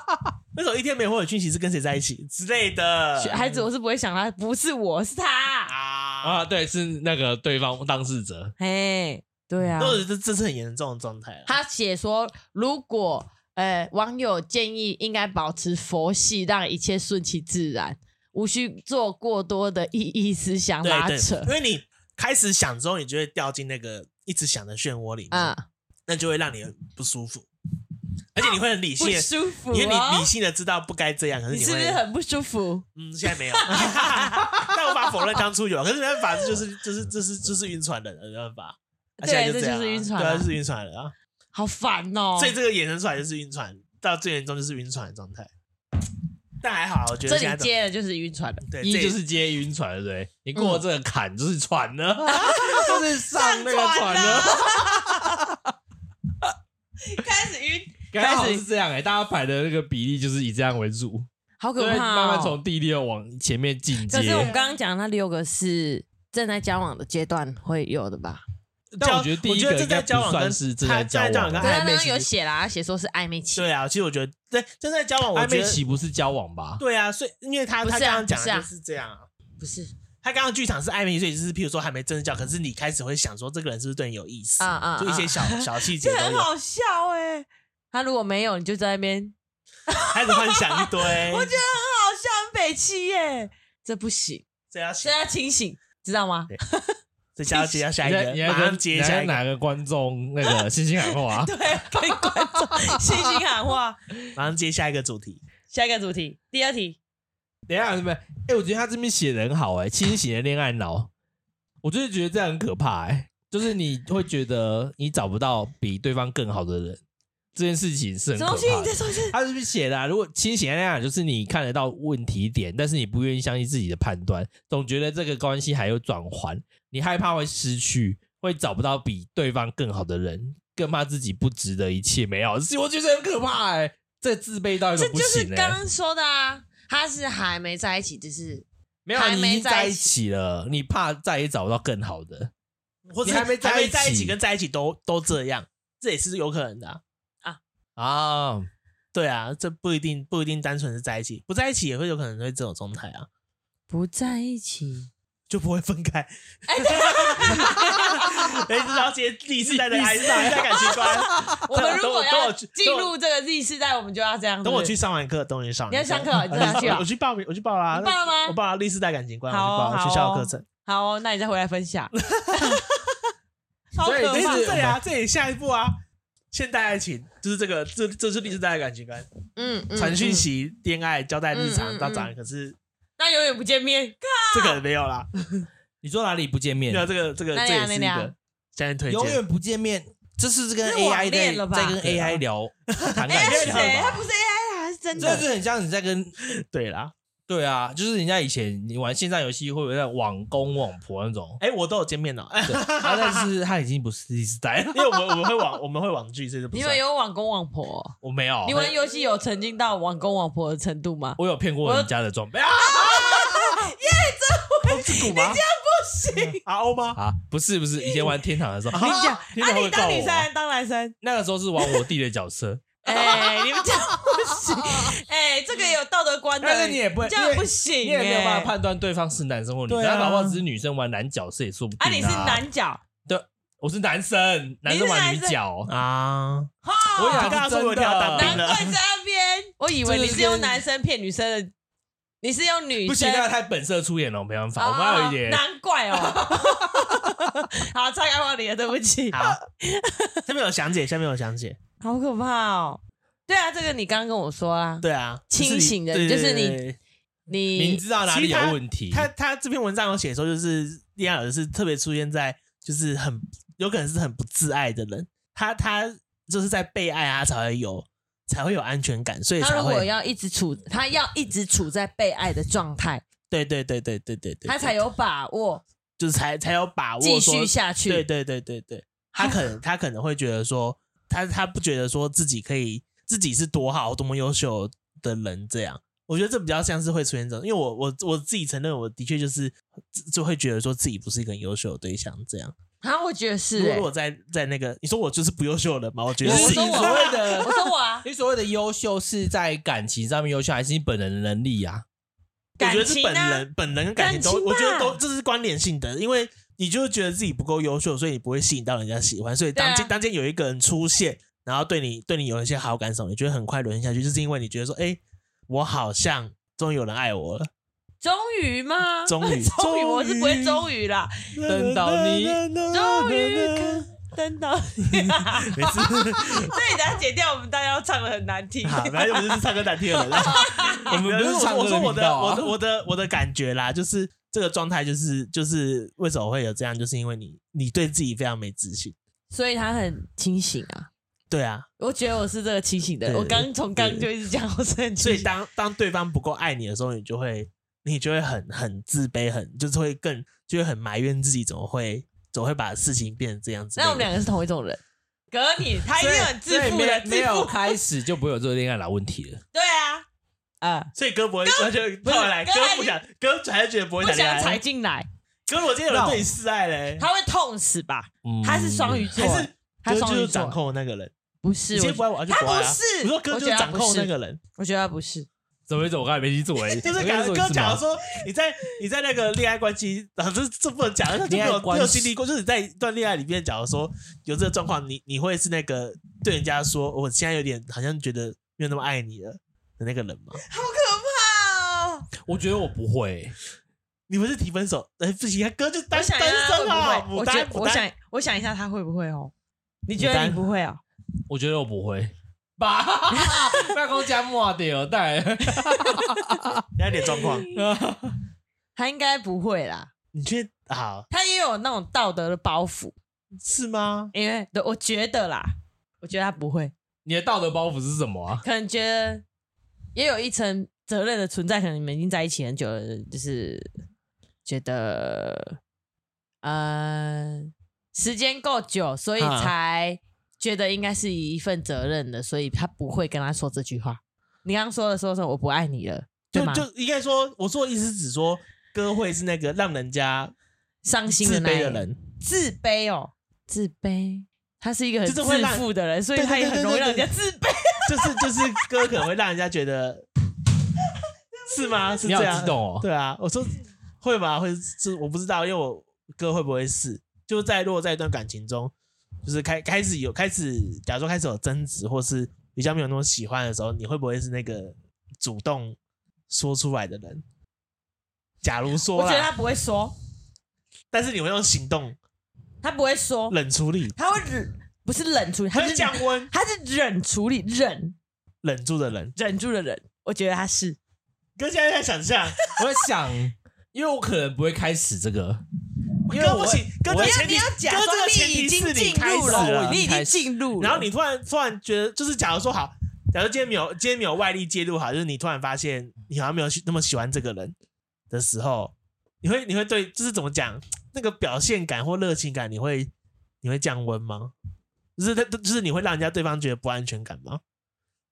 [SPEAKER 2] 那种一天没回我讯息是跟谁在一起之类的
[SPEAKER 1] 孩子，我是 (laughs) 不会想他，不是我是他。
[SPEAKER 2] 啊
[SPEAKER 3] 啊，，对，是那个对方当事者，
[SPEAKER 1] 哎，对啊，
[SPEAKER 2] 都是这这是很严重的状态了。啊
[SPEAKER 4] 他写说，如果呃网友建议应该保持佛系，让一切顺其自然，无需做过多的意义思想拉
[SPEAKER 2] 对对，
[SPEAKER 4] 扯
[SPEAKER 2] 因。为你开始想之后，你就会掉进那个一直想的漩涡里面，
[SPEAKER 4] 嗯，
[SPEAKER 2] 那就会让你很不舒服，而且你会很理性
[SPEAKER 1] 哦不
[SPEAKER 2] 地，
[SPEAKER 1] 舒服
[SPEAKER 2] 因为你
[SPEAKER 1] 哦
[SPEAKER 2] 理。性的知道不该这样，可是
[SPEAKER 1] 你
[SPEAKER 2] 你
[SPEAKER 1] 是
[SPEAKER 2] 会
[SPEAKER 1] 不是很不舒服？
[SPEAKER 2] 嗯，现在没有， (laughs) 但无法否认当初有，可是没办法，这就是就是就是就是晕船的人，没办法。啊
[SPEAKER 4] 对
[SPEAKER 2] 现在就样
[SPEAKER 4] 这
[SPEAKER 2] 啊
[SPEAKER 4] 就是晕船啊
[SPEAKER 2] 对啊，就是晕船了啊！
[SPEAKER 4] 好烦哦。
[SPEAKER 2] 所以这个衍生出来就是晕船，到最严重就是晕船的状态。但还好啊，我觉
[SPEAKER 4] 这
[SPEAKER 2] 得现在
[SPEAKER 4] 里
[SPEAKER 2] 怎么
[SPEAKER 4] 接的就是晕船了。
[SPEAKER 2] 对，
[SPEAKER 3] 一
[SPEAKER 2] 这也
[SPEAKER 3] 就是接晕船，对不对？你过了
[SPEAKER 1] 嗯
[SPEAKER 3] 这个坎就是船
[SPEAKER 1] (laughs)
[SPEAKER 3] 了， (laughs) 就是上那个船了。 (laughs)
[SPEAKER 1] (laughs) 开始晕，
[SPEAKER 3] 刚好是这样哎、欸，大家排的那个比例就是以这样为主，
[SPEAKER 1] 好
[SPEAKER 3] 所
[SPEAKER 1] 可
[SPEAKER 3] 以
[SPEAKER 1] 怕、哦。
[SPEAKER 3] 慢慢从第六往前面进
[SPEAKER 1] 可是我们
[SPEAKER 3] 阶。
[SPEAKER 1] 刚刚讲那六个是正在交往的阶段会有的吧？
[SPEAKER 3] 但我觉得第
[SPEAKER 2] 我
[SPEAKER 3] 一
[SPEAKER 2] 觉
[SPEAKER 3] 个
[SPEAKER 2] 得这
[SPEAKER 3] 应该
[SPEAKER 2] 在
[SPEAKER 3] 不
[SPEAKER 2] 交往
[SPEAKER 3] 算
[SPEAKER 2] 跟
[SPEAKER 3] 是正
[SPEAKER 2] 正
[SPEAKER 3] 在
[SPEAKER 2] 在
[SPEAKER 3] 交
[SPEAKER 2] 交
[SPEAKER 3] 往
[SPEAKER 4] 可
[SPEAKER 2] 往
[SPEAKER 4] 是
[SPEAKER 3] 吧，
[SPEAKER 2] 跟
[SPEAKER 4] 他
[SPEAKER 2] 暧
[SPEAKER 4] 刚
[SPEAKER 1] 啊
[SPEAKER 2] 昧
[SPEAKER 4] 刚
[SPEAKER 2] 期
[SPEAKER 4] 有，写啦，他写说是暧昧期。
[SPEAKER 2] 对啊，其实我觉得对正在交往，我
[SPEAKER 3] 暧
[SPEAKER 2] 觉
[SPEAKER 3] 昧
[SPEAKER 2] 得
[SPEAKER 3] 期不是交往吧？
[SPEAKER 2] 对啊，所以因为他
[SPEAKER 4] 不是
[SPEAKER 2] 他
[SPEAKER 4] 啊
[SPEAKER 2] 刚刚讲
[SPEAKER 4] 不是啊
[SPEAKER 2] 的就是这样啊。
[SPEAKER 1] 不是，
[SPEAKER 2] 他刚刚剧场是暧昧，所以就是譬如说还没真的交，可是你开始会想说这个人是不是对你有意思
[SPEAKER 4] 啊啊啊
[SPEAKER 2] 就一些小小细节
[SPEAKER 1] 这
[SPEAKER 2] 都
[SPEAKER 1] 很
[SPEAKER 2] 有，
[SPEAKER 1] 好笑哎、
[SPEAKER 4] 他如果没有，你就在那边，
[SPEAKER 2] 开始幻想一堆。
[SPEAKER 1] 我觉得很好笑，很北七耶、
[SPEAKER 4] 这不行，
[SPEAKER 2] 这要
[SPEAKER 1] 现在清醒，知道吗？？
[SPEAKER 2] 这下要接下下一
[SPEAKER 3] 你在
[SPEAKER 2] 个
[SPEAKER 3] 你，在
[SPEAKER 2] 马
[SPEAKER 3] 跟
[SPEAKER 2] 上接
[SPEAKER 3] 你在
[SPEAKER 2] 下
[SPEAKER 3] 跟
[SPEAKER 2] 一
[SPEAKER 3] 哪
[SPEAKER 2] 个，
[SPEAKER 3] 个观众那个 (laughs) 星星喊话
[SPEAKER 1] 对，跟观众 (laughs) 信心喊话。
[SPEAKER 2] 马上接下一个主题。
[SPEAKER 1] 下一个主题，第二题，
[SPEAKER 3] 等一下什么？哎、我觉得他这边写的很好哎、清醒的恋爱脑，我就是觉得这样很可怕哎、就是你会觉得你找不到比对方更好的人，这件事情是很
[SPEAKER 1] 什
[SPEAKER 3] 可
[SPEAKER 1] 么
[SPEAKER 3] 怕
[SPEAKER 1] 东西？你
[SPEAKER 3] 的
[SPEAKER 1] 再。说一次。
[SPEAKER 3] 他是不是写的、啊？如果清醒的那样，就是你看得到问题点，但是你不愿意相信自己的判断，总觉得这个关系还有转圜，你害怕会失去，会找不到比对方更好的人，更怕自己不值得一切美好。所以我觉得很可怕哎、这自卑到一
[SPEAKER 4] 这
[SPEAKER 3] 种不
[SPEAKER 4] 就是
[SPEAKER 3] 行哎、
[SPEAKER 4] 刚刚说的啊。他是还没在一起，只是
[SPEAKER 3] 没有啊，
[SPEAKER 4] 还
[SPEAKER 3] 你
[SPEAKER 4] 没
[SPEAKER 3] 已经
[SPEAKER 4] 在
[SPEAKER 3] 在
[SPEAKER 4] 一
[SPEAKER 3] 一起了，你怕再也找不到更好的。
[SPEAKER 2] 或者
[SPEAKER 3] 你还没在一起
[SPEAKER 2] 在一起跟在一起都都这样，这也是有可能的啊、
[SPEAKER 3] 啊，
[SPEAKER 2] 对啊，这不一定不一定单纯是在一起，不在一起也会有可能会这种状态啊，
[SPEAKER 1] 不在一起，
[SPEAKER 2] 就不会分开。 (laughs) 哎，这了解第四代的爱，第四代感情观。
[SPEAKER 1] (laughs) 我们如果
[SPEAKER 2] 等我等
[SPEAKER 1] 要
[SPEAKER 2] 我去
[SPEAKER 1] 进入这个 Z 世代，我们就要这样子。
[SPEAKER 2] 等我去上完课，等我去上完
[SPEAKER 1] 你
[SPEAKER 2] 课。
[SPEAKER 1] 要上课哦你真的要去哦
[SPEAKER 2] 我我去报名，我去报啦。
[SPEAKER 1] 你报了吗
[SPEAKER 2] 我报了第四代感情观，我去
[SPEAKER 1] 好哦
[SPEAKER 2] 报了
[SPEAKER 1] 好哦
[SPEAKER 2] 学校的课程。
[SPEAKER 1] 好哦，那你再回来分享。好
[SPEAKER 3] 所以
[SPEAKER 1] 可
[SPEAKER 2] 哎，
[SPEAKER 1] 怕嗯
[SPEAKER 2] 这！这里啊，这里下一步啊，现代爱情就是这个，这这是第四代的感情观，
[SPEAKER 4] 嗯，嗯
[SPEAKER 2] 传讯
[SPEAKER 4] 嗯
[SPEAKER 2] 息、恋爱、交代日
[SPEAKER 4] 嗯嗯
[SPEAKER 2] 常
[SPEAKER 4] 嗯
[SPEAKER 2] 到早安，可是
[SPEAKER 1] 那永远不见面，
[SPEAKER 2] 这个没有啦，
[SPEAKER 3] 你说哪里不见面
[SPEAKER 2] 没？有这个这个
[SPEAKER 4] 那
[SPEAKER 2] 这
[SPEAKER 4] 里啊
[SPEAKER 2] 也是一
[SPEAKER 4] 那里啊
[SPEAKER 2] 个家人推荐，
[SPEAKER 3] 永远不见面，这是跟
[SPEAKER 1] 这是网
[SPEAKER 3] AI 在
[SPEAKER 1] 恋了吧
[SPEAKER 3] 在跟
[SPEAKER 2] 对啊
[SPEAKER 3] AI 聊谈
[SPEAKER 1] 哎
[SPEAKER 3] 感
[SPEAKER 1] 呀，
[SPEAKER 3] 情
[SPEAKER 1] 谁？他
[SPEAKER 3] 吧
[SPEAKER 1] 不？是 AI 啦，他是真
[SPEAKER 3] 这
[SPEAKER 1] 的。
[SPEAKER 3] 就很像你在跟
[SPEAKER 2] 对啦。，
[SPEAKER 3] 对啊，就是人家以前你玩线上游戏会有那种网公网婆那种
[SPEAKER 1] (laughs)
[SPEAKER 2] 哎，我都有见面了，哎
[SPEAKER 3] 对啊但是他已经不是第四代了
[SPEAKER 2] (laughs) 因为我们我们会网我们会网剧，所以这不
[SPEAKER 1] 你
[SPEAKER 2] 算
[SPEAKER 1] 们。有网公网婆哦？
[SPEAKER 3] 我没有，
[SPEAKER 1] 你玩游戏有沉浸到网公网婆的程度吗？
[SPEAKER 3] 我有骗过人家的装备啊
[SPEAKER 2] 是古
[SPEAKER 1] (laughs)
[SPEAKER 2] 吗？
[SPEAKER 1] 不行，
[SPEAKER 2] 啊欧吗？
[SPEAKER 3] 啊！不是不是，以前玩天堂的时候，
[SPEAKER 1] 你讲，
[SPEAKER 3] 天堂
[SPEAKER 1] (laughs) 啊，你
[SPEAKER 3] 会告
[SPEAKER 1] 当女
[SPEAKER 3] 我啊，
[SPEAKER 1] 生，当男生， (laughs)
[SPEAKER 3] 那个时候是玩我弟的角色，
[SPEAKER 1] 哎、你们这样不行，哎、这个有道德观的，
[SPEAKER 3] 但是你也不会
[SPEAKER 1] 这样不行、
[SPEAKER 3] 你也没有办法
[SPEAKER 1] 哎。
[SPEAKER 3] 判断对方是男生或女生，
[SPEAKER 2] 对啊
[SPEAKER 3] 他搞不好只是女生玩男角色也说不定
[SPEAKER 1] 啊，你是，男角，
[SPEAKER 3] 我是男生，男生玩女角，
[SPEAKER 2] 啊！
[SPEAKER 1] 哈，
[SPEAKER 3] 我
[SPEAKER 2] 刚
[SPEAKER 3] 也
[SPEAKER 2] 刚说我一定要当兵
[SPEAKER 1] 难
[SPEAKER 2] 了
[SPEAKER 1] 怪，在那边，我以为你是用男生骗女生的，你是用女生
[SPEAKER 3] 不行，那太本色出演了，我没办法，我们要有一点
[SPEAKER 1] 哦难怪哦。 (laughs) 好，岔开话题了，对不起，
[SPEAKER 2] 好，下面有详解，下面有详解。
[SPEAKER 1] 好可怕哦。对啊，这个你刚刚跟我说啊，
[SPEAKER 2] 对啊，
[SPEAKER 1] 清醒的就是你
[SPEAKER 2] 你。
[SPEAKER 3] 明
[SPEAKER 1] 你
[SPEAKER 3] 知道哪里有问题，
[SPEAKER 2] 他他这篇文章有写说，就是恋爱脑是特别出现在就是很有可能是很不自爱的人，他他就是在被爱啊才会有才会有安全感，所以
[SPEAKER 1] 他
[SPEAKER 2] 才
[SPEAKER 1] 如果
[SPEAKER 2] 会
[SPEAKER 1] 要一直处，他要一直处在被爱的状态，
[SPEAKER 2] 对对对对对对对，
[SPEAKER 1] 他才有把握
[SPEAKER 2] 就是才才有把握
[SPEAKER 1] 继
[SPEAKER 2] 说
[SPEAKER 1] 续下去。
[SPEAKER 2] 对对对对对，他可能他可能会觉得说，他他不觉得说自己可以自己是多好多么优秀的人这样。我觉得这比较像是会出现这种，因为我我我自己承认，我的确就是就就会觉得说自己不是一个很优秀的对象这样。
[SPEAKER 1] 啊，我觉得是、
[SPEAKER 2] 如
[SPEAKER 1] 欸
[SPEAKER 2] 果。我在在那个，你说我就是不优秀的人嘛？我觉得
[SPEAKER 1] 我
[SPEAKER 3] 你
[SPEAKER 2] 是
[SPEAKER 1] 说
[SPEAKER 3] 你
[SPEAKER 1] 我
[SPEAKER 3] 所
[SPEAKER 1] 啊
[SPEAKER 3] 谓的
[SPEAKER 1] 我说我啊，
[SPEAKER 3] 你所谓的优秀是在感情上面优秀，还是你本人的能力啊？
[SPEAKER 2] (laughs) 我觉得
[SPEAKER 1] 感
[SPEAKER 2] 是
[SPEAKER 1] 情
[SPEAKER 2] 本
[SPEAKER 1] 啊，
[SPEAKER 2] 人本人跟感情都，
[SPEAKER 1] 感情
[SPEAKER 2] 我觉得
[SPEAKER 1] 吧
[SPEAKER 2] 都这是关联性的，因为你就觉得自己不够优秀，所以你不会吸引到人家喜欢。所以当
[SPEAKER 1] 对啊
[SPEAKER 2] 今、当今有一个人出现，然后对你对你有一些好感什么，你觉得很快沦陷下去，就是因为你觉得说，哎、我好像终于有人爱我了，
[SPEAKER 1] 终于吗？
[SPEAKER 2] 终
[SPEAKER 1] (laughs)
[SPEAKER 2] 于
[SPEAKER 1] 终于，我是不会
[SPEAKER 2] 终
[SPEAKER 1] 终于啦，
[SPEAKER 3] 等到你
[SPEAKER 1] 终于等到你，所
[SPEAKER 2] 每
[SPEAKER 3] (laughs)
[SPEAKER 2] 次
[SPEAKER 1] 以等下剪掉，我们大家要唱的很难听。
[SPEAKER 2] 好，反正我们就是唱歌难听的人。
[SPEAKER 3] 我们不
[SPEAKER 2] 我
[SPEAKER 3] 是唱歌
[SPEAKER 2] 我说我
[SPEAKER 3] 频道
[SPEAKER 2] 的
[SPEAKER 3] 啊
[SPEAKER 2] 我的我的我的感觉啦，就是这个状态，就是就是为什么会有这样，就是因为你你对自己非常没自信。
[SPEAKER 1] (laughs) 所以他很清醒啊。
[SPEAKER 2] 对啊，
[SPEAKER 1] 我觉得我是这个清醒的人，
[SPEAKER 2] 对
[SPEAKER 1] 我刚从刚就一直讲我是很
[SPEAKER 2] 所
[SPEAKER 1] 清
[SPEAKER 2] 以
[SPEAKER 1] 醒。
[SPEAKER 2] 当当对方不够爱你的时候，你就会你就会很很自卑，很就是会更就会很埋怨自己怎么会怎么会把事情变成这样子。
[SPEAKER 1] 那我们两个是同一种人，哥你他一定很自负
[SPEAKER 3] 所以
[SPEAKER 1] 的，
[SPEAKER 3] 没没
[SPEAKER 1] 自
[SPEAKER 3] 有
[SPEAKER 1] 负
[SPEAKER 3] 开始就不会有这个恋爱脑问题了。
[SPEAKER 1] 对啊，啊，
[SPEAKER 2] 所以哥不会，他就后来哥
[SPEAKER 1] 哥还
[SPEAKER 2] 不想，哥还是觉得不会
[SPEAKER 1] 不
[SPEAKER 2] 谈恋
[SPEAKER 1] 想踩
[SPEAKER 2] 爱。
[SPEAKER 1] 进来，
[SPEAKER 2] 哥，我今天有人对你示爱嘞，
[SPEAKER 1] 他会痛死吧？
[SPEAKER 2] (laughs)
[SPEAKER 3] 嗯
[SPEAKER 1] 他是双鱼座，
[SPEAKER 2] 嗯还是
[SPEAKER 1] 他
[SPEAKER 2] 哥
[SPEAKER 1] 双
[SPEAKER 2] 就
[SPEAKER 1] 鱼
[SPEAKER 2] 是
[SPEAKER 1] 座
[SPEAKER 2] 掌，控的那个人。
[SPEAKER 1] 不
[SPEAKER 2] 你
[SPEAKER 1] 是
[SPEAKER 2] 今天不
[SPEAKER 1] 我，
[SPEAKER 2] 爱我，我要去
[SPEAKER 1] 他
[SPEAKER 2] 不爱
[SPEAKER 1] 不
[SPEAKER 2] 啊
[SPEAKER 1] 是
[SPEAKER 2] 我说哥
[SPEAKER 1] 我
[SPEAKER 2] 就
[SPEAKER 1] 觉得
[SPEAKER 2] 是
[SPEAKER 1] 他
[SPEAKER 2] 掌
[SPEAKER 1] 不
[SPEAKER 2] 控
[SPEAKER 1] 是
[SPEAKER 2] 那个人。
[SPEAKER 1] 我觉得他不是。
[SPEAKER 3] 怎么会怎么？我刚才没听错哎，
[SPEAKER 2] (laughs) 就是
[SPEAKER 3] 我跟你
[SPEAKER 2] 感觉
[SPEAKER 3] 说
[SPEAKER 2] 哥
[SPEAKER 3] 是
[SPEAKER 2] 假
[SPEAKER 3] 吗
[SPEAKER 2] 如说你在你在那个恋爱关系，啊，这这不能讲，那就没
[SPEAKER 3] 恋爱
[SPEAKER 2] 有没
[SPEAKER 3] 关
[SPEAKER 2] 有
[SPEAKER 3] 系
[SPEAKER 2] 经历过，就是你在一段恋爱里面，假如说有这个状况，你你会是那个对人家说，我现在有点好像觉得没有那么爱你了的那个人吗？
[SPEAKER 1] 哦
[SPEAKER 3] 我觉得我不会，
[SPEAKER 2] 你不是提分手，哎、不行，哥就
[SPEAKER 1] 我
[SPEAKER 2] 单
[SPEAKER 1] 想
[SPEAKER 2] 单
[SPEAKER 1] 一下他
[SPEAKER 2] 身啊，
[SPEAKER 1] 会不会？
[SPEAKER 2] 牡
[SPEAKER 1] 我觉
[SPEAKER 2] 丹，
[SPEAKER 1] 得
[SPEAKER 2] 牡
[SPEAKER 1] 我
[SPEAKER 2] 丹，
[SPEAKER 1] 想我想一下他会不会哦？你觉得
[SPEAKER 2] 丹
[SPEAKER 1] 你不会哦？
[SPEAKER 3] 我觉得我不会。吧，办公加莫掉带，
[SPEAKER 2] 你有点状况， (laughs)
[SPEAKER 1] 他应该不会啦，
[SPEAKER 2] 你觉得好
[SPEAKER 1] 他也有那种道德的包袱，
[SPEAKER 2] 是吗？
[SPEAKER 1] 因为我觉得啦，我觉得他不会，
[SPEAKER 3] 你的道德包袱是什么啊？
[SPEAKER 1] 可能觉得也有一层责任的存在，可能你们已经在一起很久了，就是觉得，呃，时间够久，所以
[SPEAKER 2] 啊
[SPEAKER 1] 才觉得应该是一份责任的，所以他不会跟他说这句话。你刚刚说的说什么？我不爱你了，对
[SPEAKER 2] 就
[SPEAKER 1] 吗？
[SPEAKER 2] 就应该说，我说的意思是指说，哥会是那个让人家
[SPEAKER 1] 伤心
[SPEAKER 2] 自
[SPEAKER 1] 那一
[SPEAKER 2] 卑的
[SPEAKER 1] 种
[SPEAKER 2] 人，
[SPEAKER 1] 自卑哦，自卑，他是一个很
[SPEAKER 2] 就是
[SPEAKER 1] 自
[SPEAKER 2] 会让
[SPEAKER 1] 负的人，所以
[SPEAKER 2] 对对
[SPEAKER 1] 他也
[SPEAKER 2] 对
[SPEAKER 1] 很
[SPEAKER 2] 对
[SPEAKER 1] 容易
[SPEAKER 2] 对
[SPEAKER 1] 让人
[SPEAKER 2] 对
[SPEAKER 1] 家自卑。
[SPEAKER 2] (laughs) 就是就是歌可能会让人家
[SPEAKER 3] (laughs)
[SPEAKER 2] 觉得是吗？是
[SPEAKER 3] 你好
[SPEAKER 2] 这样
[SPEAKER 3] 激动哦！
[SPEAKER 2] 对啊，我说会吧，会是我不知道，因为我歌会不会是就在如果在一段感情中，就是开开始有开始，假如说开始有争执，或是比较没有那种喜欢的时候，你会不会是那个主动说出来的人？假如
[SPEAKER 1] 我
[SPEAKER 2] 说
[SPEAKER 1] 觉得他
[SPEAKER 2] 啦，
[SPEAKER 1] 不会说，
[SPEAKER 2] 但是你会用行动
[SPEAKER 1] 他不会说，
[SPEAKER 2] 冷处理，
[SPEAKER 1] 他会忍，不是冷处理，他
[SPEAKER 2] 会
[SPEAKER 1] 是
[SPEAKER 2] 降温，
[SPEAKER 1] 他是忍处理，忍
[SPEAKER 2] 忍住的人。
[SPEAKER 1] 忍住的忍。我觉得他是，
[SPEAKER 2] 哥现在在想象，
[SPEAKER 3] 我在想，因为我可能不会开始这个，因为
[SPEAKER 2] 哥
[SPEAKER 3] 我
[SPEAKER 2] 不行，哥这
[SPEAKER 3] 我
[SPEAKER 2] 个前提，
[SPEAKER 1] 假
[SPEAKER 2] 哥
[SPEAKER 1] 装
[SPEAKER 2] 这个前
[SPEAKER 1] 你已
[SPEAKER 2] 提
[SPEAKER 1] 经
[SPEAKER 2] 是
[SPEAKER 1] 进
[SPEAKER 2] 开
[SPEAKER 1] 入
[SPEAKER 2] 始
[SPEAKER 1] 了，
[SPEAKER 2] 了
[SPEAKER 1] 你已
[SPEAKER 3] 开
[SPEAKER 1] 经
[SPEAKER 3] 始
[SPEAKER 1] 进入了，
[SPEAKER 2] 然后你突然突然觉得，就是假如说好，假如今天没有今天没有外力介入好，就是你突然发现你好像没有喜那么喜欢这个人的时候，你会你会对就是怎么讲那个表现感或热情感，你会你会降温吗？就是他就是你会让人家对方觉得不安全感吗？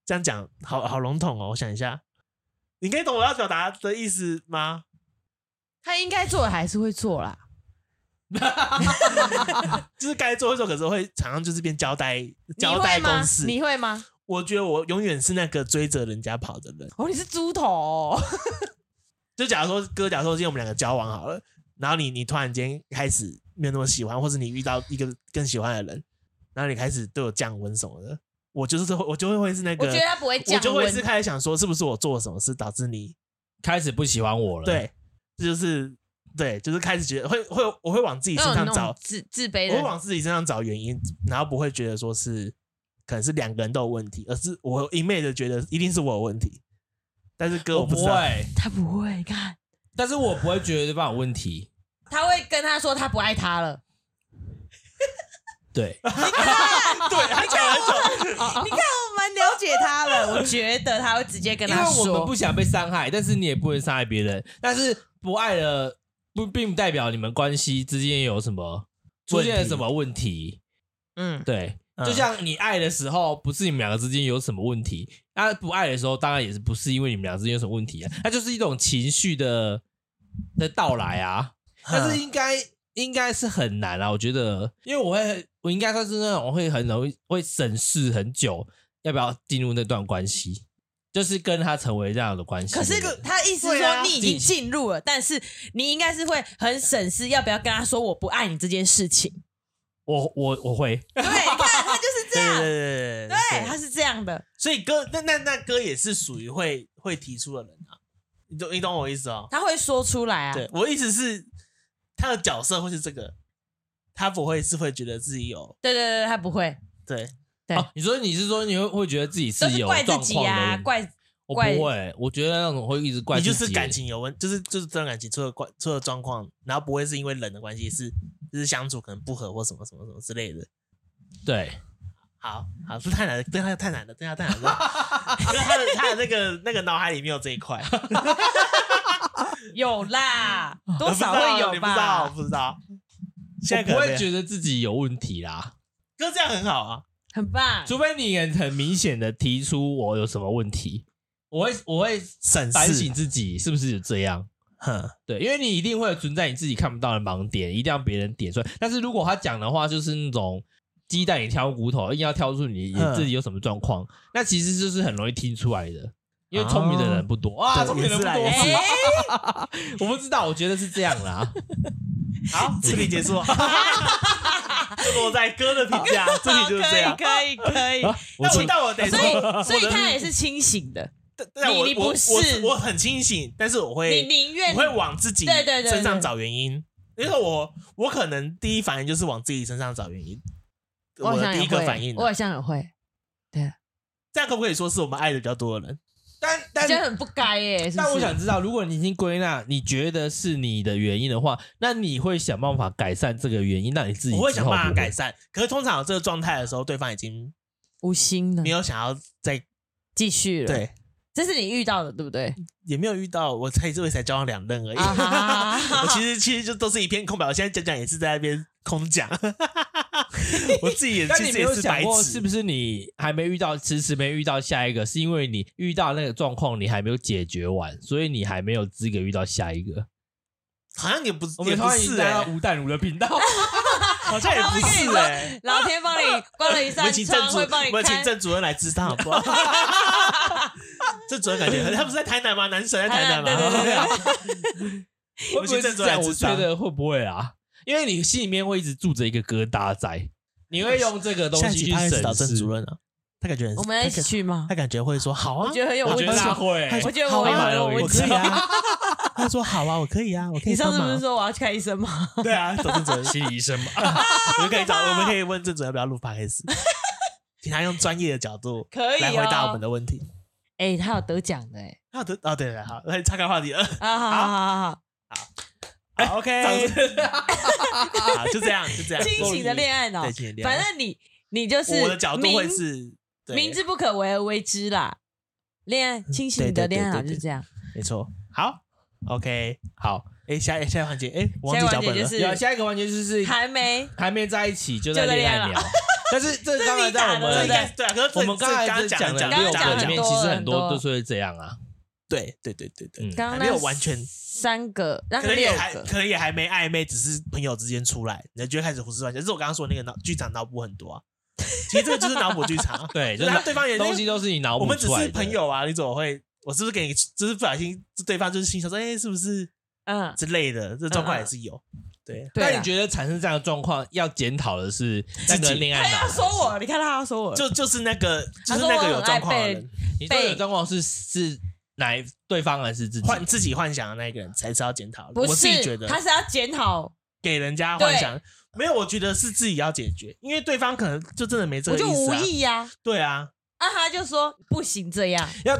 [SPEAKER 2] 这样讲好好笼统哦，我想一下，你可以懂我要表达的意思吗？
[SPEAKER 1] 他应该做的还是会做啦。
[SPEAKER 2] 就是该做会做，可是会常常就是变交代交
[SPEAKER 1] 你
[SPEAKER 2] 代
[SPEAKER 1] 会
[SPEAKER 2] 公
[SPEAKER 1] 吗？
[SPEAKER 2] 事。
[SPEAKER 1] 你会吗？
[SPEAKER 2] 我觉得我永远是那个追着人家跑的人。
[SPEAKER 1] 哦，你是猪头哦、
[SPEAKER 2] 就假如说哥，假如说今天我们两个交往好了，然后你你突然间开始没有那么喜欢，或是你遇到一个更喜欢的人，然后你开始对我降温什么的，我就是会我就会会是那个，
[SPEAKER 4] 我觉得他不会
[SPEAKER 2] 我
[SPEAKER 4] 降
[SPEAKER 2] 就会是
[SPEAKER 4] 温，
[SPEAKER 2] 开始想说，是不是我做了什么事导致你
[SPEAKER 3] 开始不喜欢我了。，
[SPEAKER 2] 对，这就是对，就是开始觉得会会我会往自己身
[SPEAKER 4] 那种
[SPEAKER 2] 上
[SPEAKER 4] 那
[SPEAKER 2] 找
[SPEAKER 4] 种，自自卑
[SPEAKER 2] 我会往
[SPEAKER 4] 的，
[SPEAKER 2] 自己身上找原因，然后不会觉得说是可能是两个人都有问题，而是我一昧的觉得一定是我有问题。但是哥
[SPEAKER 3] 我
[SPEAKER 2] 不
[SPEAKER 3] 不
[SPEAKER 2] 知道，
[SPEAKER 3] 会，
[SPEAKER 1] 他不会你看，
[SPEAKER 3] 但是我不会觉得对方有问题。
[SPEAKER 4] 他会跟他说他不爱他了。
[SPEAKER 3] 对，
[SPEAKER 2] 对 (laughs) 他讲很久，
[SPEAKER 1] 你看我蛮了解他了，我觉得他会直接跟
[SPEAKER 3] 因为
[SPEAKER 1] 他
[SPEAKER 3] 我们
[SPEAKER 1] 说，
[SPEAKER 3] 不想被伤害，但是你也不能伤害别人。但是不爱了，不并不代表你们关系之间有什么出现了什么问题。
[SPEAKER 1] 嗯，
[SPEAKER 3] 对，
[SPEAKER 2] 嗯
[SPEAKER 3] 就像你爱的时候，不是你们两个之间有什么问题；那不爱的时候，当然也是不是因为你们俩之间有什么问题啊，那就是一种情绪的的到来啊。但
[SPEAKER 2] 嗯
[SPEAKER 3] 是应该应该是很难啊，我觉得，因为我会我应该算是那种会很容易会审视很久要不要进入那段关系，就是跟他成为这样的关系。
[SPEAKER 1] 可是他意思
[SPEAKER 2] 对
[SPEAKER 1] 说
[SPEAKER 2] 啊
[SPEAKER 1] 你已经进入了，但是你应该是会很审视要不要跟他说我不爱你这件事情。
[SPEAKER 3] 我我我会，
[SPEAKER 1] (laughs) 对，你看他就是这
[SPEAKER 2] (laughs) 对对
[SPEAKER 1] 样，
[SPEAKER 2] 对对
[SPEAKER 1] 对，他是这样的。
[SPEAKER 2] 所以哥那那那哥也是属于会会提出的人啊，你懂你懂我意思哦？
[SPEAKER 1] 他会说出来啊。
[SPEAKER 2] 对，我意思是他的角色会是这个，他不会是会觉得自己有
[SPEAKER 1] 对对对，他不会，
[SPEAKER 2] 对
[SPEAKER 1] 对
[SPEAKER 3] 哦，你说你是说你会会觉得自己
[SPEAKER 1] 都
[SPEAKER 3] 是
[SPEAKER 1] 是
[SPEAKER 3] 有
[SPEAKER 1] 怪自
[SPEAKER 3] 状
[SPEAKER 1] 己
[SPEAKER 3] 况的
[SPEAKER 1] 啊，
[SPEAKER 3] 问题，
[SPEAKER 1] 怪
[SPEAKER 3] 我
[SPEAKER 1] 怪
[SPEAKER 3] 不会，我觉得那种会一直怪
[SPEAKER 2] 你就
[SPEAKER 3] 自
[SPEAKER 2] 是
[SPEAKER 3] 己
[SPEAKER 2] 感情有问，就是就是这段感情出了关出了状况，然后不会是因为人的关系，是就是相处可能不合或什么什么什么之类的。
[SPEAKER 3] 对。
[SPEAKER 2] 好好，这太难了，对他太难了，对他太难了， (laughs) 因为他的他的那个那个脑海里面有这一块，
[SPEAKER 1] 有啦， (laughs)
[SPEAKER 2] (laughs)
[SPEAKER 1] 多少会
[SPEAKER 2] 你
[SPEAKER 1] 有
[SPEAKER 2] 不知道
[SPEAKER 1] 吧，
[SPEAKER 2] 不知道。现
[SPEAKER 3] 我
[SPEAKER 2] 在
[SPEAKER 3] 不
[SPEAKER 2] 可能
[SPEAKER 3] 会
[SPEAKER 2] 没有
[SPEAKER 3] 觉得自己有问题啦，
[SPEAKER 2] 哥这样很好啊，
[SPEAKER 1] 很棒。
[SPEAKER 3] 除非你很很明显的提出我有什么问题，我会我会
[SPEAKER 2] 省
[SPEAKER 3] 反
[SPEAKER 2] 事
[SPEAKER 3] 省，自己是不是有这样。
[SPEAKER 2] 哼，
[SPEAKER 3] 对，因为你一定会存在你自己看不到的盲点，一定要别人点出来。但是如果他讲的话，就是那种鸡蛋里挑骨头，硬要挑出你
[SPEAKER 2] 嗯
[SPEAKER 3] 你自己有什么状况，那其实就是很容易听出来的。因为聪明的人不多啊，
[SPEAKER 2] 哦对
[SPEAKER 3] 聪明的人不多
[SPEAKER 2] 也是
[SPEAKER 1] 啦。
[SPEAKER 3] (laughs) 我不知道，我觉得是这样
[SPEAKER 2] (laughs) 啊
[SPEAKER 3] 啦。
[SPEAKER 2] 好，这里结束， (laughs) 这落在哥的评
[SPEAKER 1] (laughs)
[SPEAKER 2] 价， (laughs) 这里就是这样。
[SPEAKER 1] 哎可以可以可以，
[SPEAKER 3] 我
[SPEAKER 2] 那
[SPEAKER 3] 觉
[SPEAKER 2] 我
[SPEAKER 3] 得
[SPEAKER 2] 但我得 (laughs)
[SPEAKER 1] 所
[SPEAKER 2] 说，
[SPEAKER 1] 以所以他也是清醒的，
[SPEAKER 2] 但我
[SPEAKER 1] 你
[SPEAKER 2] 我
[SPEAKER 1] 不
[SPEAKER 2] 我
[SPEAKER 1] 是
[SPEAKER 2] 是我很清醒，但是我
[SPEAKER 1] 你
[SPEAKER 2] 会
[SPEAKER 1] 宁愿
[SPEAKER 2] 我会往自己
[SPEAKER 1] 对对对对
[SPEAKER 2] 身上找原因，因为我我可能第一反应就是往自己身上找原因，
[SPEAKER 4] 我
[SPEAKER 2] 我
[SPEAKER 4] 好像
[SPEAKER 2] 的第
[SPEAKER 4] 也
[SPEAKER 2] 一个
[SPEAKER 4] 会，
[SPEAKER 2] 反应啊、
[SPEAKER 4] 我好像也会，
[SPEAKER 2] 这样可不可以说是我们爱的比较多的人？
[SPEAKER 3] 但
[SPEAKER 4] 我
[SPEAKER 3] 但
[SPEAKER 4] 觉得很不该耶。是不
[SPEAKER 3] 但我
[SPEAKER 4] 是
[SPEAKER 3] 想知道，如果你已经归纳你觉得是你的原因的话，那你会想办法改善这个原因，那你自己
[SPEAKER 2] 我会
[SPEAKER 3] 之
[SPEAKER 2] 想
[SPEAKER 3] 后
[SPEAKER 2] 办法
[SPEAKER 3] 不
[SPEAKER 2] 改善，可是通常有这个状态的时候，对方已经
[SPEAKER 4] 无心的
[SPEAKER 2] 没有想要再
[SPEAKER 4] 继续了，，
[SPEAKER 2] 对，
[SPEAKER 4] 这是你遇到的，对不对？
[SPEAKER 2] 也没有遇到我才这位才交往两任而已。
[SPEAKER 4] 啊哈哈哈
[SPEAKER 2] (laughs) 我其实其实就都是一片空白，我现在讲讲也是在那边空讲， (laughs) 我自
[SPEAKER 3] (laughs)
[SPEAKER 2] 己也
[SPEAKER 3] 但
[SPEAKER 2] 其
[SPEAKER 3] 你
[SPEAKER 2] 实
[SPEAKER 3] 没
[SPEAKER 2] 也
[SPEAKER 3] 有
[SPEAKER 2] 是
[SPEAKER 3] 想
[SPEAKER 2] 白
[SPEAKER 3] 过，
[SPEAKER 2] 痴，
[SPEAKER 3] 是不是你还没遇到，迟迟没遇到下一个，是因为你遇到那个状况，你还没有解决完，所以你还没有资格遇到下一个。
[SPEAKER 2] 好像也不
[SPEAKER 3] 我
[SPEAKER 2] 也
[SPEAKER 3] 们
[SPEAKER 2] 不
[SPEAKER 3] 欢迎
[SPEAKER 2] 是
[SPEAKER 3] 大
[SPEAKER 2] 哎、
[SPEAKER 3] 家吴淡如的频 (laughs) 道，
[SPEAKER 4] (laughs)
[SPEAKER 2] 好像也不
[SPEAKER 1] 他会跟
[SPEAKER 2] 是
[SPEAKER 1] 你
[SPEAKER 2] 哎、
[SPEAKER 1] 老天帮你关了一
[SPEAKER 2] 我
[SPEAKER 1] 扇
[SPEAKER 2] 们请郑
[SPEAKER 1] 窗，
[SPEAKER 2] 主，
[SPEAKER 1] 会帮你
[SPEAKER 2] 我们请
[SPEAKER 1] 开。
[SPEAKER 2] 郑主任来知道好
[SPEAKER 1] (laughs)
[SPEAKER 2] 不好？郑主任感觉很，他不是在台南吗？男神在台南吗？
[SPEAKER 1] 台啊南对对
[SPEAKER 2] (laughs)
[SPEAKER 3] 会不会是这样？
[SPEAKER 2] 我
[SPEAKER 3] 我
[SPEAKER 2] 们请郑主
[SPEAKER 3] 觉
[SPEAKER 2] 来指
[SPEAKER 3] 得会不会啊？因为你心里面会一直住着一个疙瘩在，你会用这个东
[SPEAKER 2] 下一
[SPEAKER 3] 西
[SPEAKER 2] 集
[SPEAKER 3] 去
[SPEAKER 2] 他会指导
[SPEAKER 3] 审
[SPEAKER 2] 郑
[SPEAKER 3] 视
[SPEAKER 2] 主。任啊，他感觉很，
[SPEAKER 4] 我们要一起去吗
[SPEAKER 2] 他？感觉会说好啊
[SPEAKER 4] 我，觉得很有
[SPEAKER 3] 我
[SPEAKER 4] 问
[SPEAKER 3] 觉得
[SPEAKER 4] 题。
[SPEAKER 3] 他会，
[SPEAKER 4] 我觉得
[SPEAKER 2] 好
[SPEAKER 4] 我
[SPEAKER 2] 啊
[SPEAKER 3] 买了
[SPEAKER 4] 有
[SPEAKER 3] 我
[SPEAKER 4] 问
[SPEAKER 2] 我
[SPEAKER 3] 一
[SPEAKER 4] 题
[SPEAKER 2] 可
[SPEAKER 3] 次
[SPEAKER 1] (laughs)
[SPEAKER 2] 以。啊。他说好啊，我可以啊，我可
[SPEAKER 1] 你
[SPEAKER 2] 以
[SPEAKER 1] 上
[SPEAKER 2] 帮
[SPEAKER 1] 次不是
[SPEAKER 2] 忙。
[SPEAKER 1] 说我要去看医生吗？
[SPEAKER 2] 对啊，找郑主
[SPEAKER 3] (laughs)
[SPEAKER 2] 任，
[SPEAKER 3] 心理医生嘛。
[SPEAKER 2] 我们可
[SPEAKER 1] (laughs)
[SPEAKER 2] 以找，我们可以问郑主任要不要录 podcast，请他用专业的角度
[SPEAKER 1] 可以
[SPEAKER 2] 来回答我们
[SPEAKER 1] 哦。
[SPEAKER 2] 的问题。
[SPEAKER 4] 哎，他有得奖的哎，
[SPEAKER 2] 啊，对哦，对对，好，来岔开话题了。
[SPEAKER 1] 啊，好好好好，
[SPEAKER 2] 好，OK，好，啊就这样，就这样。
[SPEAKER 1] 清醒的恋爱脑
[SPEAKER 2] 对，。清醒的恋爱
[SPEAKER 1] 反正你你就是
[SPEAKER 2] 我的角度会
[SPEAKER 1] 明
[SPEAKER 2] 是对嗯
[SPEAKER 1] 明知不可为而为之啦。恋爱清醒
[SPEAKER 2] 对对
[SPEAKER 1] 的
[SPEAKER 2] 对
[SPEAKER 1] 恋爱脑
[SPEAKER 2] 对
[SPEAKER 1] 就是这样。
[SPEAKER 2] 没错。好，OK，
[SPEAKER 3] 好，
[SPEAKER 2] 哎，下下一个环节，哎，我
[SPEAKER 1] 下
[SPEAKER 2] 忘
[SPEAKER 1] 一个
[SPEAKER 2] 记
[SPEAKER 1] 环
[SPEAKER 2] 脚
[SPEAKER 1] 节
[SPEAKER 2] 本了
[SPEAKER 1] 就。是
[SPEAKER 3] 有下一个环节就是
[SPEAKER 1] 还没，
[SPEAKER 3] 还没在一起就在
[SPEAKER 1] 就在
[SPEAKER 3] 恋
[SPEAKER 1] 恋爱
[SPEAKER 3] 爱聊，但是这刚才在我们
[SPEAKER 1] 这是你打的
[SPEAKER 2] 这应该对啊，可 (laughs) 是这
[SPEAKER 3] 我们刚才
[SPEAKER 2] 这
[SPEAKER 3] 这讲
[SPEAKER 2] 刚讲
[SPEAKER 3] 了
[SPEAKER 2] 讲
[SPEAKER 1] 刚
[SPEAKER 3] 六
[SPEAKER 1] 刚讲
[SPEAKER 3] 个
[SPEAKER 1] 了
[SPEAKER 3] 里面，
[SPEAKER 1] 很
[SPEAKER 3] 其
[SPEAKER 1] 多
[SPEAKER 3] 实很
[SPEAKER 1] 很
[SPEAKER 3] 多
[SPEAKER 1] 多
[SPEAKER 3] 都是会这样啊。
[SPEAKER 2] 对对对对对，
[SPEAKER 3] 嗯
[SPEAKER 1] 刚刚
[SPEAKER 2] 还
[SPEAKER 1] 那
[SPEAKER 2] 没有完全，
[SPEAKER 4] 三个，那
[SPEAKER 2] 可能也
[SPEAKER 4] 六
[SPEAKER 2] 还
[SPEAKER 4] 个，
[SPEAKER 2] 可能也还没暧昧，只是朋友之间出来，你就会开始胡思乱想。这是我刚刚说的那个脑剧场脑补很多啊，其实这个就是脑补剧场，
[SPEAKER 3] (laughs) 对，
[SPEAKER 2] 就
[SPEAKER 3] 就是
[SPEAKER 2] 他
[SPEAKER 3] 是
[SPEAKER 2] 对方也
[SPEAKER 3] 东西都是你脑
[SPEAKER 2] 我
[SPEAKER 3] 补
[SPEAKER 2] 们只
[SPEAKER 3] 出来
[SPEAKER 2] 是
[SPEAKER 3] 的
[SPEAKER 2] 朋，友啊，你怎么会？我是不是给你就是不小心，对方就是心想说，哎、是不是
[SPEAKER 1] 嗯，
[SPEAKER 2] 之类的？这状况也是有，对，
[SPEAKER 1] 对
[SPEAKER 3] 那
[SPEAKER 1] 啊
[SPEAKER 3] 你觉得产生这样的状况，要检讨的是那
[SPEAKER 2] 自
[SPEAKER 3] 个
[SPEAKER 2] 己
[SPEAKER 3] 恋爱
[SPEAKER 1] 他
[SPEAKER 3] 脑
[SPEAKER 1] 要？哎说我，你看他要说我，
[SPEAKER 2] 就就是那个就
[SPEAKER 1] 他
[SPEAKER 2] 是
[SPEAKER 1] 说
[SPEAKER 2] 那
[SPEAKER 1] 我
[SPEAKER 2] 个有
[SPEAKER 1] 很
[SPEAKER 2] 状
[SPEAKER 1] 爱
[SPEAKER 2] 况的
[SPEAKER 1] 被
[SPEAKER 2] 人，
[SPEAKER 3] 你说有
[SPEAKER 1] 被
[SPEAKER 3] 状况是是哪一对方还是自己？
[SPEAKER 2] 幻自己幻想的那个人才是要检讨的。
[SPEAKER 1] 不
[SPEAKER 2] 我自己觉
[SPEAKER 1] 是
[SPEAKER 2] 得，
[SPEAKER 1] 他是要检讨。
[SPEAKER 2] 给人家幻想，没有，我觉得是自己要解决，因为对方可能就真的没这
[SPEAKER 1] 我
[SPEAKER 2] 个意
[SPEAKER 1] 就
[SPEAKER 2] 思、
[SPEAKER 1] 无
[SPEAKER 2] 啊。
[SPEAKER 1] 意呀、啊。
[SPEAKER 2] 对啊，
[SPEAKER 1] 啊，他就说不行这样。
[SPEAKER 2] 要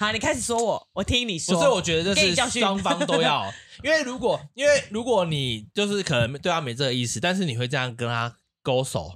[SPEAKER 1] 好，你开始说我，我听你说。
[SPEAKER 3] 不是，我觉得
[SPEAKER 1] 给
[SPEAKER 3] 这
[SPEAKER 1] 你
[SPEAKER 3] 是
[SPEAKER 1] 教训
[SPEAKER 3] 双方都
[SPEAKER 1] (laughs)
[SPEAKER 3] 要，因为如果因为如果你就是可能对他没这个意思，但是你会这样跟他勾手，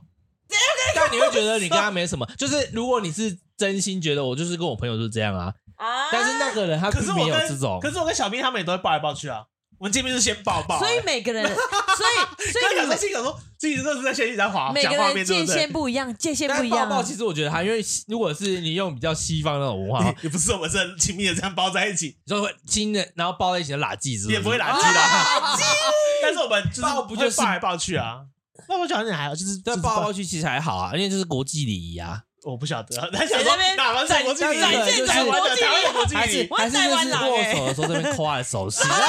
[SPEAKER 3] 但你会觉得你跟他没什么。就是如果你是真心觉得我就是跟我朋友就是这样啊，
[SPEAKER 1] 啊，
[SPEAKER 3] 但是那个人他
[SPEAKER 2] 可是
[SPEAKER 3] 并
[SPEAKER 2] 我
[SPEAKER 3] 没
[SPEAKER 2] 跟
[SPEAKER 3] 有这种
[SPEAKER 2] 可，是我跟小兵他们也都会抱来抱去啊。我们见面就是先抱抱、
[SPEAKER 1] (laughs) 所以
[SPEAKER 2] 哎
[SPEAKER 1] 每
[SPEAKER 2] (laughs)
[SPEAKER 1] 个人，所以所
[SPEAKER 2] 刚
[SPEAKER 1] 以
[SPEAKER 2] 刚
[SPEAKER 1] 你
[SPEAKER 2] 想说
[SPEAKER 1] 们
[SPEAKER 2] 心想说，自己都是在学习在滑
[SPEAKER 1] 每
[SPEAKER 2] 讲
[SPEAKER 1] 个
[SPEAKER 2] 话
[SPEAKER 1] 人
[SPEAKER 2] 面对
[SPEAKER 1] 界
[SPEAKER 2] 不对
[SPEAKER 1] 限？不一样，界限不
[SPEAKER 3] 但
[SPEAKER 1] 一
[SPEAKER 3] 抱
[SPEAKER 1] 样、
[SPEAKER 3] 抱
[SPEAKER 1] 啊
[SPEAKER 3] 其。实我觉得还因为如果是你用比较西方那种文化，
[SPEAKER 2] 也也不是我们是亲密的这样抱在一起，
[SPEAKER 3] 你就会亲的，然后抱在一起的垃圾，
[SPEAKER 2] 也不会
[SPEAKER 3] 垃
[SPEAKER 2] 拉鸡啦。但是我们就是
[SPEAKER 3] 抱不就是
[SPEAKER 2] 会抱来抱去啊？那我觉得还好，就是
[SPEAKER 3] 但
[SPEAKER 2] 就是
[SPEAKER 3] 抱来抱去其实还好啊，因为这是国际礼仪啊。
[SPEAKER 2] 我不晓得。他
[SPEAKER 1] 谁
[SPEAKER 2] 想
[SPEAKER 1] 在那
[SPEAKER 2] 说
[SPEAKER 1] 边
[SPEAKER 2] 哪玩什么
[SPEAKER 1] 展
[SPEAKER 2] 礼仪？
[SPEAKER 1] 展
[SPEAKER 3] 现
[SPEAKER 2] 就是
[SPEAKER 3] 展
[SPEAKER 2] 台湾
[SPEAKER 1] 国
[SPEAKER 2] 的
[SPEAKER 1] 际
[SPEAKER 2] 台湾
[SPEAKER 1] 礼
[SPEAKER 2] 的
[SPEAKER 1] 仪
[SPEAKER 2] 国际
[SPEAKER 3] 还
[SPEAKER 2] 礼
[SPEAKER 3] 是
[SPEAKER 2] 仪，
[SPEAKER 1] 我
[SPEAKER 3] 还是
[SPEAKER 1] 在
[SPEAKER 3] 就
[SPEAKER 1] 玩
[SPEAKER 3] 是
[SPEAKER 1] 狼
[SPEAKER 3] 握
[SPEAKER 1] 欸
[SPEAKER 3] 手的时候这边 (laughs) 夸手
[SPEAKER 2] (laughs)
[SPEAKER 3] 势，啊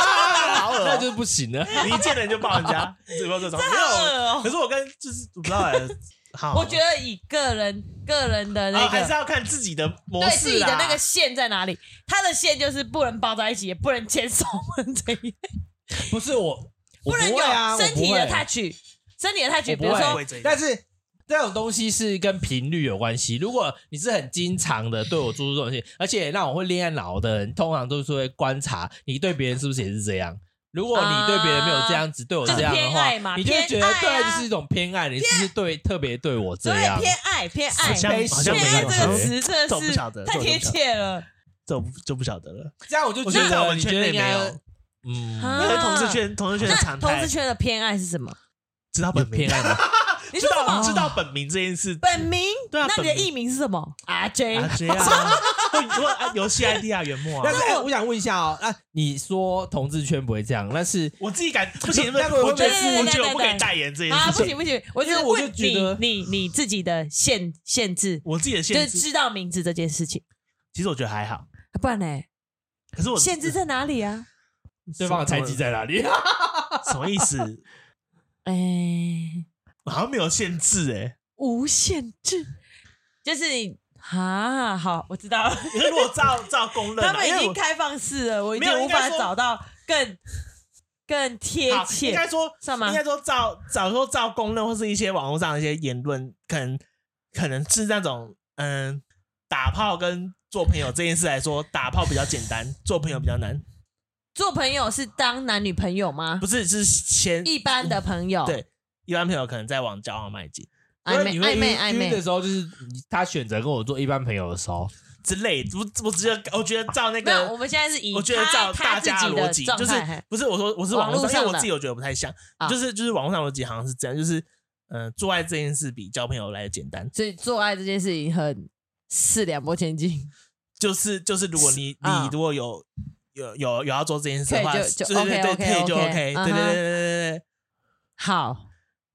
[SPEAKER 2] 好恶哦
[SPEAKER 3] 那就不行了。
[SPEAKER 2] 你一见人就抱人 (laughs) 家，有没有这种？没
[SPEAKER 1] 好恶
[SPEAKER 2] 有。
[SPEAKER 1] 哦
[SPEAKER 2] 可是我跟就是我不知道哎， (laughs) 好，
[SPEAKER 1] 我觉得以个人个人的那
[SPEAKER 2] 啊还是
[SPEAKER 1] 个。
[SPEAKER 2] 要看自己的模
[SPEAKER 1] 对自
[SPEAKER 2] 式
[SPEAKER 1] 己的
[SPEAKER 2] 啦。
[SPEAKER 1] 那个线在哪里？他的线就是不能抱在一起，也不能牵手，不能这样，
[SPEAKER 3] 不是我，我
[SPEAKER 1] 能
[SPEAKER 3] 会啊，
[SPEAKER 1] 有身体
[SPEAKER 3] 我
[SPEAKER 1] 的
[SPEAKER 3] 不会
[SPEAKER 1] touch，身体的 touch，
[SPEAKER 3] 我
[SPEAKER 1] 比
[SPEAKER 3] 不
[SPEAKER 1] 如
[SPEAKER 3] 会
[SPEAKER 1] 说
[SPEAKER 2] 会这样
[SPEAKER 3] 但是这种东西是跟频率有关系。如果你是很经常的对我做出这种事情，而且让我会恋爱脑的人，通常都是会观察你对别人是不是也是这样。如果你对别人没有这样子，对我这样
[SPEAKER 1] 啊就
[SPEAKER 3] 的
[SPEAKER 1] 是偏爱嘛
[SPEAKER 3] 话，你就会觉得
[SPEAKER 1] 偏爱啊
[SPEAKER 3] 对，就是一种偏爱。你是不是对特别对我这
[SPEAKER 1] 所以
[SPEAKER 3] 样？
[SPEAKER 1] 偏爱偏爱
[SPEAKER 2] 好，像好像
[SPEAKER 1] 偏
[SPEAKER 2] 没
[SPEAKER 1] 爱
[SPEAKER 2] 有
[SPEAKER 1] 这个
[SPEAKER 2] 好像
[SPEAKER 1] 词真
[SPEAKER 2] 这我
[SPEAKER 1] 的
[SPEAKER 2] 不晓得
[SPEAKER 1] 是太贴切了。
[SPEAKER 2] 这我不就不晓得了。
[SPEAKER 3] 这样我就
[SPEAKER 2] 我
[SPEAKER 3] 觉
[SPEAKER 2] 觉得在我
[SPEAKER 3] 得
[SPEAKER 2] 们
[SPEAKER 3] 你
[SPEAKER 2] 圈
[SPEAKER 3] 觉得应
[SPEAKER 2] 内没
[SPEAKER 3] 该
[SPEAKER 2] 有
[SPEAKER 3] 要，嗯，
[SPEAKER 1] 啊
[SPEAKER 2] 因为同志圈同志圈的
[SPEAKER 1] 那
[SPEAKER 2] 常
[SPEAKER 1] 同
[SPEAKER 2] 态
[SPEAKER 1] 志，圈的偏爱是什么？
[SPEAKER 2] 知道
[SPEAKER 3] 有
[SPEAKER 2] 本名
[SPEAKER 3] 偏，爱吗？
[SPEAKER 2] (laughs)
[SPEAKER 1] 你
[SPEAKER 2] 知
[SPEAKER 1] 说什
[SPEAKER 2] 道
[SPEAKER 1] 么？
[SPEAKER 2] 知道本名这件事，
[SPEAKER 1] 本名？
[SPEAKER 2] 对啊
[SPEAKER 1] 那你的
[SPEAKER 2] 本名
[SPEAKER 1] 艺名是什么？阿 J
[SPEAKER 2] 啊，
[SPEAKER 1] (laughs)
[SPEAKER 2] 这样啊，问问游戏 ID 啊，原木啊
[SPEAKER 3] 但。是、哎我想问一下哦，那你说同志圈不会这样，但是
[SPEAKER 2] 我自己敢不行，
[SPEAKER 3] 那个
[SPEAKER 2] 我觉得
[SPEAKER 1] 会不会
[SPEAKER 2] 我觉得
[SPEAKER 1] 是
[SPEAKER 2] 我不敢代言这件
[SPEAKER 1] 啊，
[SPEAKER 2] 事
[SPEAKER 1] 不
[SPEAKER 2] 情
[SPEAKER 1] 行。不行，我只
[SPEAKER 3] 因
[SPEAKER 1] 是
[SPEAKER 3] 为我就
[SPEAKER 1] 问
[SPEAKER 3] 觉得
[SPEAKER 1] 你你你自己的限限制，
[SPEAKER 2] 我自己的
[SPEAKER 1] 就是
[SPEAKER 2] 限制，
[SPEAKER 1] 知道名字这件事情，啊
[SPEAKER 2] 其实我觉得还好。
[SPEAKER 1] 不然呢？
[SPEAKER 2] 可是我
[SPEAKER 1] 限制在哪里啊？
[SPEAKER 3] 对方的猜忌
[SPEAKER 2] (laughs)
[SPEAKER 3] 在哪里？
[SPEAKER 2] 什么意思？
[SPEAKER 1] 哎，
[SPEAKER 2] 好像没有限制哎。
[SPEAKER 1] 无限制，就是你啊，好，我知道了，
[SPEAKER 2] 可是如果照照公认啊，
[SPEAKER 1] 他们
[SPEAKER 2] 因
[SPEAKER 1] 已
[SPEAKER 2] 为
[SPEAKER 1] 经
[SPEAKER 2] 我
[SPEAKER 1] 开放式了，我已
[SPEAKER 2] 没
[SPEAKER 1] 经
[SPEAKER 2] 有
[SPEAKER 1] 无
[SPEAKER 2] 应该
[SPEAKER 1] 法
[SPEAKER 2] 说
[SPEAKER 1] 找到更更贴
[SPEAKER 2] 好
[SPEAKER 1] 切
[SPEAKER 2] 应。该说
[SPEAKER 1] 是吗
[SPEAKER 2] 应该说照早说照公认或是一些网络上的一些言论，可能可能是那种嗯打炮跟做朋友这件事来说，打炮比较简单，做朋友比较难。
[SPEAKER 1] 做朋友是当男女朋友吗
[SPEAKER 2] 不？是，是先
[SPEAKER 1] 一般的朋友，
[SPEAKER 2] 对一般朋友可能在往交往迈进
[SPEAKER 1] 暧
[SPEAKER 3] (laughs)
[SPEAKER 1] 昧
[SPEAKER 3] 你会
[SPEAKER 1] 暧
[SPEAKER 3] 晕
[SPEAKER 1] 昧暧
[SPEAKER 3] 晕的
[SPEAKER 1] 昧，
[SPEAKER 3] 时候，就是你他选择跟我做一般朋友的时候，
[SPEAKER 2] 之类。我我只觉得，我觉得照那
[SPEAKER 1] 没有，
[SPEAKER 2] 个
[SPEAKER 1] 我，们现在是以
[SPEAKER 2] 我觉得
[SPEAKER 1] 他
[SPEAKER 2] 照
[SPEAKER 1] 他
[SPEAKER 2] 大
[SPEAKER 1] 自
[SPEAKER 2] 家
[SPEAKER 1] 己
[SPEAKER 2] 逻
[SPEAKER 1] 的
[SPEAKER 2] 辑，
[SPEAKER 1] 状
[SPEAKER 2] 就是
[SPEAKER 1] 态，嘿
[SPEAKER 2] 不是我说我是网络
[SPEAKER 1] 网络
[SPEAKER 2] 上，因
[SPEAKER 1] 上
[SPEAKER 2] 为
[SPEAKER 1] 的
[SPEAKER 2] 我自己我觉得不太像
[SPEAKER 1] 啊，
[SPEAKER 2] 就是就是网络上逻辑好像是这样，就是嗯做爱这件事比交朋友来的简单。
[SPEAKER 1] 所以做爱这件事情很四两拨千斤，
[SPEAKER 2] 就是就是，如果你
[SPEAKER 1] 啊
[SPEAKER 2] 你如果有有有有要做这件事的话，
[SPEAKER 1] 可
[SPEAKER 2] 对
[SPEAKER 1] 以就就
[SPEAKER 2] 对对对，
[SPEAKER 1] OK，OK，
[SPEAKER 2] 可以就
[SPEAKER 1] OK，
[SPEAKER 2] OK，对
[SPEAKER 1] 嗯
[SPEAKER 2] 对对对
[SPEAKER 1] 哼
[SPEAKER 2] 对对对。
[SPEAKER 1] 好，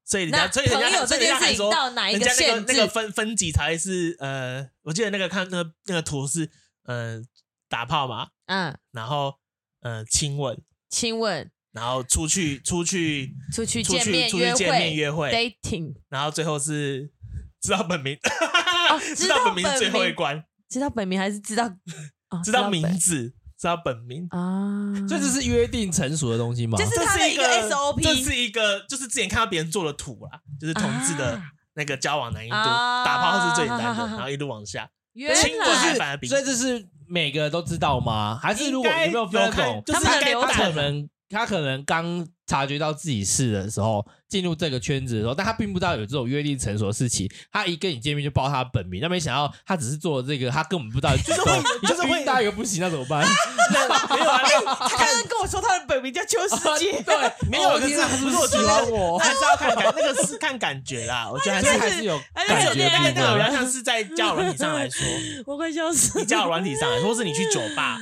[SPEAKER 2] 所以人
[SPEAKER 1] 那
[SPEAKER 2] 家，所以人家
[SPEAKER 1] 朋友
[SPEAKER 2] 所以
[SPEAKER 1] 这
[SPEAKER 2] 人
[SPEAKER 1] 件
[SPEAKER 2] 家
[SPEAKER 1] 事
[SPEAKER 2] 还
[SPEAKER 1] 情
[SPEAKER 2] 说，
[SPEAKER 1] 到哪一
[SPEAKER 2] 人
[SPEAKER 1] 个
[SPEAKER 2] 家那
[SPEAKER 1] 限
[SPEAKER 2] 个那个
[SPEAKER 1] 制
[SPEAKER 2] 分分级才是呃，我记得那个看那个那个图是呃打炮嘛，
[SPEAKER 1] 嗯，
[SPEAKER 2] 然后呃亲吻，
[SPEAKER 1] 亲吻、
[SPEAKER 2] 然后出去出去
[SPEAKER 1] 出去
[SPEAKER 2] 出
[SPEAKER 1] 见
[SPEAKER 2] 去
[SPEAKER 1] 面、
[SPEAKER 2] 出
[SPEAKER 1] 约
[SPEAKER 2] 去见面
[SPEAKER 1] 会、
[SPEAKER 2] 约会， (laughs)
[SPEAKER 1] dating，
[SPEAKER 2] 然后最后是知道本名，
[SPEAKER 1] 哦知
[SPEAKER 2] (laughs) 知
[SPEAKER 1] 道
[SPEAKER 2] 道本名
[SPEAKER 1] 本
[SPEAKER 2] 是最后一
[SPEAKER 1] 名
[SPEAKER 2] 关，
[SPEAKER 1] 知道本名还是知道哦
[SPEAKER 2] (laughs) 知道名
[SPEAKER 1] 本
[SPEAKER 2] 字，知道本名，
[SPEAKER 1] 啊？
[SPEAKER 3] 所以这是约定成熟的东西吗？
[SPEAKER 1] 这是
[SPEAKER 2] 这
[SPEAKER 1] 他
[SPEAKER 2] 是
[SPEAKER 1] 的
[SPEAKER 2] 一
[SPEAKER 1] 个
[SPEAKER 2] 这
[SPEAKER 1] SOP，
[SPEAKER 2] 是一个就是之前看到别人做的图啦，就是同志的
[SPEAKER 1] 啊
[SPEAKER 2] 那个交往难易度，
[SPEAKER 1] 啊
[SPEAKER 2] 打炮是最简
[SPEAKER 1] 哈
[SPEAKER 2] 单
[SPEAKER 1] 哈哈
[SPEAKER 2] 的，
[SPEAKER 1] 哈
[SPEAKER 2] 然后一路往下。
[SPEAKER 1] 原
[SPEAKER 2] 亲
[SPEAKER 3] 就
[SPEAKER 2] 吻
[SPEAKER 1] 来
[SPEAKER 2] 是反而比
[SPEAKER 3] 所以这是每个都知道吗？还是如果
[SPEAKER 2] 应该
[SPEAKER 3] 有没有分那
[SPEAKER 2] 看
[SPEAKER 3] 种，
[SPEAKER 2] 就是
[SPEAKER 1] 他们的
[SPEAKER 2] 应该
[SPEAKER 1] 流
[SPEAKER 3] 他可
[SPEAKER 1] 程
[SPEAKER 2] 大人
[SPEAKER 3] 能他可能刚察觉到自己是的时候，进入这个圈子的时候，但他并不知道有这种约定成熟的事情。他一跟你见面就报他本名，那没想到他只是做了这个，他根本不知道，就是
[SPEAKER 2] 会 (laughs) 就是会
[SPEAKER 3] 晕大一个不行，那怎么
[SPEAKER 2] (laughs)
[SPEAKER 3] 办？
[SPEAKER 2] 没有啊，
[SPEAKER 1] 哎他刚刚跟我说他的本名叫邱世界，
[SPEAKER 3] 对，没
[SPEAKER 2] 没
[SPEAKER 3] 有，
[SPEAKER 2] 有，
[SPEAKER 3] 我
[SPEAKER 2] 可
[SPEAKER 3] 天
[SPEAKER 2] 是
[SPEAKER 3] 哪，他是
[SPEAKER 2] 不
[SPEAKER 3] 不
[SPEAKER 2] 是
[SPEAKER 3] 是喜
[SPEAKER 2] (laughs) 哦我觉
[SPEAKER 3] 欢
[SPEAKER 2] 得
[SPEAKER 3] 我？
[SPEAKER 2] 还是要看感，那个是看感觉啦，我觉 (laughs) 得
[SPEAKER 1] (laughs)
[SPEAKER 2] 还
[SPEAKER 3] 所以
[SPEAKER 2] 是
[SPEAKER 3] 还
[SPEAKER 2] 还
[SPEAKER 3] 是
[SPEAKER 2] 是
[SPEAKER 3] 有
[SPEAKER 1] 还是
[SPEAKER 3] 感
[SPEAKER 1] 有
[SPEAKER 3] 觉
[SPEAKER 1] 恋爱
[SPEAKER 3] 不一
[SPEAKER 2] 那个
[SPEAKER 3] 样
[SPEAKER 2] 比较像是在交友软体上来
[SPEAKER 1] (laughs)
[SPEAKER 2] 说，
[SPEAKER 1] 我快笑死
[SPEAKER 2] 你
[SPEAKER 1] 了。
[SPEAKER 2] 交友软体上来说，或是你去酒吧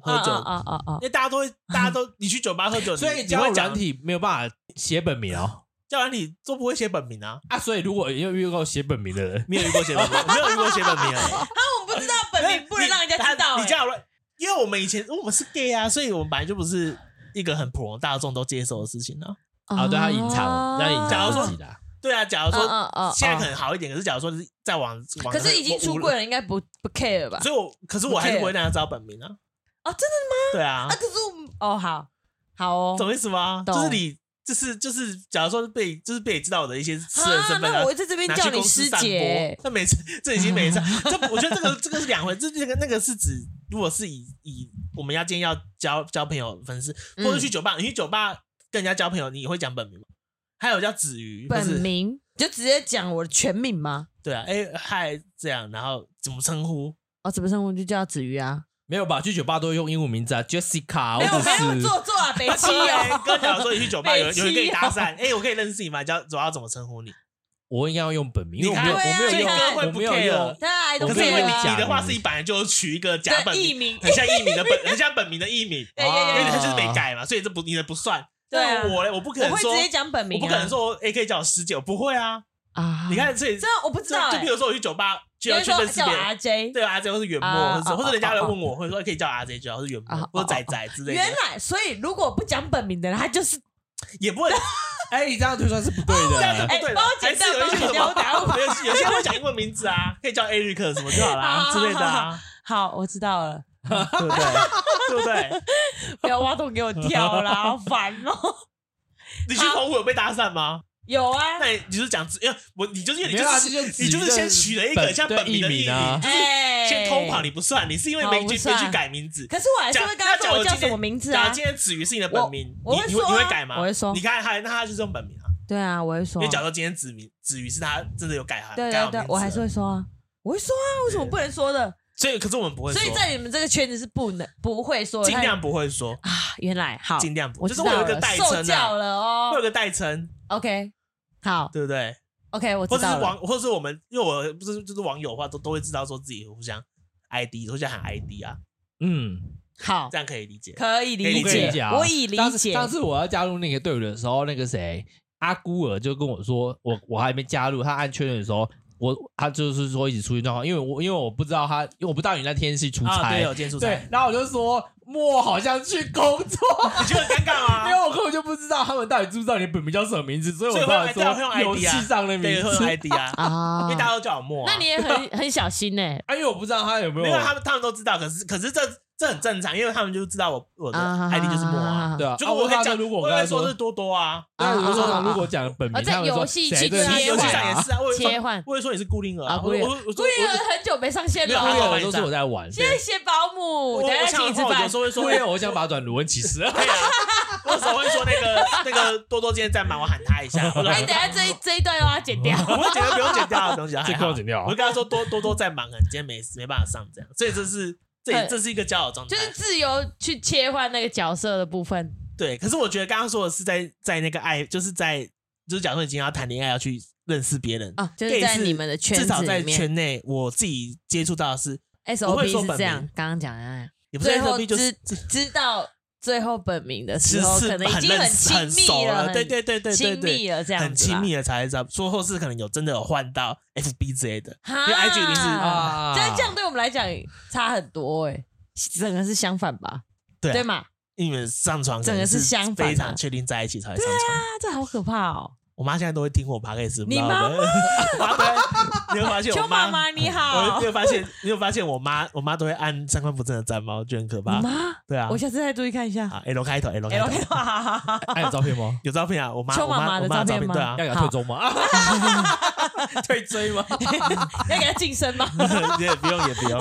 [SPEAKER 2] 喝酒，
[SPEAKER 1] 啊啊啊啊！
[SPEAKER 2] 因为大家都会，大家都你去酒吧喝酒，
[SPEAKER 3] 所以
[SPEAKER 2] 你
[SPEAKER 3] 交
[SPEAKER 2] 会
[SPEAKER 3] 友
[SPEAKER 2] 讲
[SPEAKER 3] 软体没有办法写本名哦，
[SPEAKER 2] 教软体都不会写本名啊，
[SPEAKER 3] 啊，所以如果有遇过写本名的人，
[SPEAKER 2] 没有遇过写本名，我没有遇过写本名啊。
[SPEAKER 1] 我不知道
[SPEAKER 4] (laughs)
[SPEAKER 1] 本名不能让人家知道、
[SPEAKER 2] 哎
[SPEAKER 4] 哎
[SPEAKER 2] 你
[SPEAKER 1] 欸，
[SPEAKER 2] 教软，因为我们以前我们是 gay 啊，所以我们本来就不是一个很普罗大众都接受的事情啊。
[SPEAKER 1] 哎
[SPEAKER 3] 啊，对他隐
[SPEAKER 2] 哦
[SPEAKER 1] 哦
[SPEAKER 3] 藏，让他隐
[SPEAKER 2] 假
[SPEAKER 3] 藏
[SPEAKER 2] 如说
[SPEAKER 3] 自己的啊。
[SPEAKER 2] 对啊，假如
[SPEAKER 4] 嗯
[SPEAKER 2] 说
[SPEAKER 4] 嗯嗯，
[SPEAKER 2] 现在可能好一点，可是假如说是再往往，
[SPEAKER 4] 可是已经出柜，了，应该不不 care 吧
[SPEAKER 2] 我？所以我可是我还是不会让他知道本名啊。
[SPEAKER 1] 哦真
[SPEAKER 2] 的吗？对啊
[SPEAKER 4] 啊，，可是我哦，好好哦，
[SPEAKER 2] 懂意思吗？
[SPEAKER 4] 懂
[SPEAKER 2] 就是你，就是就是，假如说被就是被你知道我的一些私人身份
[SPEAKER 4] 那
[SPEAKER 2] 啊
[SPEAKER 4] 我。会在这边
[SPEAKER 2] 拿
[SPEAKER 4] 叫
[SPEAKER 2] 去
[SPEAKER 4] 你
[SPEAKER 2] 公司
[SPEAKER 4] 师
[SPEAKER 2] 散
[SPEAKER 4] 姐欸
[SPEAKER 2] 播，，那每次这已经每次，
[SPEAKER 4] (laughs)
[SPEAKER 2] 这我觉得这个这个是两回，这这个那个是指，如果是以以我们要今天要交交朋友粉丝，或
[SPEAKER 1] 嗯
[SPEAKER 2] 者去酒吧，你去酒吧跟人家交朋友，你会讲本名吗？还有叫子瑜，或
[SPEAKER 4] 本
[SPEAKER 2] 是
[SPEAKER 4] 名就直接讲我的全名吗？
[SPEAKER 2] 对啊，哎嗨这样，然后怎么称
[SPEAKER 1] (laughs)
[SPEAKER 2] 呼？
[SPEAKER 4] 哦，怎么称呼就叫子瑜啊？
[SPEAKER 3] 没有吧？去酒吧都会用英文名字啊，Jessica，
[SPEAKER 1] 没有
[SPEAKER 3] 或
[SPEAKER 1] 没有
[SPEAKER 3] 者
[SPEAKER 1] 做作啊，北七
[SPEAKER 2] 七
[SPEAKER 1] 哦，
[SPEAKER 2] 人跟假
[SPEAKER 1] (laughs)
[SPEAKER 2] 如说你去酒吧，有
[SPEAKER 1] 北
[SPEAKER 2] 有
[SPEAKER 1] 七
[SPEAKER 2] 人跟你搭
[SPEAKER 1] 哦
[SPEAKER 2] 讪，哎，我可以认识你吗？叫主要怎么称呼你？
[SPEAKER 3] 我应该要用本名，因为我
[SPEAKER 2] 你
[SPEAKER 3] 没
[SPEAKER 2] 看
[SPEAKER 3] 有，我没有
[SPEAKER 1] 对啊
[SPEAKER 3] 用，我没有
[SPEAKER 2] 所以他会
[SPEAKER 3] 用
[SPEAKER 2] 不。
[SPEAKER 4] 大家 I
[SPEAKER 3] 我
[SPEAKER 4] don't
[SPEAKER 2] 可是因为
[SPEAKER 4] care
[SPEAKER 2] 你
[SPEAKER 4] 啊
[SPEAKER 2] 你的话是你本来就取一个假本
[SPEAKER 1] 艺
[SPEAKER 2] 名，
[SPEAKER 1] 名， (laughs)
[SPEAKER 2] 很像艺名的本，很像本名的艺名，
[SPEAKER 1] 对
[SPEAKER 3] 啊
[SPEAKER 1] 对
[SPEAKER 2] 因为
[SPEAKER 1] 对
[SPEAKER 2] 他就是没改嘛，所以这不你的不算。
[SPEAKER 1] 对啊
[SPEAKER 2] 但我嘞，我不可
[SPEAKER 1] 对，我
[SPEAKER 2] 能
[SPEAKER 1] 会
[SPEAKER 2] 说
[SPEAKER 1] 直，接讲本名、啊，
[SPEAKER 2] 我不可能说，哎，可以叫我师姐，我不会啊。
[SPEAKER 4] 啊，
[SPEAKER 2] 你看，所以
[SPEAKER 1] 这样我不知道、欸，
[SPEAKER 2] 就比如说我去酒吧，就
[SPEAKER 1] 有
[SPEAKER 2] 要
[SPEAKER 1] 人
[SPEAKER 2] 去
[SPEAKER 1] 说
[SPEAKER 2] 认识
[SPEAKER 1] 叫
[SPEAKER 2] 别
[SPEAKER 1] 我
[SPEAKER 2] 人。
[SPEAKER 1] RJ，
[SPEAKER 2] 对啊，这或是圆
[SPEAKER 4] 啊
[SPEAKER 2] 墨，或
[SPEAKER 4] 啊
[SPEAKER 2] 者或者人家来
[SPEAKER 4] 啊啊
[SPEAKER 2] 问我，或者说可以叫 RJ，主要是圆墨
[SPEAKER 4] 啊啊
[SPEAKER 2] 或者仔仔之类
[SPEAKER 1] 原
[SPEAKER 2] 的，
[SPEAKER 1] 来所以如果不讲本名的人，他就是
[SPEAKER 2] 也不会
[SPEAKER 3] 哎，你这样推算是不对
[SPEAKER 2] (laughs) 这样子
[SPEAKER 3] 的。
[SPEAKER 2] 不对
[SPEAKER 1] 哎
[SPEAKER 2] 了
[SPEAKER 1] 帮我，剪
[SPEAKER 2] 还是
[SPEAKER 1] 掉
[SPEAKER 2] 有一些什
[SPEAKER 1] 帮我剪掉
[SPEAKER 2] (laughs) 么，有有些会讲英文名字啊，可以叫 Eric 什么就好啦
[SPEAKER 1] 好
[SPEAKER 2] 之类的啊，
[SPEAKER 1] 好，我知道了，
[SPEAKER 4] 啊
[SPEAKER 2] 对不对？对不对？
[SPEAKER 1] 不要挖洞给我跳啦，好烦哦、
[SPEAKER 2] 你
[SPEAKER 4] 啊
[SPEAKER 2] 去澎湖有被搭讪吗？
[SPEAKER 1] (laughs) 有啊，
[SPEAKER 2] 那你就是讲，因为我你就是因为你
[SPEAKER 3] 没有啊
[SPEAKER 2] 就
[SPEAKER 3] 这就是是
[SPEAKER 2] 你就是先取了一个
[SPEAKER 3] 本
[SPEAKER 2] 像本名的
[SPEAKER 3] 对艺
[SPEAKER 2] 艺
[SPEAKER 3] 名啊
[SPEAKER 2] 名，就是
[SPEAKER 1] 哎、
[SPEAKER 2] 先偷跑你不算，你是
[SPEAKER 4] 哦
[SPEAKER 2] 因为
[SPEAKER 1] 好
[SPEAKER 2] 没
[SPEAKER 1] 不
[SPEAKER 2] 去没
[SPEAKER 1] 算
[SPEAKER 2] 去改名字。
[SPEAKER 1] 可是我还是会跟他
[SPEAKER 2] 假
[SPEAKER 1] 说我叫什么名字
[SPEAKER 2] 假
[SPEAKER 1] 啊
[SPEAKER 2] 如？今天子瑜是你的本名，
[SPEAKER 1] 我我会
[SPEAKER 2] 你你会
[SPEAKER 1] 说
[SPEAKER 2] 你
[SPEAKER 1] 啊
[SPEAKER 2] 会改吗？
[SPEAKER 4] 我会说
[SPEAKER 2] 你看他，那他就是用本名啊。
[SPEAKER 4] 对啊，我会说
[SPEAKER 2] 因为，假如今天子明子瑜是他真的有改
[SPEAKER 1] 啊
[SPEAKER 4] 对
[SPEAKER 2] 改
[SPEAKER 4] 对
[SPEAKER 2] 好
[SPEAKER 4] 对
[SPEAKER 2] 名，字，
[SPEAKER 4] 我还是。会说啊，
[SPEAKER 1] 我会说啊，为什么不能说的？
[SPEAKER 2] 所以，可是我们不会说
[SPEAKER 1] 所，以在你们这个圈子是不能不会说的，
[SPEAKER 2] 尽量不会说，
[SPEAKER 4] 啊，原来好，
[SPEAKER 2] 尽量不，
[SPEAKER 4] 我
[SPEAKER 2] 就
[SPEAKER 4] 知
[SPEAKER 2] 是
[SPEAKER 4] 道
[SPEAKER 2] 会有一
[SPEAKER 4] 了
[SPEAKER 2] 个，代
[SPEAKER 4] 受
[SPEAKER 2] 称
[SPEAKER 4] 教
[SPEAKER 2] 啊，
[SPEAKER 4] 了
[SPEAKER 2] 会有
[SPEAKER 4] 哦。
[SPEAKER 2] 个代称，
[SPEAKER 4] OK，好
[SPEAKER 2] 对不对？
[SPEAKER 4] ，OK，我
[SPEAKER 2] 或
[SPEAKER 4] 知
[SPEAKER 2] 者
[SPEAKER 4] 道
[SPEAKER 2] 是
[SPEAKER 4] 了。
[SPEAKER 2] 网，或者是我们，因为我不是就是网友的话，都都会知道说自己互相 ID，互相喊 ID 啊，
[SPEAKER 3] 嗯，
[SPEAKER 4] 好
[SPEAKER 2] 这，样可以理解。
[SPEAKER 1] 可以理
[SPEAKER 2] 可以
[SPEAKER 1] 解，
[SPEAKER 2] 理
[SPEAKER 3] 解啊
[SPEAKER 1] 我已理
[SPEAKER 3] 上次
[SPEAKER 1] 解。
[SPEAKER 3] 上次我要加入那个队伍的时候，那个谁阿孤儿就跟我说，我我还没加入，他按确认的时候。我他就是说一起出去状况，因为我因为我不知道他，因为我不知道你那天是出
[SPEAKER 2] 啊，
[SPEAKER 3] 差
[SPEAKER 2] 对，，有见出
[SPEAKER 3] 对
[SPEAKER 2] 差，，
[SPEAKER 3] 然后我就说莫好像去工作，
[SPEAKER 2] 你觉得很尴尬
[SPEAKER 4] (laughs)
[SPEAKER 3] 因为
[SPEAKER 2] 吗？
[SPEAKER 3] 我根本就不知道他们到底知不知道你本名叫什么名字，所以我
[SPEAKER 2] 啊所以
[SPEAKER 3] 当
[SPEAKER 2] 会
[SPEAKER 3] 然
[SPEAKER 2] 对会用
[SPEAKER 3] 说
[SPEAKER 2] ID 啊
[SPEAKER 3] 有戏上的名
[SPEAKER 2] 对，会
[SPEAKER 3] 字
[SPEAKER 2] 用 ID 啊，因
[SPEAKER 4] 啊
[SPEAKER 2] 为大家都叫我莫啊。
[SPEAKER 4] 那你也很很小心呢。
[SPEAKER 3] 啊，因为我不知道他有没
[SPEAKER 2] 没
[SPEAKER 3] 有
[SPEAKER 2] 有他们，他们都知道，可是可是这这很正常，因为他们就知道我我的
[SPEAKER 4] 啊
[SPEAKER 2] ID 就是莫啊。
[SPEAKER 3] 对
[SPEAKER 4] 哦
[SPEAKER 3] 啊。
[SPEAKER 2] 就
[SPEAKER 3] 啊
[SPEAKER 2] 我
[SPEAKER 3] 我
[SPEAKER 2] 可以
[SPEAKER 3] 刚
[SPEAKER 2] 讲，
[SPEAKER 3] 如果我
[SPEAKER 2] 我
[SPEAKER 3] 刚
[SPEAKER 2] 会
[SPEAKER 3] 才
[SPEAKER 2] 说
[SPEAKER 3] 说
[SPEAKER 2] 是，多多啊，
[SPEAKER 3] 对啊，我
[SPEAKER 4] 啊啊
[SPEAKER 3] 说
[SPEAKER 4] 啊
[SPEAKER 3] 如果讲本
[SPEAKER 4] 啊
[SPEAKER 1] 哦
[SPEAKER 3] 名，
[SPEAKER 4] 在
[SPEAKER 3] 他们说
[SPEAKER 4] 游戏
[SPEAKER 3] 谁
[SPEAKER 4] 去
[SPEAKER 3] 这
[SPEAKER 4] 切
[SPEAKER 2] 啊
[SPEAKER 4] 换
[SPEAKER 3] 是
[SPEAKER 2] 游戏上也是啊，我也
[SPEAKER 4] 切
[SPEAKER 2] 说
[SPEAKER 4] 换
[SPEAKER 2] 我也说你是孤零儿
[SPEAKER 4] 啊
[SPEAKER 2] 我
[SPEAKER 4] 孤零
[SPEAKER 2] 我我说
[SPEAKER 4] 孤立儿很久没上线
[SPEAKER 2] 没有
[SPEAKER 4] 了
[SPEAKER 2] 他
[SPEAKER 3] 孤
[SPEAKER 2] 好
[SPEAKER 3] 友
[SPEAKER 2] 玩
[SPEAKER 3] 都啊是我在玩，
[SPEAKER 1] 谢谢保姆，
[SPEAKER 2] 我
[SPEAKER 1] 等一
[SPEAKER 2] 我
[SPEAKER 1] 下请
[SPEAKER 2] 像
[SPEAKER 1] 你吃
[SPEAKER 2] 我有
[SPEAKER 1] 饭
[SPEAKER 2] 时。候会说
[SPEAKER 4] (laughs)
[SPEAKER 3] 我也我想把它转卢文奇斯，
[SPEAKER 2] 对啊，我有时候会说那个那个多多今天在忙，我喊他
[SPEAKER 4] (laughs)
[SPEAKER 2] 一下。我说
[SPEAKER 4] 哎，等一下这一这一段要剪掉。
[SPEAKER 2] 我会觉得不用剪掉的东西，还
[SPEAKER 3] 这
[SPEAKER 2] 好
[SPEAKER 3] 个要剪掉啊
[SPEAKER 2] 我就跟他说多多多在忙，可能今天没事没办法上这样，所以这是这也
[SPEAKER 4] 对
[SPEAKER 2] 这是一个交友状态
[SPEAKER 4] 就。是自由去切换那个角色的部分。
[SPEAKER 2] 对，可是我觉得刚刚说的是在在那个爱，就是在就是假如说你今天要谈恋爱，要去认识别人
[SPEAKER 4] 啊就是在你们的圈子
[SPEAKER 2] 至少在
[SPEAKER 4] 里面
[SPEAKER 2] 圈内，我自己接触到的是，我会
[SPEAKER 4] SOP
[SPEAKER 2] 说
[SPEAKER 4] 是
[SPEAKER 2] 本
[SPEAKER 4] 这
[SPEAKER 2] 名
[SPEAKER 4] 样，刚刚讲的那样。
[SPEAKER 2] 也不是
[SPEAKER 4] 最后
[SPEAKER 2] S B，就是
[SPEAKER 4] 知知道最后本名的时
[SPEAKER 2] 是
[SPEAKER 4] 候，
[SPEAKER 2] 是
[SPEAKER 4] 可能已经
[SPEAKER 2] 认识
[SPEAKER 4] 亲
[SPEAKER 2] 很
[SPEAKER 4] 密
[SPEAKER 2] 熟
[SPEAKER 4] 很
[SPEAKER 2] 对对对对对
[SPEAKER 4] 亲密
[SPEAKER 2] 对，
[SPEAKER 4] 了这样子啦
[SPEAKER 2] 很亲密了才知道，说后是可能有真的有换到 F B 之类的，
[SPEAKER 4] 哈
[SPEAKER 2] 因为 IG 已经是
[SPEAKER 4] 啊，
[SPEAKER 3] 啊
[SPEAKER 4] 这样这样对我们来讲差很多哎、整个是相反吧？
[SPEAKER 2] 对啊
[SPEAKER 4] 对嘛？
[SPEAKER 2] 因为上床可
[SPEAKER 4] 整
[SPEAKER 2] 能
[SPEAKER 4] 个
[SPEAKER 2] 是
[SPEAKER 4] 是相反啊
[SPEAKER 2] 非常确定在一起才
[SPEAKER 1] 哎
[SPEAKER 2] 会上床。
[SPEAKER 4] 啊，这好可怕哦！
[SPEAKER 2] 我妈现在都会听我 p o d c a s
[SPEAKER 4] 你妈
[SPEAKER 2] (laughs) 妈，你会发现
[SPEAKER 1] 邱
[SPEAKER 2] 我
[SPEAKER 1] 妈妈你
[SPEAKER 2] 我
[SPEAKER 1] 好
[SPEAKER 2] 你，有发现？你有发现我妈，我妈都会按三观不正的赞吗？我觉得很可怕
[SPEAKER 4] 你。妈，
[SPEAKER 2] 对啊
[SPEAKER 1] 我，下次再注意看一下。哎
[SPEAKER 2] 啊 L 开头，L 开
[SPEAKER 1] L
[SPEAKER 2] 头
[SPEAKER 1] K，哈哈哈哈
[SPEAKER 3] 啊还有照片吗？
[SPEAKER 2] 有照片啊，我妈
[SPEAKER 4] 邱
[SPEAKER 2] 我妈
[SPEAKER 4] 妈妈的
[SPEAKER 2] 我妈
[SPEAKER 4] 照
[SPEAKER 2] 照
[SPEAKER 4] 片吗
[SPEAKER 2] 对啊
[SPEAKER 3] 要，给他退中吗？啊退追 (laughs) 吗？
[SPEAKER 1] 要给他晋升吗？
[SPEAKER 2] 也不用也不用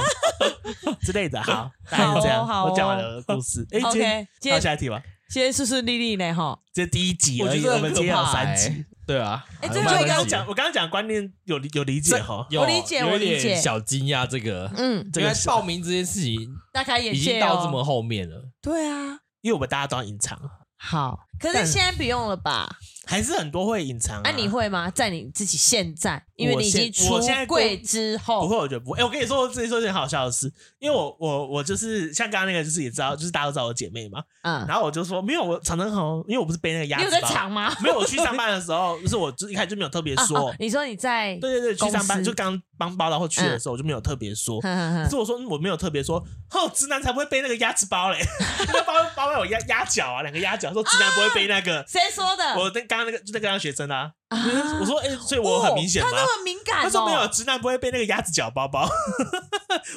[SPEAKER 2] 之类的。好，大概
[SPEAKER 1] 好哦
[SPEAKER 2] 是这
[SPEAKER 1] 好
[SPEAKER 2] 样。
[SPEAKER 1] 哦
[SPEAKER 2] 我讲完了故事。 (laughs) 哎，今天
[SPEAKER 1] OK，今
[SPEAKER 2] 到
[SPEAKER 1] 天
[SPEAKER 2] 下一题吧。
[SPEAKER 1] 今天顺顺利利呢，哈。
[SPEAKER 2] 这第一集
[SPEAKER 3] 我
[SPEAKER 2] 而
[SPEAKER 3] 觉
[SPEAKER 2] 已，
[SPEAKER 3] 得
[SPEAKER 2] 我
[SPEAKER 3] 很
[SPEAKER 2] 们
[SPEAKER 3] 可
[SPEAKER 2] 今天有
[SPEAKER 3] 怕
[SPEAKER 2] 三
[SPEAKER 3] 欸
[SPEAKER 2] 集。
[SPEAKER 3] 对啊，
[SPEAKER 1] 哎
[SPEAKER 3] 还
[SPEAKER 1] 这
[SPEAKER 3] 有
[SPEAKER 1] 个
[SPEAKER 3] 慢
[SPEAKER 1] 就
[SPEAKER 2] 我
[SPEAKER 3] 慢
[SPEAKER 1] 我
[SPEAKER 3] 讲
[SPEAKER 1] 刚刚
[SPEAKER 2] 刚刚讲，我刚刚讲观念有理有理解哈。
[SPEAKER 3] 有
[SPEAKER 1] 我理解
[SPEAKER 3] 有
[SPEAKER 1] 我
[SPEAKER 3] 一
[SPEAKER 1] 理解
[SPEAKER 3] 点小惊讶这个，
[SPEAKER 4] 嗯，
[SPEAKER 2] 这
[SPEAKER 3] 因
[SPEAKER 2] 个
[SPEAKER 3] 为
[SPEAKER 2] 是
[SPEAKER 3] 报名这件事情
[SPEAKER 1] 大开眼
[SPEAKER 3] 已经
[SPEAKER 1] 界
[SPEAKER 3] 到这
[SPEAKER 1] 哦。
[SPEAKER 3] 么后面了，
[SPEAKER 1] 对啊，
[SPEAKER 2] 因为我们大家都要隐藏，
[SPEAKER 1] 好，可是
[SPEAKER 2] 但
[SPEAKER 1] 现在不用了吧？
[SPEAKER 2] 还是很多会隐藏、啊。
[SPEAKER 1] 啊，你会吗？在你自己现在，因为
[SPEAKER 2] 我
[SPEAKER 1] 你已经
[SPEAKER 2] 现
[SPEAKER 1] 出
[SPEAKER 2] 我现在
[SPEAKER 1] 柜之
[SPEAKER 2] 不
[SPEAKER 1] 后，
[SPEAKER 2] 会，我觉得不会。哎、我跟你说，我自己说一件好笑的事，因为我我我就是像刚刚那个，就是也知道，就是大家都知道我姐妹嘛。
[SPEAKER 1] 嗯，
[SPEAKER 2] 然后我就说没有，我常常好，因为我不是背那个鸭
[SPEAKER 1] 你
[SPEAKER 2] 子
[SPEAKER 1] 有在
[SPEAKER 2] 包
[SPEAKER 1] 场吗？
[SPEAKER 2] 没有，我去上班的时候，就是我就一开始就没有特别
[SPEAKER 1] 啊
[SPEAKER 2] (laughs) 说。
[SPEAKER 1] 啊你说你在， (laughs)
[SPEAKER 2] 对对对，去上
[SPEAKER 1] 公司嗯
[SPEAKER 2] 班就刚帮报道或去的时候，我就没有特别说。
[SPEAKER 1] 哼哼
[SPEAKER 2] 可
[SPEAKER 1] 哼
[SPEAKER 2] 是我说我没有特别说，哼，直男才不会背那个鸭子包嘞， (laughs) 那个包包有鸭鸭脚啊，两个鸭脚，说直男不会背那个。
[SPEAKER 1] 谁说 (laughs) 的？
[SPEAKER 2] 我那刚刚那个就在跟他学生啊，
[SPEAKER 1] 啊
[SPEAKER 2] 我说哎、所以我很明显
[SPEAKER 1] 哦
[SPEAKER 2] 吗
[SPEAKER 1] 他？那么敏感、哦，
[SPEAKER 2] 他说没有，直男不会背那个鸭子脚包 (laughs) 包。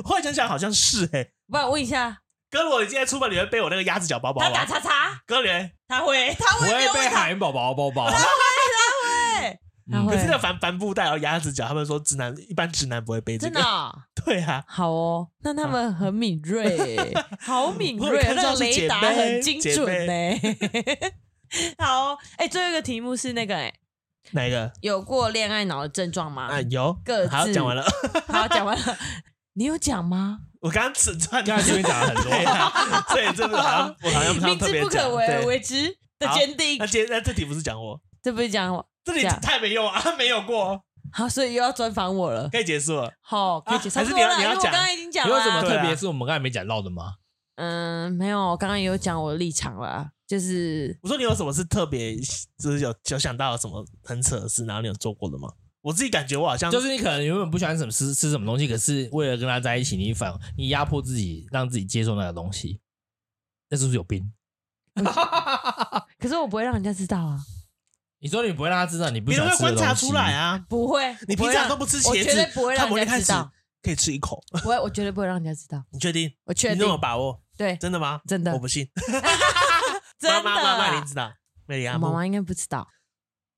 [SPEAKER 2] 后来想想好像是哎、欸，
[SPEAKER 1] 不然我问一下，
[SPEAKER 2] 哥，如果你今天出门，你会背我那个鸭子脚包包
[SPEAKER 1] 他打
[SPEAKER 2] 吗？
[SPEAKER 1] 叉叉，
[SPEAKER 2] 哥嘞，
[SPEAKER 5] 他会，
[SPEAKER 1] 他
[SPEAKER 3] 不
[SPEAKER 1] 会没
[SPEAKER 3] 会
[SPEAKER 1] 有
[SPEAKER 3] 被
[SPEAKER 1] 问
[SPEAKER 3] 海绵宝宝包
[SPEAKER 1] (laughs)
[SPEAKER 3] 包。
[SPEAKER 1] 对，他
[SPEAKER 2] 可
[SPEAKER 3] 嗯
[SPEAKER 1] 会啊
[SPEAKER 2] 是那个帆帆布袋还有鸭子脚，他们说直男一般直男不会背这
[SPEAKER 1] 真的
[SPEAKER 2] 个。
[SPEAKER 1] 哦、
[SPEAKER 2] 对啊，
[SPEAKER 1] 好哦，那他们很敏锐
[SPEAKER 2] (laughs)
[SPEAKER 1] 耶，好敏
[SPEAKER 2] 我
[SPEAKER 1] 锐
[SPEAKER 2] 有，看
[SPEAKER 1] 那
[SPEAKER 2] 到
[SPEAKER 1] 个
[SPEAKER 2] 是
[SPEAKER 1] 雷
[SPEAKER 2] 姐
[SPEAKER 1] 达
[SPEAKER 2] 妹
[SPEAKER 1] 很精
[SPEAKER 2] 姐
[SPEAKER 1] 准呢、
[SPEAKER 2] 妹 (laughs)
[SPEAKER 1] 好、哦，哎、最后一个题目是那个、哎，
[SPEAKER 2] 哪一个？
[SPEAKER 1] 有过恋爱脑的症状吗？
[SPEAKER 2] 啊，有
[SPEAKER 1] 各，自
[SPEAKER 2] 好，讲完了。 (laughs)
[SPEAKER 1] 好，讲完了，你有讲吗？
[SPEAKER 2] 我刚刚只突
[SPEAKER 3] 刚才这边讲了很
[SPEAKER 2] (laughs) 对
[SPEAKER 3] 多，
[SPEAKER 2] 啊，所以这个好像我好像
[SPEAKER 1] 明
[SPEAKER 2] 特
[SPEAKER 1] 知
[SPEAKER 2] 别
[SPEAKER 1] 不
[SPEAKER 2] 讲
[SPEAKER 1] 可为而
[SPEAKER 2] 对
[SPEAKER 1] 为之的
[SPEAKER 2] 好
[SPEAKER 1] 坚定
[SPEAKER 2] 那，今天那这题不是讲我，
[SPEAKER 1] 这不是讲我
[SPEAKER 2] 这里
[SPEAKER 1] 这样
[SPEAKER 2] 太没用啊，没有过，
[SPEAKER 1] 好，所以又要专访我了。
[SPEAKER 2] 可以结束了。
[SPEAKER 1] 好，可以
[SPEAKER 2] 啊
[SPEAKER 1] 解释。
[SPEAKER 2] 还是
[SPEAKER 1] 差不
[SPEAKER 2] 你
[SPEAKER 1] 多
[SPEAKER 2] 要
[SPEAKER 1] 了
[SPEAKER 2] 你要
[SPEAKER 1] 因为我
[SPEAKER 2] 讲
[SPEAKER 1] 刚刚已经讲
[SPEAKER 3] 有
[SPEAKER 1] 了
[SPEAKER 3] 什么
[SPEAKER 1] 啊。
[SPEAKER 3] 特别是我们刚才没讲到的吗？
[SPEAKER 1] 嗯，没有，我刚刚有讲我的立场了，啊就是
[SPEAKER 2] 我说你有什么是特别，就是有有想到什么很扯的事，然后你有做过的吗？我自己感觉我好像
[SPEAKER 3] 就是你可能原本不喜欢什么吃吃什么东西，可是为了跟他在一起，你反你压迫自己，让自己接受那个东西，那是不是有病？
[SPEAKER 1] 可是我不会让人家知道啊，
[SPEAKER 3] 你说你不会让他知道你不
[SPEAKER 2] 别
[SPEAKER 3] 喜
[SPEAKER 2] 人
[SPEAKER 3] 欢
[SPEAKER 2] 会
[SPEAKER 3] 吃的
[SPEAKER 2] 观察
[SPEAKER 3] 东西
[SPEAKER 2] 出来！啊。
[SPEAKER 1] 不会。
[SPEAKER 2] 你
[SPEAKER 1] 我不
[SPEAKER 2] 平
[SPEAKER 1] 会
[SPEAKER 2] 常
[SPEAKER 1] 让
[SPEAKER 2] 都不吃
[SPEAKER 1] 我
[SPEAKER 2] 茄
[SPEAKER 1] 绝对不
[SPEAKER 2] 子，
[SPEAKER 1] 会
[SPEAKER 2] 他
[SPEAKER 1] 让
[SPEAKER 2] 们
[SPEAKER 1] 人家
[SPEAKER 2] 会开
[SPEAKER 1] 知
[SPEAKER 2] 始
[SPEAKER 1] 道，
[SPEAKER 2] 可以吃一口，
[SPEAKER 1] 不会，我绝对不会让人家知道。
[SPEAKER 2] 你确定？
[SPEAKER 1] 我
[SPEAKER 2] 你
[SPEAKER 1] 确
[SPEAKER 2] 那
[SPEAKER 1] 定
[SPEAKER 2] 么，把握？
[SPEAKER 1] 对，
[SPEAKER 2] 真的吗？
[SPEAKER 1] 真的
[SPEAKER 2] 我，不信。
[SPEAKER 1] 真的
[SPEAKER 2] 妈妈妈妈一定
[SPEAKER 1] 啊。
[SPEAKER 2] 知道，美牙
[SPEAKER 1] 我妈妈应该不知道，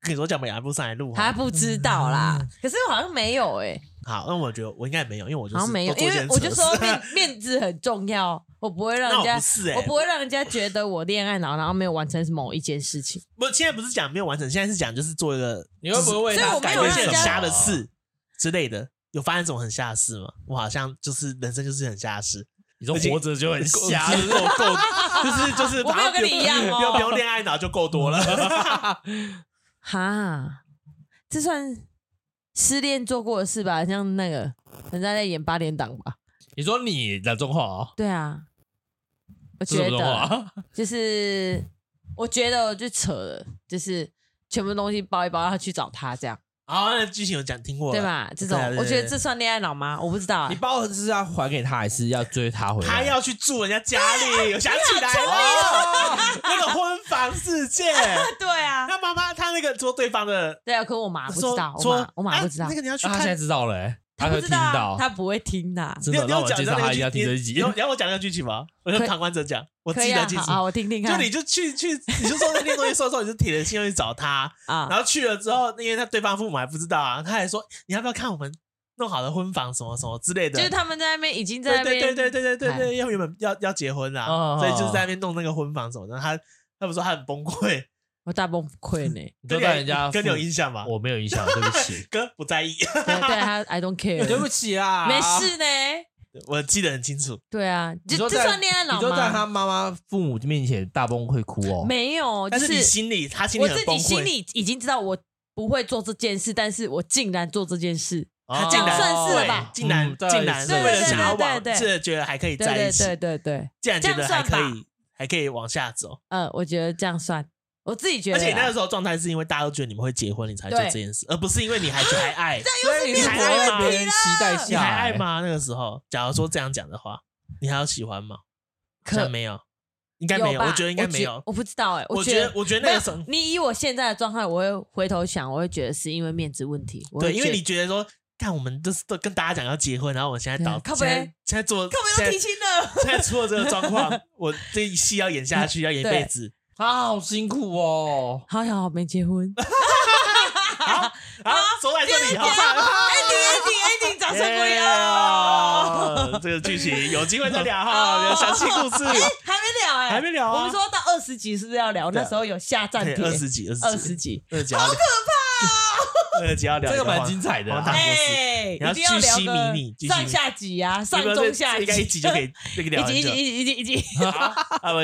[SPEAKER 2] 跟你说讲美牙布上来录
[SPEAKER 1] 她
[SPEAKER 2] 哈
[SPEAKER 1] 不知道啦。可是好像没有哎，
[SPEAKER 2] 好，那我觉得我应该没有，因为我就
[SPEAKER 1] 好
[SPEAKER 2] 是
[SPEAKER 1] 像没有，
[SPEAKER 2] 都
[SPEAKER 1] 因
[SPEAKER 2] 做一
[SPEAKER 1] 为
[SPEAKER 2] 件
[SPEAKER 1] 我就
[SPEAKER 2] 扯
[SPEAKER 1] 说
[SPEAKER 2] (laughs) 事
[SPEAKER 1] 面面子很重要，我不会让
[SPEAKER 2] 那
[SPEAKER 1] 人
[SPEAKER 2] 我
[SPEAKER 1] 家
[SPEAKER 2] 不，是哎、
[SPEAKER 1] 我不会让人家觉得我恋爱脑，然后没有完成某一件事情。
[SPEAKER 2] 不，现在不是讲没有完成，现在是讲就是做一个
[SPEAKER 3] 你会不会为
[SPEAKER 1] 所以
[SPEAKER 3] 他
[SPEAKER 1] 我没
[SPEAKER 2] 改
[SPEAKER 3] 改
[SPEAKER 1] 有
[SPEAKER 2] 变
[SPEAKER 3] 变
[SPEAKER 2] 一些
[SPEAKER 1] 让人
[SPEAKER 2] 很
[SPEAKER 1] 家
[SPEAKER 2] 瞎的事之类的。有发生什么很瞎的事吗？我好像就是人生就是很瞎的事，
[SPEAKER 3] 你说活着就很瞎，
[SPEAKER 2] 就是够够，就是就是，
[SPEAKER 1] 我没有跟你一样哦
[SPEAKER 2] 不用不用恋爱脑就够多
[SPEAKER 1] (laughs)
[SPEAKER 2] 了。
[SPEAKER 1] 哈，这算失恋做过的事吧？像那个人家在演八点档吧？
[SPEAKER 3] 你说你的中话哦，
[SPEAKER 1] 对啊，我
[SPEAKER 3] 是什
[SPEAKER 1] 觉
[SPEAKER 3] 么中
[SPEAKER 1] 得
[SPEAKER 3] 话？
[SPEAKER 1] 就是，我觉得我就扯了，就是全部东西包一包，然后去找他，这样
[SPEAKER 2] 好，那剧情有讲听过了
[SPEAKER 1] 对？吧？这
[SPEAKER 2] 对
[SPEAKER 1] 种
[SPEAKER 2] 啊对
[SPEAKER 1] 我觉得
[SPEAKER 2] 对
[SPEAKER 1] 这算恋爱脑吗？我不知道、啊
[SPEAKER 3] 你。
[SPEAKER 2] (laughs)
[SPEAKER 3] 包是要还给他，还是要追他回来？啊
[SPEAKER 2] 他要去住人家家里，有想起来
[SPEAKER 1] 啊
[SPEAKER 2] 了，那个婚房事件。
[SPEAKER 1] 对啊，
[SPEAKER 2] 他妈妈，他那个说对方的
[SPEAKER 1] 对啊，可我妈不
[SPEAKER 2] 说
[SPEAKER 1] 知道，我
[SPEAKER 2] 说
[SPEAKER 1] 妈，我妈
[SPEAKER 2] 啊
[SPEAKER 1] 不知道
[SPEAKER 2] 那，个你要去
[SPEAKER 3] 啊他现在
[SPEAKER 2] 看，
[SPEAKER 3] 知道了欸，他
[SPEAKER 1] 不
[SPEAKER 3] 会
[SPEAKER 1] 知
[SPEAKER 3] 听
[SPEAKER 1] 道
[SPEAKER 3] 到
[SPEAKER 1] 啊，，她不会听的啊。
[SPEAKER 3] 真
[SPEAKER 2] 你
[SPEAKER 3] 的
[SPEAKER 2] 有你
[SPEAKER 3] 让
[SPEAKER 2] 有
[SPEAKER 3] 我
[SPEAKER 2] 讲
[SPEAKER 3] 介
[SPEAKER 2] 到
[SPEAKER 3] 绍
[SPEAKER 2] 那
[SPEAKER 3] 他
[SPEAKER 2] 个
[SPEAKER 3] 一定要听这一
[SPEAKER 2] 剧，你
[SPEAKER 3] 集
[SPEAKER 2] 有。你要我讲那个剧情吗？我
[SPEAKER 1] 可
[SPEAKER 2] 跟
[SPEAKER 1] 以
[SPEAKER 2] 旁观者讲，我
[SPEAKER 1] 可
[SPEAKER 2] 记
[SPEAKER 1] 以
[SPEAKER 2] 得
[SPEAKER 1] 啊
[SPEAKER 2] 记，
[SPEAKER 1] 好啊，我听听
[SPEAKER 2] 就
[SPEAKER 1] 看。
[SPEAKER 2] 你就去去，你就说那天东西收的时候，你就铁了心要去找他，然
[SPEAKER 1] 啊，
[SPEAKER 2] 后去了之后，因为他对方父母还不知道啊，他还说你要不要看我们弄好的婚房什么什么之类的，
[SPEAKER 1] 就是他们在那边已经在
[SPEAKER 2] 对
[SPEAKER 1] 那边，
[SPEAKER 2] 对对对对对对
[SPEAKER 1] 哎
[SPEAKER 2] 对，因为原本要要结婚
[SPEAKER 3] 哦
[SPEAKER 2] 啊，所以就是在那边弄那个婚房什么的，他他不说他很崩溃，
[SPEAKER 1] 我大崩溃呢。
[SPEAKER 3] 你都
[SPEAKER 2] 跟你
[SPEAKER 3] 让人家
[SPEAKER 2] 跟你有
[SPEAKER 3] 付
[SPEAKER 2] 印象吗？，
[SPEAKER 3] 我没有影响，对不起
[SPEAKER 2] 哥不在意，
[SPEAKER 1] 对对他 I don't
[SPEAKER 2] (laughs)
[SPEAKER 1] care，
[SPEAKER 3] 对不起啊，
[SPEAKER 1] 没事呢。
[SPEAKER 2] 我记得很清楚，
[SPEAKER 1] 对啊，
[SPEAKER 3] 你
[SPEAKER 1] 这
[SPEAKER 3] 说
[SPEAKER 1] 这
[SPEAKER 3] 在
[SPEAKER 1] 算恋爱
[SPEAKER 3] 你
[SPEAKER 1] 脑
[SPEAKER 3] 就在
[SPEAKER 1] 吗
[SPEAKER 3] 他？妈妈父母面前大崩溃哭哦。
[SPEAKER 1] 没有，就
[SPEAKER 2] 但是你心里他心里
[SPEAKER 1] 我
[SPEAKER 2] 很
[SPEAKER 1] 自
[SPEAKER 2] 崩
[SPEAKER 1] 己心
[SPEAKER 2] 溃，
[SPEAKER 1] 里已经知道我不会做这件事，但是我竟然做这件事，
[SPEAKER 2] 他
[SPEAKER 1] 这
[SPEAKER 2] 竟
[SPEAKER 1] 样
[SPEAKER 2] 然
[SPEAKER 1] 算是了
[SPEAKER 2] 哦对
[SPEAKER 1] 吧
[SPEAKER 2] 竟然
[SPEAKER 3] 嗯对
[SPEAKER 2] 竟然
[SPEAKER 3] 是
[SPEAKER 2] 是为了
[SPEAKER 1] 对
[SPEAKER 2] 想要
[SPEAKER 1] 对
[SPEAKER 2] 往，
[SPEAKER 1] 对对
[SPEAKER 2] 这觉得还可以
[SPEAKER 1] 对
[SPEAKER 2] 在
[SPEAKER 1] 对
[SPEAKER 2] 一起，
[SPEAKER 1] 对对对，
[SPEAKER 2] 竟然觉得还
[SPEAKER 1] 这
[SPEAKER 2] 可
[SPEAKER 1] 样算
[SPEAKER 2] 以还可以往下走。
[SPEAKER 1] 呃，我觉得这样算，我自己觉得啊，
[SPEAKER 2] 而且你那个时候状态是因为大家都觉得你们会结婚，你才做
[SPEAKER 1] 对
[SPEAKER 2] 这件事，而不是因为你还觉得还
[SPEAKER 1] (gasps)
[SPEAKER 2] 爱。
[SPEAKER 3] 所以你
[SPEAKER 2] 是
[SPEAKER 3] 是
[SPEAKER 2] 还
[SPEAKER 3] 活
[SPEAKER 2] 爱
[SPEAKER 3] 在
[SPEAKER 2] 吗
[SPEAKER 3] 别人期待
[SPEAKER 2] 你
[SPEAKER 3] 下，
[SPEAKER 2] 还爱？吗？那个时候，假如说这样讲的话，你还有喜欢吗？好
[SPEAKER 1] 可
[SPEAKER 2] 像没有，应该没有。
[SPEAKER 1] 吧
[SPEAKER 2] 我觉得应该没有。
[SPEAKER 1] 我不知道哎，
[SPEAKER 2] 我
[SPEAKER 1] 觉
[SPEAKER 2] 觉得，我觉得那个时候
[SPEAKER 1] 没有，你以我现在的状态，我会回头想，我会觉得是因为面子问题，我会
[SPEAKER 2] 对，因为
[SPEAKER 1] 觉
[SPEAKER 2] 你觉得说，看我们都是都跟大家讲要结婚，然后我现在导，
[SPEAKER 1] 对啊靠
[SPEAKER 2] 现在
[SPEAKER 1] 北
[SPEAKER 2] 现在做，
[SPEAKER 1] 得
[SPEAKER 2] 现在
[SPEAKER 1] 亲了，
[SPEAKER 2] (laughs) 现在出了这个状况，我这一戏要演下去，要演一辈子。
[SPEAKER 3] 他好辛苦哦。
[SPEAKER 1] 好想好没结婚，
[SPEAKER 2] 好，
[SPEAKER 1] 啊
[SPEAKER 2] 好，走在这里， (laughs) 好。
[SPEAKER 1] ending ending ending，掌声鼓励哦。
[SPEAKER 2] 耶这个剧情有机会再聊哈，有详细故事。
[SPEAKER 1] 还没聊哎、
[SPEAKER 2] 还没聊啊
[SPEAKER 1] 我们说到二十集是不是要聊？
[SPEAKER 2] 对啊
[SPEAKER 1] 那时候有下站
[SPEAKER 2] 对
[SPEAKER 1] 帖，
[SPEAKER 2] 二十几，二
[SPEAKER 1] 二
[SPEAKER 2] 十
[SPEAKER 1] 十
[SPEAKER 2] 几，
[SPEAKER 1] 集，
[SPEAKER 2] 二十几，好可怕！
[SPEAKER 1] 哦
[SPEAKER 2] 这个就要聊
[SPEAKER 3] 这
[SPEAKER 2] 一
[SPEAKER 3] 个蛮
[SPEAKER 2] 话
[SPEAKER 3] 精彩的
[SPEAKER 2] 黄
[SPEAKER 3] 啊
[SPEAKER 2] 大。博士，
[SPEAKER 1] 哎，一
[SPEAKER 2] 你要
[SPEAKER 1] 定要
[SPEAKER 2] 巨
[SPEAKER 1] 聊
[SPEAKER 2] 细
[SPEAKER 1] 个
[SPEAKER 2] 迷你巨细迷
[SPEAKER 1] 上
[SPEAKER 2] 你
[SPEAKER 1] 下集啊，上
[SPEAKER 2] 你们
[SPEAKER 1] 中
[SPEAKER 2] 这
[SPEAKER 1] 下集，
[SPEAKER 2] 这应该一集
[SPEAKER 1] (laughs)
[SPEAKER 2] 就可以那个聊
[SPEAKER 1] 一
[SPEAKER 2] 很
[SPEAKER 1] 集一
[SPEAKER 2] 久
[SPEAKER 1] 集。一集一集一集，
[SPEAKER 2] 啊不，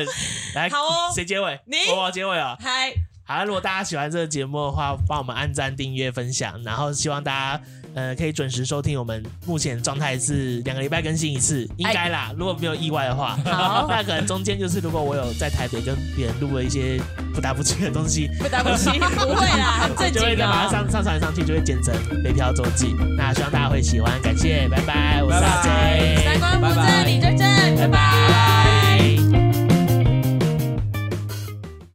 [SPEAKER 2] 来，
[SPEAKER 1] 好哦
[SPEAKER 2] 谁结尾？
[SPEAKER 1] 你
[SPEAKER 2] 我结尾啊。
[SPEAKER 1] 嗨，
[SPEAKER 2] 好，如果大家喜欢这个节目的话，帮我们按赞、订阅、分享，然后希望大家呃可以准时收听。我们目前状态是两个礼拜更新一次，应该啦，如果没有意外的 (laughs) 话。
[SPEAKER 4] 好
[SPEAKER 2] 那可能中间就是如果我有在台北跟别人录了一些不搭不去的东 (laughs) 西，
[SPEAKER 1] 不打不起，不会啦，很
[SPEAKER 2] 我
[SPEAKER 1] 正
[SPEAKER 2] (laughs) 就会
[SPEAKER 1] 经
[SPEAKER 2] 再把它
[SPEAKER 1] 的。
[SPEAKER 2] 上上传上去，就会剪成北漂周记。那希望大家会喜欢，感谢，拜拜，我是阿 J，
[SPEAKER 1] 三观不
[SPEAKER 3] 拜拜
[SPEAKER 1] 正，你就正，拜拜。